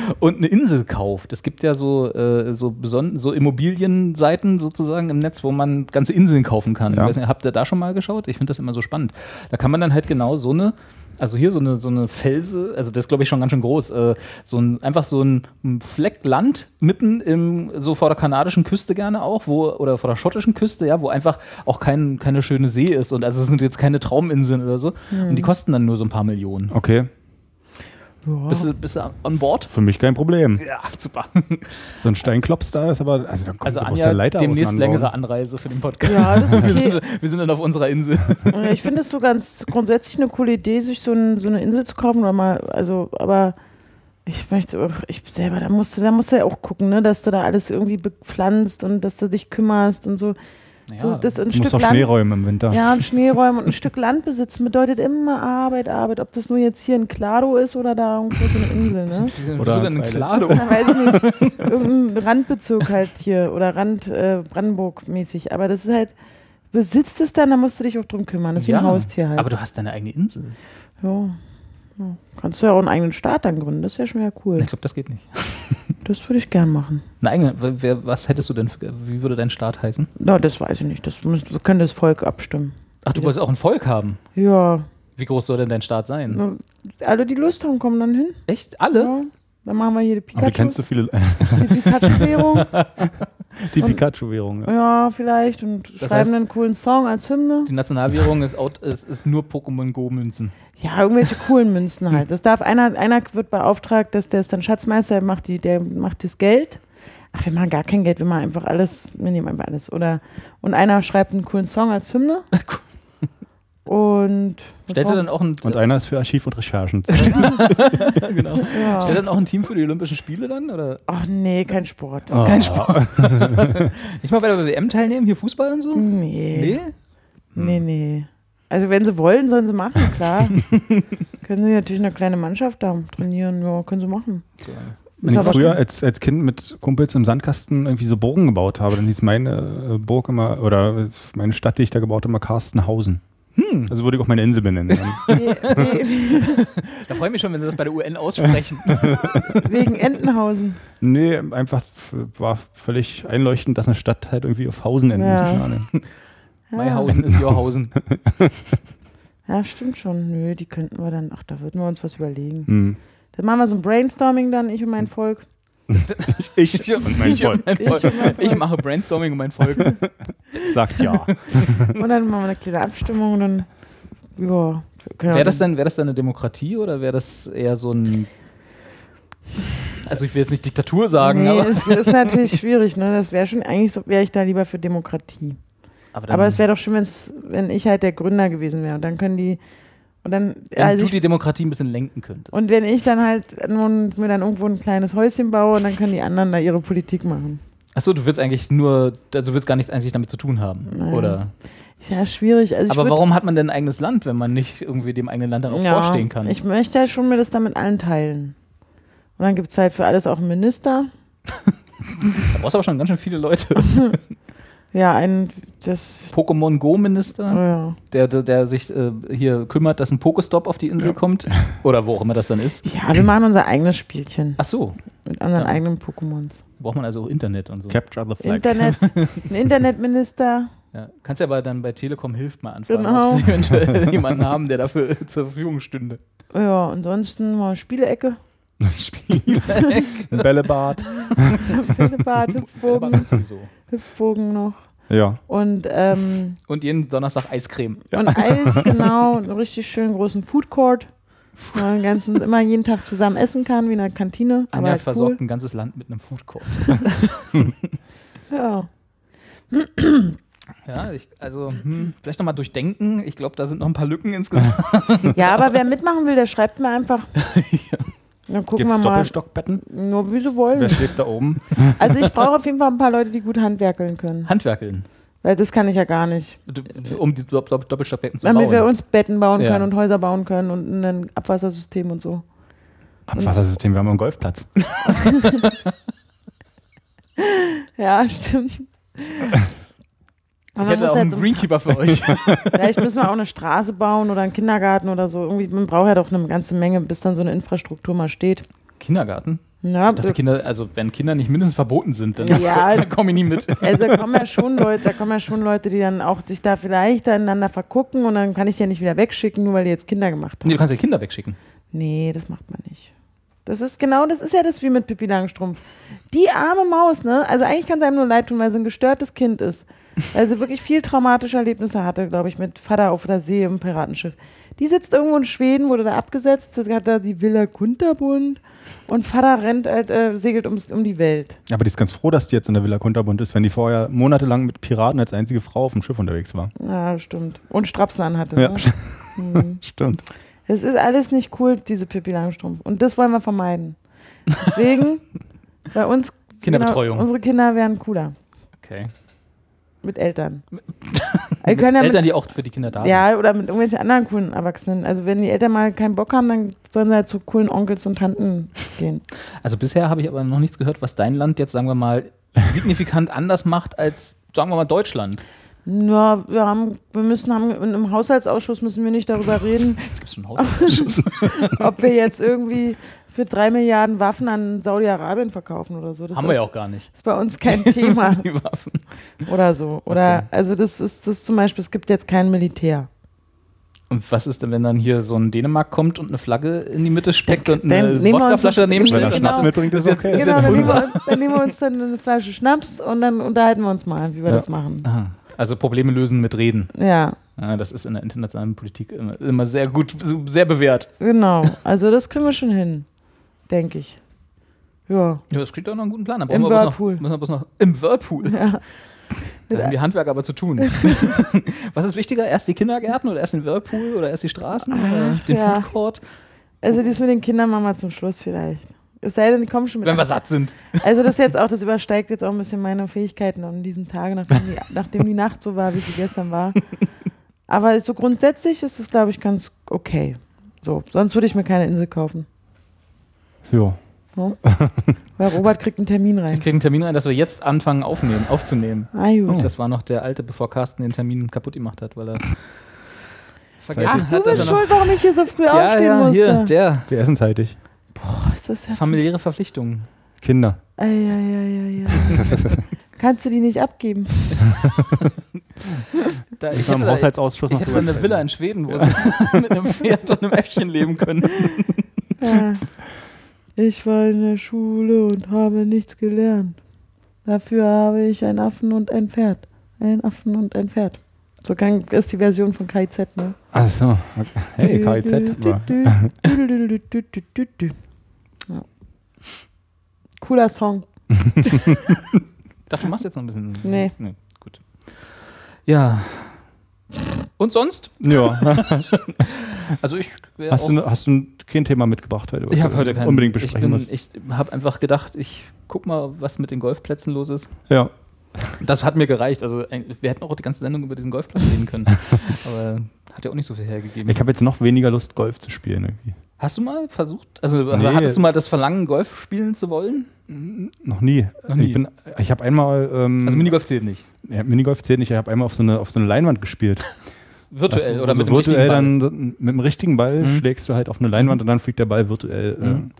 C: und eine Insel kauft. Es gibt ja so, äh, so, beson- so Immobilienseiten sozusagen im Netz, wo man ganze Inseln kaufen kann.
A: Ja.
C: Ich weiß nicht, habt ihr da schon mal geschaut? Ich finde das immer so spannend. Da kann man dann halt genau so eine, also hier so eine, so eine Felsen, also das glaube ich schon ganz schön groß, äh, so ein, einfach so ein, ein Fleck Land mitten im, so vor der kanadischen Küste gerne auch, wo, oder vor der schottischen Küste, ja, wo einfach auch kein, keine schöne See ist und also es sind jetzt keine Trauminseln oder so. Und die kosten dann nur so ein paar Millionen.
A: Okay,
C: Bist du, bist du an Bord?
A: für mich kein Problem.
C: Ja, super.
A: So ein Steinklops da ist aber. Also, dann kommt
C: Also
A: du musst ja
C: Anja,
A: Leiter
C: demnächst
A: auseinanderbauen.
C: längere Anreise für den Podcast.
B: Ja, das ist
C: wir,
B: okay. Hm?
C: sind, wir sind dann auf unserer Insel.
B: Ja, ich finde es so ganz grundsätzlich eine coole Idee, sich so, ein, so eine Insel zu kaufen oder mal, also, aber ich möchte, auch- ich selber, da musst du, da musst du ja auch gucken, ne, dass du da alles irgendwie bepflanzt und dass du dich kümmerst und so. so das ein
A: Du musst
B: Stück
A: auch
B: Land.
A: Schnee räumen im Winter.
B: Ja, und Schneeräumen und ein Stück Land besitzen bedeutet immer Arbeit, Arbeit. Ob das nur jetzt hier in Klado ist oder da irgendwo so eine Insel,
A: Oder
B: ne?
C: oder in
A: ans
C: Klado.
B: Na, weiß ich nicht, irgendein Randbezirk halt hier oder Rand äh, Brandenburg mäßig. Aber das ist halt, besitzt es dann, dann musst du dich auch drum kümmern. Das ist wie ein Haustier halt.
C: Aber du hast deine eigene Insel.
B: ja. Ja. Kannst du ja auch einen eigenen Staat dann gründen. Das wäre schon ja cool.
C: Ich glaube, das geht nicht.
B: Das würde ich gern machen.
C: Eine eigene, wer- wer, was hättest du denn, für, wie würde dein Staat heißen?
B: Na, das weiß ich nicht. Das muss, könnte das Volk abstimmen.
C: Ach, du wolltest auch ein Volk haben.
B: Ja.
C: Wie groß soll denn dein Staat sein?
B: Na, Alle, die Lust haben, kommen dann hin.
C: Echt? Alle?
B: Ja. Dann machen wir hier die
A: Aber du kennst so
B: Pikachu-
A: viele. äh,
B: die Pikachu-Währung.
A: Die Pikachu-Währung. Ja.
B: ja, vielleicht. Und schreiben
C: heißt-
B: dann einen coolen Song als Hymne.
C: Die Nationalwährung ist, out, ist, ist nur Pokémon Go-Münzen.
B: Ja, irgendwelche coolen Münzen halt. Das darf einer, einer wird beauftragt, dass der ist dann Schatzmeister, der macht, die, der macht das Geld. Ach, wir machen gar kein Geld, wir machen einfach alles, wir nehmen einfach alles. Oder und einer schreibt einen coolen Song als Hymne. Und
C: Stellt ihr dann auch ein,
A: Und
C: äh,
A: einer ist für Archiv und Recherchen.
C: genau.
B: ja.
C: stellt ihr dann auch ein Team für die Olympischen Spiele dann? Oder?
B: Ach nee, kein Sport.
A: Oh. Ah.
C: Kein Sport. Nicht mal bei der WM teilnehmen, hier Fußball und so?
B: Nee.
C: Nee?
B: Nee, nee. Also wenn sie wollen, sollen sie machen, klar. können sie natürlich eine kleine Mannschaft da trainieren, ja, können sie machen.
A: Wenn ich
B: aber
A: früher
B: schlimm.
A: als, als Kind mit Kumpels im Sandkasten irgendwie so Burgen gebaut habe, dann hieß meine äh, Burg immer, oder meine Stadt, die ich da gebaut habe, immer Karstenhausen. Also würde ich auch meine Insel benennen.
B: We we
C: Da freue ich mich schon, wenn sie das bei der UN aussprechen.
B: wegen Entenhausen.
A: nee, einfach f- war völlig einleuchtend, dass eine Stadt halt irgendwie auf Hausen enden
B: Ja.
A: muss. Gerade.
C: Meihausen ist Johausen.
B: Ja, stimmt schon. Nö, die könnten wir dann, ach, da würden wir uns was überlegen.
A: Hm.
B: Dann machen wir so ein Brainstorming dann, ich und mein Volk.
A: Ich und mein Volk
B: Volk.
C: Ich mache Brainstorming um mein Volk.
A: sagt ja.
B: Und dann machen wir eine kleine Abstimmung und dann, ja. können wir
C: Wäre das,
B: dann-
C: denn- wär das dann eine Demokratie oder wäre das eher so ein. Also, ich will jetzt nicht Diktatur sagen,
B: Nee,
C: aber.
B: es ist natürlich schwierig, ne? Das wäre schon, eigentlich so, wäre ich da lieber für Demokratie.
C: dann-
B: Aber es wäre doch schön, wenn's, wenn ich halt der Gründer gewesen wäre. Und dann können die. Und dann.
C: wenn
B: also
C: du
B: ich,
C: die Demokratie ein bisschen lenken könntest.
B: und wenn ich dann halt nun, mir dann irgendwo ein kleines Häuschen baue und dann können die anderen da ihre Politik machen.
C: Achso, du willst eigentlich nur. Also, du willst gar nichts eigentlich damit zu tun haben.
B: Nein.
C: Oder?
B: Ist ja schwierig. Also ich
C: Aber
B: würd-
C: warum hat man denn ein eigenes Land, wenn man nicht irgendwie dem eigenen Land dann auch
B: Ja,
C: vorstehen kann?
B: Ich möchte ja schon mir das dann mit allen teilen. Und dann gibt es halt für alles auch einen Minister.
C: da brauchst du aber schon ganz schön viele Leute.
B: Ja, ein. Das.
C: Pokémon Go-Minister.
B: Ja.
C: der, der, der sich äh, hier kümmert, dass ein Pokestop auf die Insel kommt. Oder wo auch immer das dann ist.
B: ja, wir machen unser eigenes Spielchen
C: Ach so,
B: mit unseren
C: Ja.
B: eigenen Pokémons.
C: braucht man also auch Internet und so.
A: Capture the flag.
B: Internet, ein Internetminister.
C: Ja. Kannst ja aber dann bei Telekom Hilft mal anfragen,
B: Genau.
C: ob sie eventuell jemanden haben, der dafür zur Verfügung stünde.
B: Ja, ansonsten mal Spielecke.
A: Ein Bällebad.
B: Bällebad,
C: Aber
B: Hüpfbogen,
C: sowieso.
B: Hüpfbogen noch.
A: Ja.
B: Und, ähm,
C: Und jeden Donnerstag Eiscreme.
B: und Eis, genau, einen richtig schönen großen Food Court. wo man den ganzen, immer jeden Tag zusammen essen kann, wie in einer Kantine. Aber
C: Anja
B: halt
C: versorgt ein ganzes Land mit einem Food Court.
B: Cool. Ja.
C: Ja, ich, also hm, vielleicht nochmal durchdenken. Ich glaube, da sind noch ein paar Lücken insgesamt.
B: ja, aber wer mitmachen will, der schreibt mir einfach. Dann gucken
A: Gibt es
B: wir mal.
A: Doppelstockbetten?
B: Nur wie sie
A: Wer
B: wollen.
A: schläft da oben?
B: Also ich brauche auf jeden Fall ein paar Leute, die gut handwerkeln können.
C: Handwerkeln,
B: Weil das kann ich ja gar nicht.
C: d- um die Dopp- Dopp- Doppelstockbetten zu
B: Damit
C: bauen.
B: wir uns Betten bauen
C: Ja.
B: können und Häuser bauen können und ein Abwassersystem und so.
A: Abwassersystem, wir haben einen Golfplatz.
B: Ja, stimmt. Aber
C: ich
B: man
C: hätte
B: muss
C: auch
B: halt
C: einen
B: so,
C: Greenkeeper für euch.
B: vielleicht müssen wir auch eine Straße bauen oder einen Kindergarten oder so. Irgendwie, man braucht ja doch eine ganze Menge, bis dann so eine Infrastruktur mal steht.
C: Kindergarten?
B: Ja,
C: Ich dachte, Kinder, also wenn Kinder nicht mindestens verboten sind, dann,
B: Ja.
C: dann komme ich nie mit.
B: also da kommen ja schon Leute, da kommen ja schon Leute, die dann auch sich da vielleicht aneinander vergucken und dann kann ich die ja nicht wieder wegschicken, nur weil die jetzt Kinder gemacht
C: Nee,
B: haben.
C: du kannst ja Kinder wegschicken.
B: Nee, das macht man nicht. Das ist genau, das ist ja das wie mit Pippi Langstrumpf. Die arme Maus, ne? Also eigentlich kann es einem nur leid tun, weil sie ein gestörtes Kind ist. Weil sie wirklich viel traumatische Erlebnisse hatte, glaube ich, mit Vater auf der See im Piratenschiff. Die sitzt irgendwo in Schweden, wurde da abgesetzt, sie hat da die Villa Kunterbund und Vater rennt halt, äh, segelt ums, um die Welt.
A: Aber die ist ganz froh, dass die jetzt in der Villa Kunterbund ist, wenn die vorher monatelang mit Piraten als einzige Frau auf dem Schiff unterwegs war.
B: Ja, stimmt. Und Strapsen anhatte.
A: Ja.
B: Ne?
A: Stimmt.
B: Es ist alles nicht cool, diese Pippi Langstrumpf. Und das wollen wir vermeiden. Deswegen, bei uns.
C: Kinderbetreuung.
B: Genau, unsere Kinder werden cooler.
C: Okay.
B: Mit Eltern. Wir
C: Mit
B: können ja,
C: Eltern, die auch für die Kinder da
B: mit, ja, oder mit irgendwelchen anderen coolen Erwachsenen. Also, wenn die Eltern mal keinen Bock haben, dann sollen sie halt zu coolen Onkels und Tanten gehen.
C: sind. Also bisher habe ich aber noch nichts gehört, was dein Land jetzt, sagen wir mal, signifikant anders macht als, sagen wir mal, Deutschland.
B: Ja, wir haben, wir müssen haben, in einem Haushaltsausschuss müssen wir nicht darüber reden,
C: Jetzt gibt es schon Haushaltsschuss.
B: ob wir jetzt irgendwie für drei Milliarden Waffen an Saudi-Arabien verkaufen oder so. Das
C: Haben
B: ist,
C: wir ja auch gar nicht.
B: ist bei uns kein Thema.
C: Die Waffen.
B: Oder so. Oder
C: Okay.
B: also das ist das zum Beispiel, es gibt jetzt kein Militär.
C: Und was ist denn, wenn dann hier so ein Dänemark kommt und eine Flagge in die Mitte steckt und eine
B: dann nehmen wir uns-
C: Wodkaflasche daneben
A: Wenn er
C: stellt?
B: Genau.
A: Schnaps mitbringt, ist
C: Das ist
A: okay.
C: jetzt-
B: genau, dann nehmen,
C: unser?
B: wir, dann nehmen wir uns dann eine Flasche Schnaps und dann unterhalten wir uns mal, wie wir
A: Ja.
B: das machen.
C: Aha. Also Probleme lösen mit Reden.
B: Ja,
C: Ja, das ist in der internationalen Politik immer, immer sehr gut, sehr bewährt.
B: genau. Also das kriegen wir schon hin, denke ich. Ja.
C: Ja, das klingt doch noch einen guten Plan. Da
B: Im
C: brauchen wir bloß noch-
B: Whirlpool.
C: Müssen wir bloß noch, Im Whirlpool. Da haben die Handwerker aber zu tun. Was ist wichtiger? Erst die Kindergärten oder erst den Whirlpool oder erst die Straßen oder den
B: Ah, ja.
C: Food Court?
B: Also das mit den Kindern machen wir zum Schluss vielleicht. Es sei denn, die kommen schon mit.
C: Wenn wir satt sind.
B: Also das jetzt auch, das übersteigt jetzt auch ein bisschen meine Fähigkeiten an diesem Tage, nachdem die, nachdem die Nacht so war, wie sie gestern war. Aber so grundsätzlich ist es, glaube ich, ganz okay. So, sonst würde ich mir keine Insel kaufen.
A: genau. Ja.
B: Ne? Weil Robert kriegt einen Termin
C: Ich Oh,
B: rein.
C: kriege einen Termin ein, dass wir jetzt anfangen aufnehmen, aufzunehmen.
B: Ah, gut.
C: Das war noch der alte, bevor Carsten den Termin kaputt gemacht hat, weil er vergessen
B: Ach, du
C: hat,
B: bist
C: er noch-
B: schuld, warum ich hier so früh
C: ja,
B: aufstehen
C: ja,
B: musste.
C: hier, der.
A: Wir essen zeitig.
B: Boah, ist das jetzt...
C: Familiäre Verpflichtungen.
A: Kinder.
B: Eieieiei. Kannst du die nicht abgeben?
C: Da,
A: Ich war im
C: hätte da-
A: Haushaltsausschuss
C: Ich
A: noch
C: hätte eine
A: drüber
C: Villa in Schweden, wo sie mit einem Pferd und einem Äffchen leben können.
B: Ja. Ich war in der Schule und habe nichts gelernt. Dafür habe ich einen Affen und ein Pferd. Einen Affen und ein Pferd. So kann, ist die Version von KIZ, ne?
A: Ach so. Okay. Hey, KIZ. aber-
B: Ja. Cooler Song.
C: Dachte, du machst jetzt noch ein bisschen.
B: Nee.
C: nee. Gut. Ja. Und sonst?
A: Ja.
C: Also ich wär
A: Hast
C: auch,
A: du, hast du kein Thema mitgebracht heute? was
C: ich
A: du
C: habe heute keinen.
A: Unbedingt besprechen
C: Ich,
A: musst.
C: bin- ich habe einfach gedacht, ich guck mal, was mit den Golfplätzen los ist.
A: Ja.
C: Das hat mir gereicht. Also ein- wir hätten auch die ganze Sendung über diesen Golfplatz reden können. Aber hat ja auch nicht so viel hergegeben.
A: Ich habe jetzt noch weniger Lust, Golf zu spielen. Irgendwie.
C: Hast du mal versucht? Also
A: Nee.
C: hattest du mal das Verlangen, Golf spielen zu wollen?
A: Noch nie.
C: Noch nie.
A: Ich, bin- ich habe einmal. Ähm,
C: Also Minigolf zählt nicht.
A: ja, Minigolf zählt nicht. Ich habe einmal auf so, eine, auf so eine Leinwand gespielt.
C: Virtuell
A: Also,
C: oder
A: also
C: mit dem
A: virtuell
C: richtigen
A: dann
C: Ball?
A: so- mit dem richtigen Ball
C: Mhm.
A: schlägst du halt auf eine Leinwand und dann fliegt der Ball virtuell.
C: Mhm.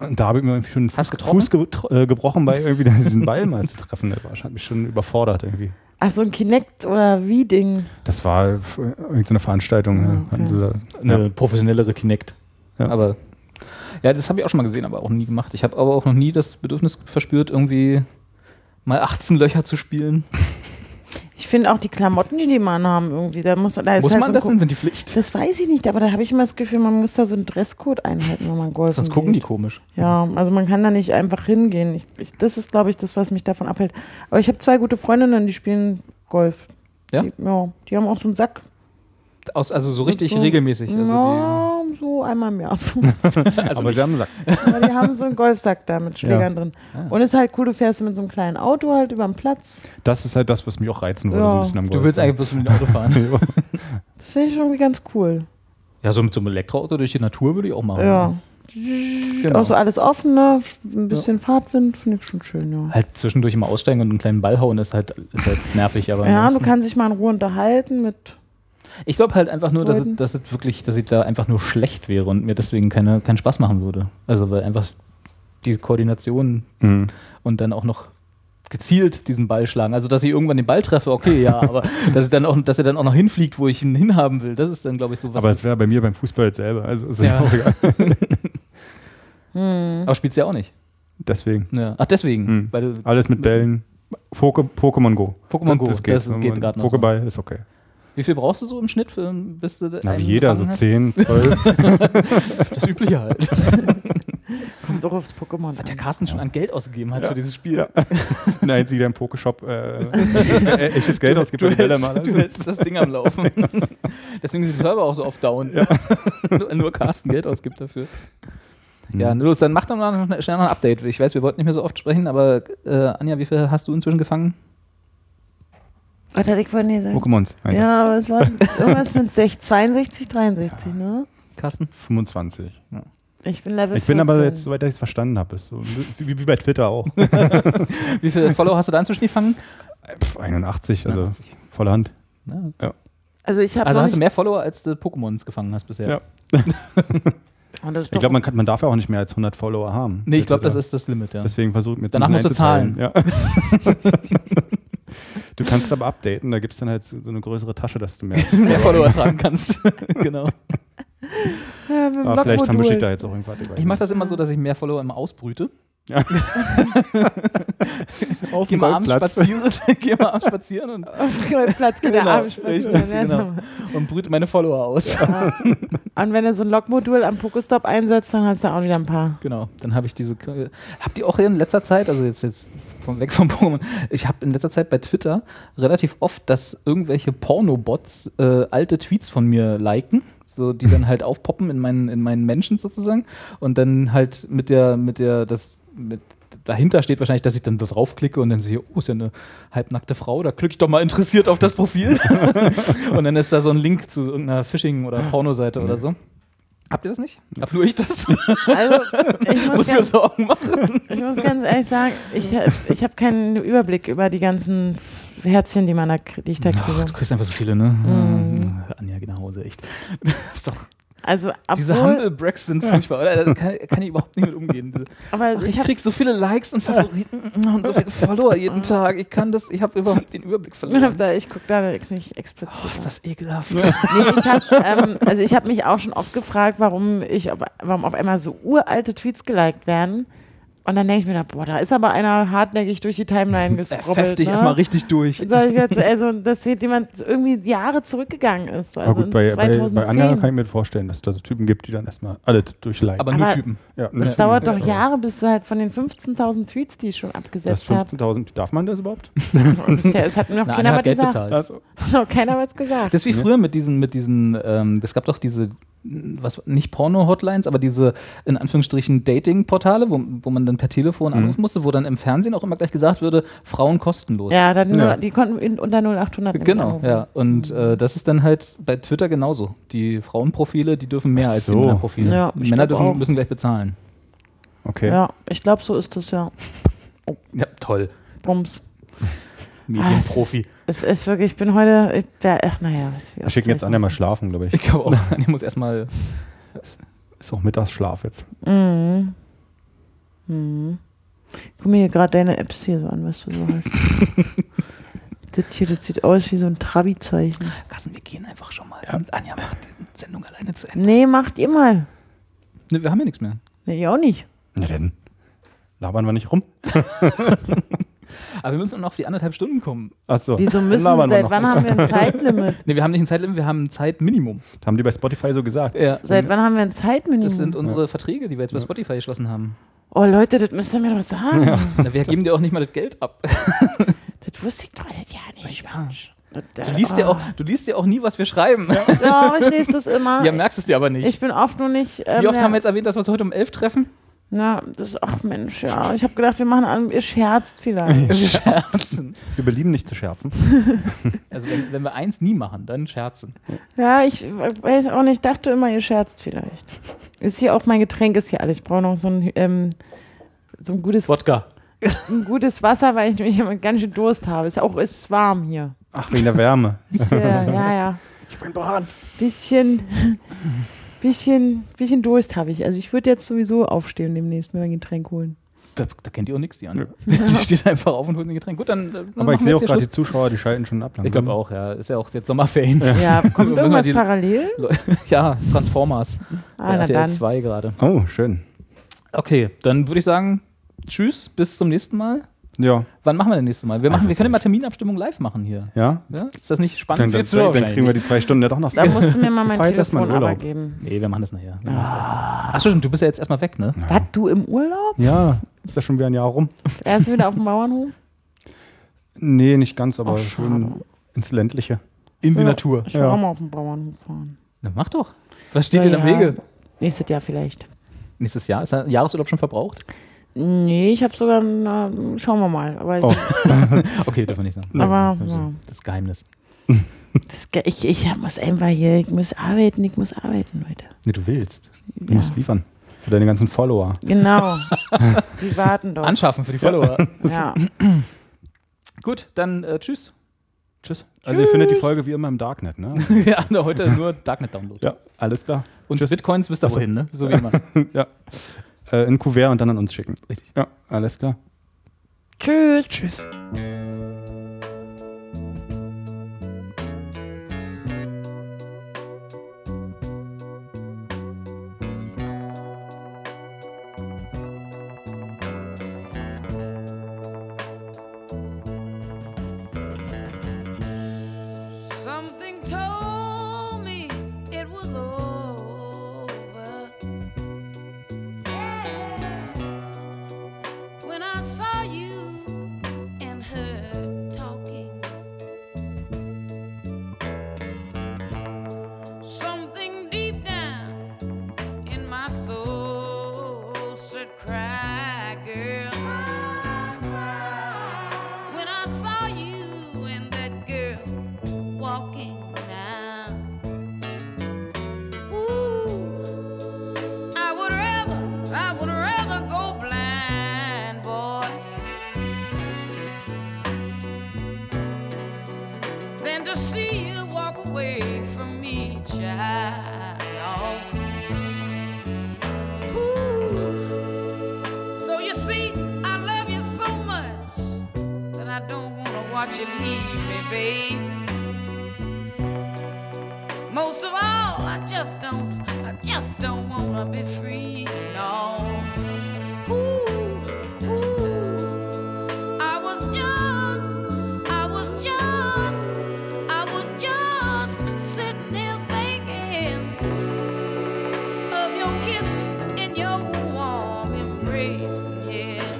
A: Äh, und da habe ich mir irgendwie schon
C: Hast
A: den
C: getroffen?
A: Fuß ge tro- äh, gebrochen, bei irgendwie dann diesen Ball mal zu treffen. Das war, hat mich schon überfordert irgendwie.
B: Ach, so ein Kinect oder wie Ding.
A: Das war f- irgendeine Veranstaltung.
B: Ah,
A: ne? Hatten sie da-
C: eine professionellere Kinect.
A: Ja.
C: Aber ja, das habe ich auch schon mal gesehen, aber auch nie gemacht. Ich habe aber auch noch nie das Bedürfnis verspürt, irgendwie mal 18 Löcher zu spielen.
B: Ich finde auch die Klamotten, die die Mann haben, irgendwie. Da muss, da ist
C: Muss
B: halt
C: man
B: so ein
C: das
B: Ko-
C: denn? Sind die Pflicht?
B: Das weiß ich nicht, aber da habe ich immer das Gefühl, man muss da so einen Dresscode einhalten, wenn man golfen
C: Sonst gucken die
B: geht.
C: komisch.
B: Ja, also man kann da nicht einfach hingehen. Ich, ich, das ist, glaube ich, das, was mich davon abhält. Aber ich habe zwei gute Freundinnen, die spielen Golf.
C: Ja?
B: Die, ja, die haben auch so einen Sack.
C: Aus, also so richtig
B: So.
C: regelmäßig. Also
B: ja, um so einmal im Jahr.
C: die, also
A: Aber
C: nicht-
A: sie haben gesagt,
B: aber die haben so einen Golfsack da mit Schlägern drin.
C: Ah.
B: Und ist halt cool, du fährst mit so einem kleinen Auto halt über den Platz.
A: das ist halt das, was mich auch reizen würde,
B: Ja.
A: so ein bisschen am Golf.
C: du willst eigentlich bloß mit dem Auto fahren.
A: Ja.
B: Das finde ich irgendwie ganz cool.
C: ja, so mit so einem Elektroauto durch die Natur würde ich auch machen.
B: Ja.
C: Genau.
B: Auch so alles offen, ne? Ein bisschen Fahrtwind, finde ich schon schön, ja.
C: Halt zwischendurch immer aussteigen und einen kleinen Ball hauen, ist halt, ist halt nervig. Aber
B: Ja, du
C: ansonsten-
B: kannst dich mal in Ruhe unterhalten mit.
C: ich glaube halt einfach nur, dass es,
B: Leuten.
C: dass es wirklich, dass ich da einfach nur schlecht wäre und mir deswegen keine, keinen Spaß machen würde. Also weil einfach diese Koordination
A: Mhm.
C: und dann auch noch gezielt diesen Ball schlagen. Also, dass ich irgendwann den Ball treffe, okay, ja, aber dass, ich dann auch, dass er dann auch noch hinfliegt, wo ich ihn hinhaben will, das ist dann, glaube ich, so was.
A: Aber das wäre bei mir beim Fußball jetzt selber. Also ist
C: Ja.
A: auch egal.
B: Hm.
C: aber spielst du ja auch nicht.
A: Deswegen.
C: Ja. Ach, deswegen.
A: Hm.
C: Weil du
A: Alles mit Bällen. Poke, Pokémon Go.
C: Pokémon Go,
A: Das geht,
C: das geht gerade noch. So.
A: Pokéball ist okay.
C: Wie viel brauchst du so im Schnitt, für, bis du
A: Na,
C: einen
A: wie jeder, also so
C: gefangen hast?
A: 10, 12.
C: Das Übliche halt.
B: Kommt doch aufs Pokémon.
C: Was der
B: an.
C: Carsten schon an Geld ausgegeben hat für dieses Spiel.
A: Ja. Ein einziger im Pokeshop äh, echtes, Ge- äh, echtes Geld ausgibt.
C: Du
A: und die Bälle
C: hältst,
A: mal
C: du hältst das Ding am Laufen. Deswegen sind die Server auch so oft down. Nur- Nur Carsten Geld ausgibt dafür. Ja, na los, dann mach doch mal noch schnell noch ein Update. Ich weiß, wir wollten nicht mehr so oft sprechen, aber äh, Anja, wie viel hast du inzwischen gefangen?
B: Was hat ich vorhin gesagt?
A: Pokémons. Nein,
B: Ja, aber es war irgendwas mit 6, 62, 63, ne?
C: Carsten?
A: 25.
B: Ich bin Level
A: Ich bin aber
B: 14.
A: jetzt, soweit ich es verstanden habe, ist so wie, wie bei Twitter auch.
C: Wie viele Follower hast du da inzwischen gefangen?
A: Pff, 81, also
C: 81.
A: volle Hand.
C: Ja.
B: Also ich habe
C: Also hast du
B: also
C: mehr Follower, als du Pokémons gefangen hast bisher.
A: Ja.
B: Ah, das ist
A: Ich
B: doch
A: glaube, man, kann- man darf ja auch nicht mehr als 100 Follower haben.
C: Nee, ich glaube,
A: Bei
C: das
A: Twitter.
C: ist das Limit, ja.
A: Deswegen versucht mir jetzt
C: Danach
A: ein
C: musst du
A: bisschen einzuteilen. Ja. du kannst aber updaten, da gibt es dann halt so so eine größere Tasche, dass du mehr.
C: mehr Follower tragen kannst. genau.
B: Ja, mit dem
A: aber ah, vielleicht haben
B: Blockmodul.
A: besteht da jetzt auch irgendwas. weiß
C: Ich mache
A: nicht.
C: das immer so, dass ich mehr Follower immer ausbrüte.
A: auf
C: Geh
A: dem
C: mal abends
A: Golfplatz.
C: spazieren, geh mal abends spazieren und,
B: Auf dem Platz geht der
C: Genau,
B: Arm spazieren.
C: richtig,
B: ja,
C: genau. und brüte meine Follower aus.
B: Und wenn du so ein Lockmodul am Pokestop einsetzt, dann hast du auch wieder ein paar.
C: Genau, dann habe ich diese. Habt ihr auch in letzter Zeit, also jetzt, jetzt vom weg vom Pokémon. Ich habe in letzter Zeit bei Twitter relativ oft, dass irgendwelche Pornobots äh, alte Tweets von mir liken. So, die dann halt aufpoppen in meinen, in meinen Menschen sozusagen. Und dann halt mit der, mit der, das, mit, dahinter steht wahrscheinlich, dass ich dann da draufklicke und dann sehe, oh, ist ja eine halbnackte Frau, da klicke ich doch mal interessiert auf das Profil. und dann ist da so ein Link zu irgendeiner Phishing- oder Pornoseite oder so. Habt ihr das nicht? Hab nur ich das?
B: Also, ich muss,
C: Muss mir
B: ganz,
C: Sorgen machen.
B: ich muss ganz ehrlich sagen, ich, ich habe keinen Überblick über die ganzen Herzchen, die, man da, krie- die ich da kriege.
C: Ach, du kriegst einfach so viele, ne? Anja, genau, echt. ist doch,
B: Also,
C: diese
B: obwohl,
C: Humble Breaks sind furchtbar, oder? Da kann, kann ich überhaupt nicht mit umgehen. Diese-
B: aber
C: Ach,
B: ich
C: Also ich
B: habe
C: krieg so viele Likes und Favoriten und so viele Follower jeden Tag. Ich kann das, ich habe überhaupt den Überblick verloren.
B: hab da, ich gucke da jetzt nicht explizit.
C: Oh, ist das ekelhaft.
B: Nee, ich hab, ähm, also ich habe mich auch schon oft gefragt, warum ich, auf- warum auf einmal so uralte Tweets geliked werden. Und dann denke ich mir, dann, boah, da ist aber einer hartnäckig durch die Timeline gescrobbelt.
C: Heftig,
B: ne?
C: erstmal richtig durch.
B: So, ich dachte, also, dass hier jemand irgendwie Jahre zurückgegangen ist. So,
A: Aber
B: also
A: gut, bei,
B: ins
A: bei,
B: 2010.
A: bei Anja kann ich mir vorstellen, dass es da so Typen gibt, die dann erstmal alle durchleiten.
C: Aber nur
B: Aber-
C: Typen.
A: ja,
B: das dauert doch Jahre, bis du halt von den 15.000 Tweets, die ich schon
A: Das
B: abgesetzt habe.
A: 15.000, darf man das überhaupt?
B: Bisher, es hat mir noch
C: Na,
B: keiner
C: Anna
B: was
C: hat Geld
B: gesagt.
C: bezahlt.
A: Also,
B: Noch keiner was gesagt.
C: Das ist wie früher mit diesen, mit diesen, ähm, es gab doch diese, mh, was, nicht Porno-Hotlines, aber diese, in Anführungsstrichen, Dating-Portale, wo, wo man dann per Telefon anrufen musste, wo dann im Fernsehen auch immer gleich gesagt würde, Frauen kostenlos.
B: Ja, dann nur,
A: Ja.
B: die konnten in- unter 0800 nämlich
C: Genau,
B: anrufen.
C: ja. Und äh, das ist dann halt bei Twitter genauso. Die Frauenprofile, die dürfen mehr
A: Ach
C: als die
A: so.
C: Männerprofile.
B: Ja,
C: die
B: ich
C: Männer
B: glaub
C: dürfen,
B: auch.
C: müssen gleich bezahlen.
A: okay.
B: ja, ich glaube, so ist das ja.
C: Ja, toll.
B: Bums.
C: Medienprofi.
B: Es ist, es ist wirklich, ich bin heute, ich, wer- ach naja. was- wie
A: Wir
B: oft
A: schicken
B: soll
A: jetzt
B: ich
A: Anja mal
B: das-
A: schlafen, glaube ich.
C: Ich glaube auch, ich muss erstmal.
A: Ist auch Mittagsschlaf jetzt.
B: Mhm. Mhm. Guck mir hier gerade deine Apps hier so an, was du so hast. das hier, das sieht aus wie so ein Trabi-Zeichen.
C: Carsten, wir gehen einfach schon mal. Und Anja macht die Sendung alleine zu Ende.
B: Nee, macht ihr mal.
C: Ne, wir haben ja nichts mehr.
B: Nee, ich auch nicht.
A: Na denn, labern wir nicht rum.
C: Aber wir müssen noch auf die anderthalb Stunden kommen.
A: Achso,
B: Wieso müssen, seit wann haben wir ein Zeitlimit?
C: Ne, wir haben nicht ein Zeitlimit, wir haben ein Zeitminimum.
A: Haben die bei Spotify so gesagt.
C: Ja.
B: Seit wann haben wir ein
C: Mhm. Das sind
B: Zeitminimum?
C: unsere Verträge, die wir jetzt bei Spotify geschlossen haben.
B: Oh Leute, das müsst ihr mir doch sagen.
C: Na, wir geben dir auch nicht mal das Geld ab.
B: Das wusste ich doch alles ja nicht. Das,
C: Du liest, ja auch, du liest ja auch nie, was wir schreiben. Ja,
B: Ah. Ja, aber oh. ich lese das immer.
C: merkst es dir aber nicht.
B: ich bin oft nur nicht. ähm,
C: Wie oft
B: ja.
C: haben wir jetzt erwähnt, dass wir uns heute um elf treffen?
B: Na, das, ach Mensch, ja. Ich habe gedacht, wir machen an, ihr scherzt vielleicht.
C: Scherzen.
A: Wir belieben nicht zu scherzen.
C: Also wenn, wenn wir eins nie machen, dann scherzen.
B: ja, ich weiß auch nicht, dachte immer, ihr scherzt vielleicht. Ist hier auch mein Getränk, ist hier alles. Ich brauche noch so ein, ähm, so ein gutes,
C: Wodka.
B: ein gutes Wasser, weil ich nämlich immer ganz schön Durst habe. Ist auch, ist warm hier.
A: Ach, wegen der Wärme.
B: Ist, äh, ja, ja.
A: Ich bin Baran.
B: Bisschen, bisschen, bisschen Durst habe ich. Also ich würde jetzt sowieso aufstehen demnächst, mir mein Getränk holen.
C: Da, da kennt ihr auch nichts, die anderen. Die steht einfach auf und holt ein Getränk. Gut, dann, äh, dann
A: Aber ich
C: machen wir
A: sehe
C: jetzt
A: auch
C: hier
A: gerade die
C: Schluss.
A: Zuschauer, die schalten schon ab.
C: Ich glaube auch, ja. Ist ja auch jetzt Sommerferien. Ja,
B: Ja, kommt
C: Müssen wir
B: irgendwas
C: die-
B: parallel?
C: Transformers.
B: Ah, na
C: RTL
B: dann.
C: 2 gerade.
A: Oh, schön.
C: Okay, dann würde ich sagen, tschüss, bis zum nächsten Mal.
A: Ja,
C: Wann machen wir denn nächstes Mal? Wir, machen, wir können mal Terminabstimmung live machen hier.
A: ja.
C: Ja? Ist das nicht spannend
A: Dann,
C: für
A: dann,
C: die Zuschauer?
A: dann kriegen wir die zwei Stunden ja doch noch.
B: Da musst du mir mal mein
A: fahr jetzt erstmal in
B: Telefon aber
A: Urlaub.
B: geben.
C: nee, wir machen das nachher. Wir machen das gleich. Ah. Ach so, stimmt, du bist ja jetzt erstmal weg, ne?
B: Was, du im Urlaub?
A: Ja, ist ja schon wieder ein Jahr rum.
B: Er ist wieder auf dem Bauernhof?
A: Nee, nicht ganz, aber
B: Ach,
A: schön
B: schade.
A: ins Ländliche.
C: In die
B: Ja.
C: Natur.
B: Ich will
A: Ja.
B: auch mal auf dem Bauernhof fahren.
C: Na, mach doch. Was steht dir
B: Na
C: im
B: ja,
C: Wege?
B: Nächstes Jahr vielleicht.
C: Nächstes Jahr? Ist der Jahresurlaub schon verbraucht?
B: Nee, ich habe sogar, na, schauen wir mal. Aber,
A: Oh.
C: Okay, dürfen wir nicht sagen.
B: aber ja.
C: Also, das Geheimnis.
B: das, ge- ich, ich muss einfach hier, ich muss arbeiten, ich muss arbeiten, Leute.
A: Nee, du willst. Du
B: Ja.
A: musst liefern. Für deine ganzen Follower.
B: Genau. Die warten doch.
C: Anschaffen für die Follower.
B: Ja.
C: Gut, dann äh, tschüss. Tschüss.
A: Also ihr findet die Folge wie immer im Darknet, ne?
C: ja, na, heute nur Darknet Download.
A: Ja, alles klar.
C: Und Bitcoins bis dahin, ne? So wie immer.
A: Ja. Äh, in Kuvert und dann an uns schicken.
C: Richtig.
A: Ja, alles klar.
B: Tschüss.
A: Tschüss.
D: Something told me it was over. Yeah. When I saw you And to see you walk away from me, child. Ooh. So you see, I love you so much that I don't wanna watch you leave me, babe. Most of all, I just don't, I just don't wanna be free, no. Ooh, ooh. I was just, I was just, I was just sitting there thinking of your kiss and your warm embrace, yeah.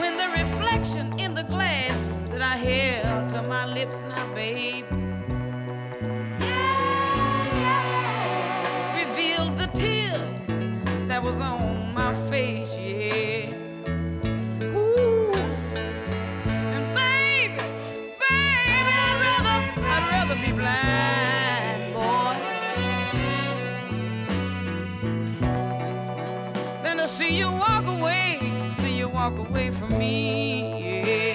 D: When the reflection in the glass that I held to my lips now, babe. yeah, Revealed the tears that was on my face, yeah. Ooh. And baby, baby, I'd rather, I'd rather be blind, boy, than to see you walk away, see you walk away from me, yeah.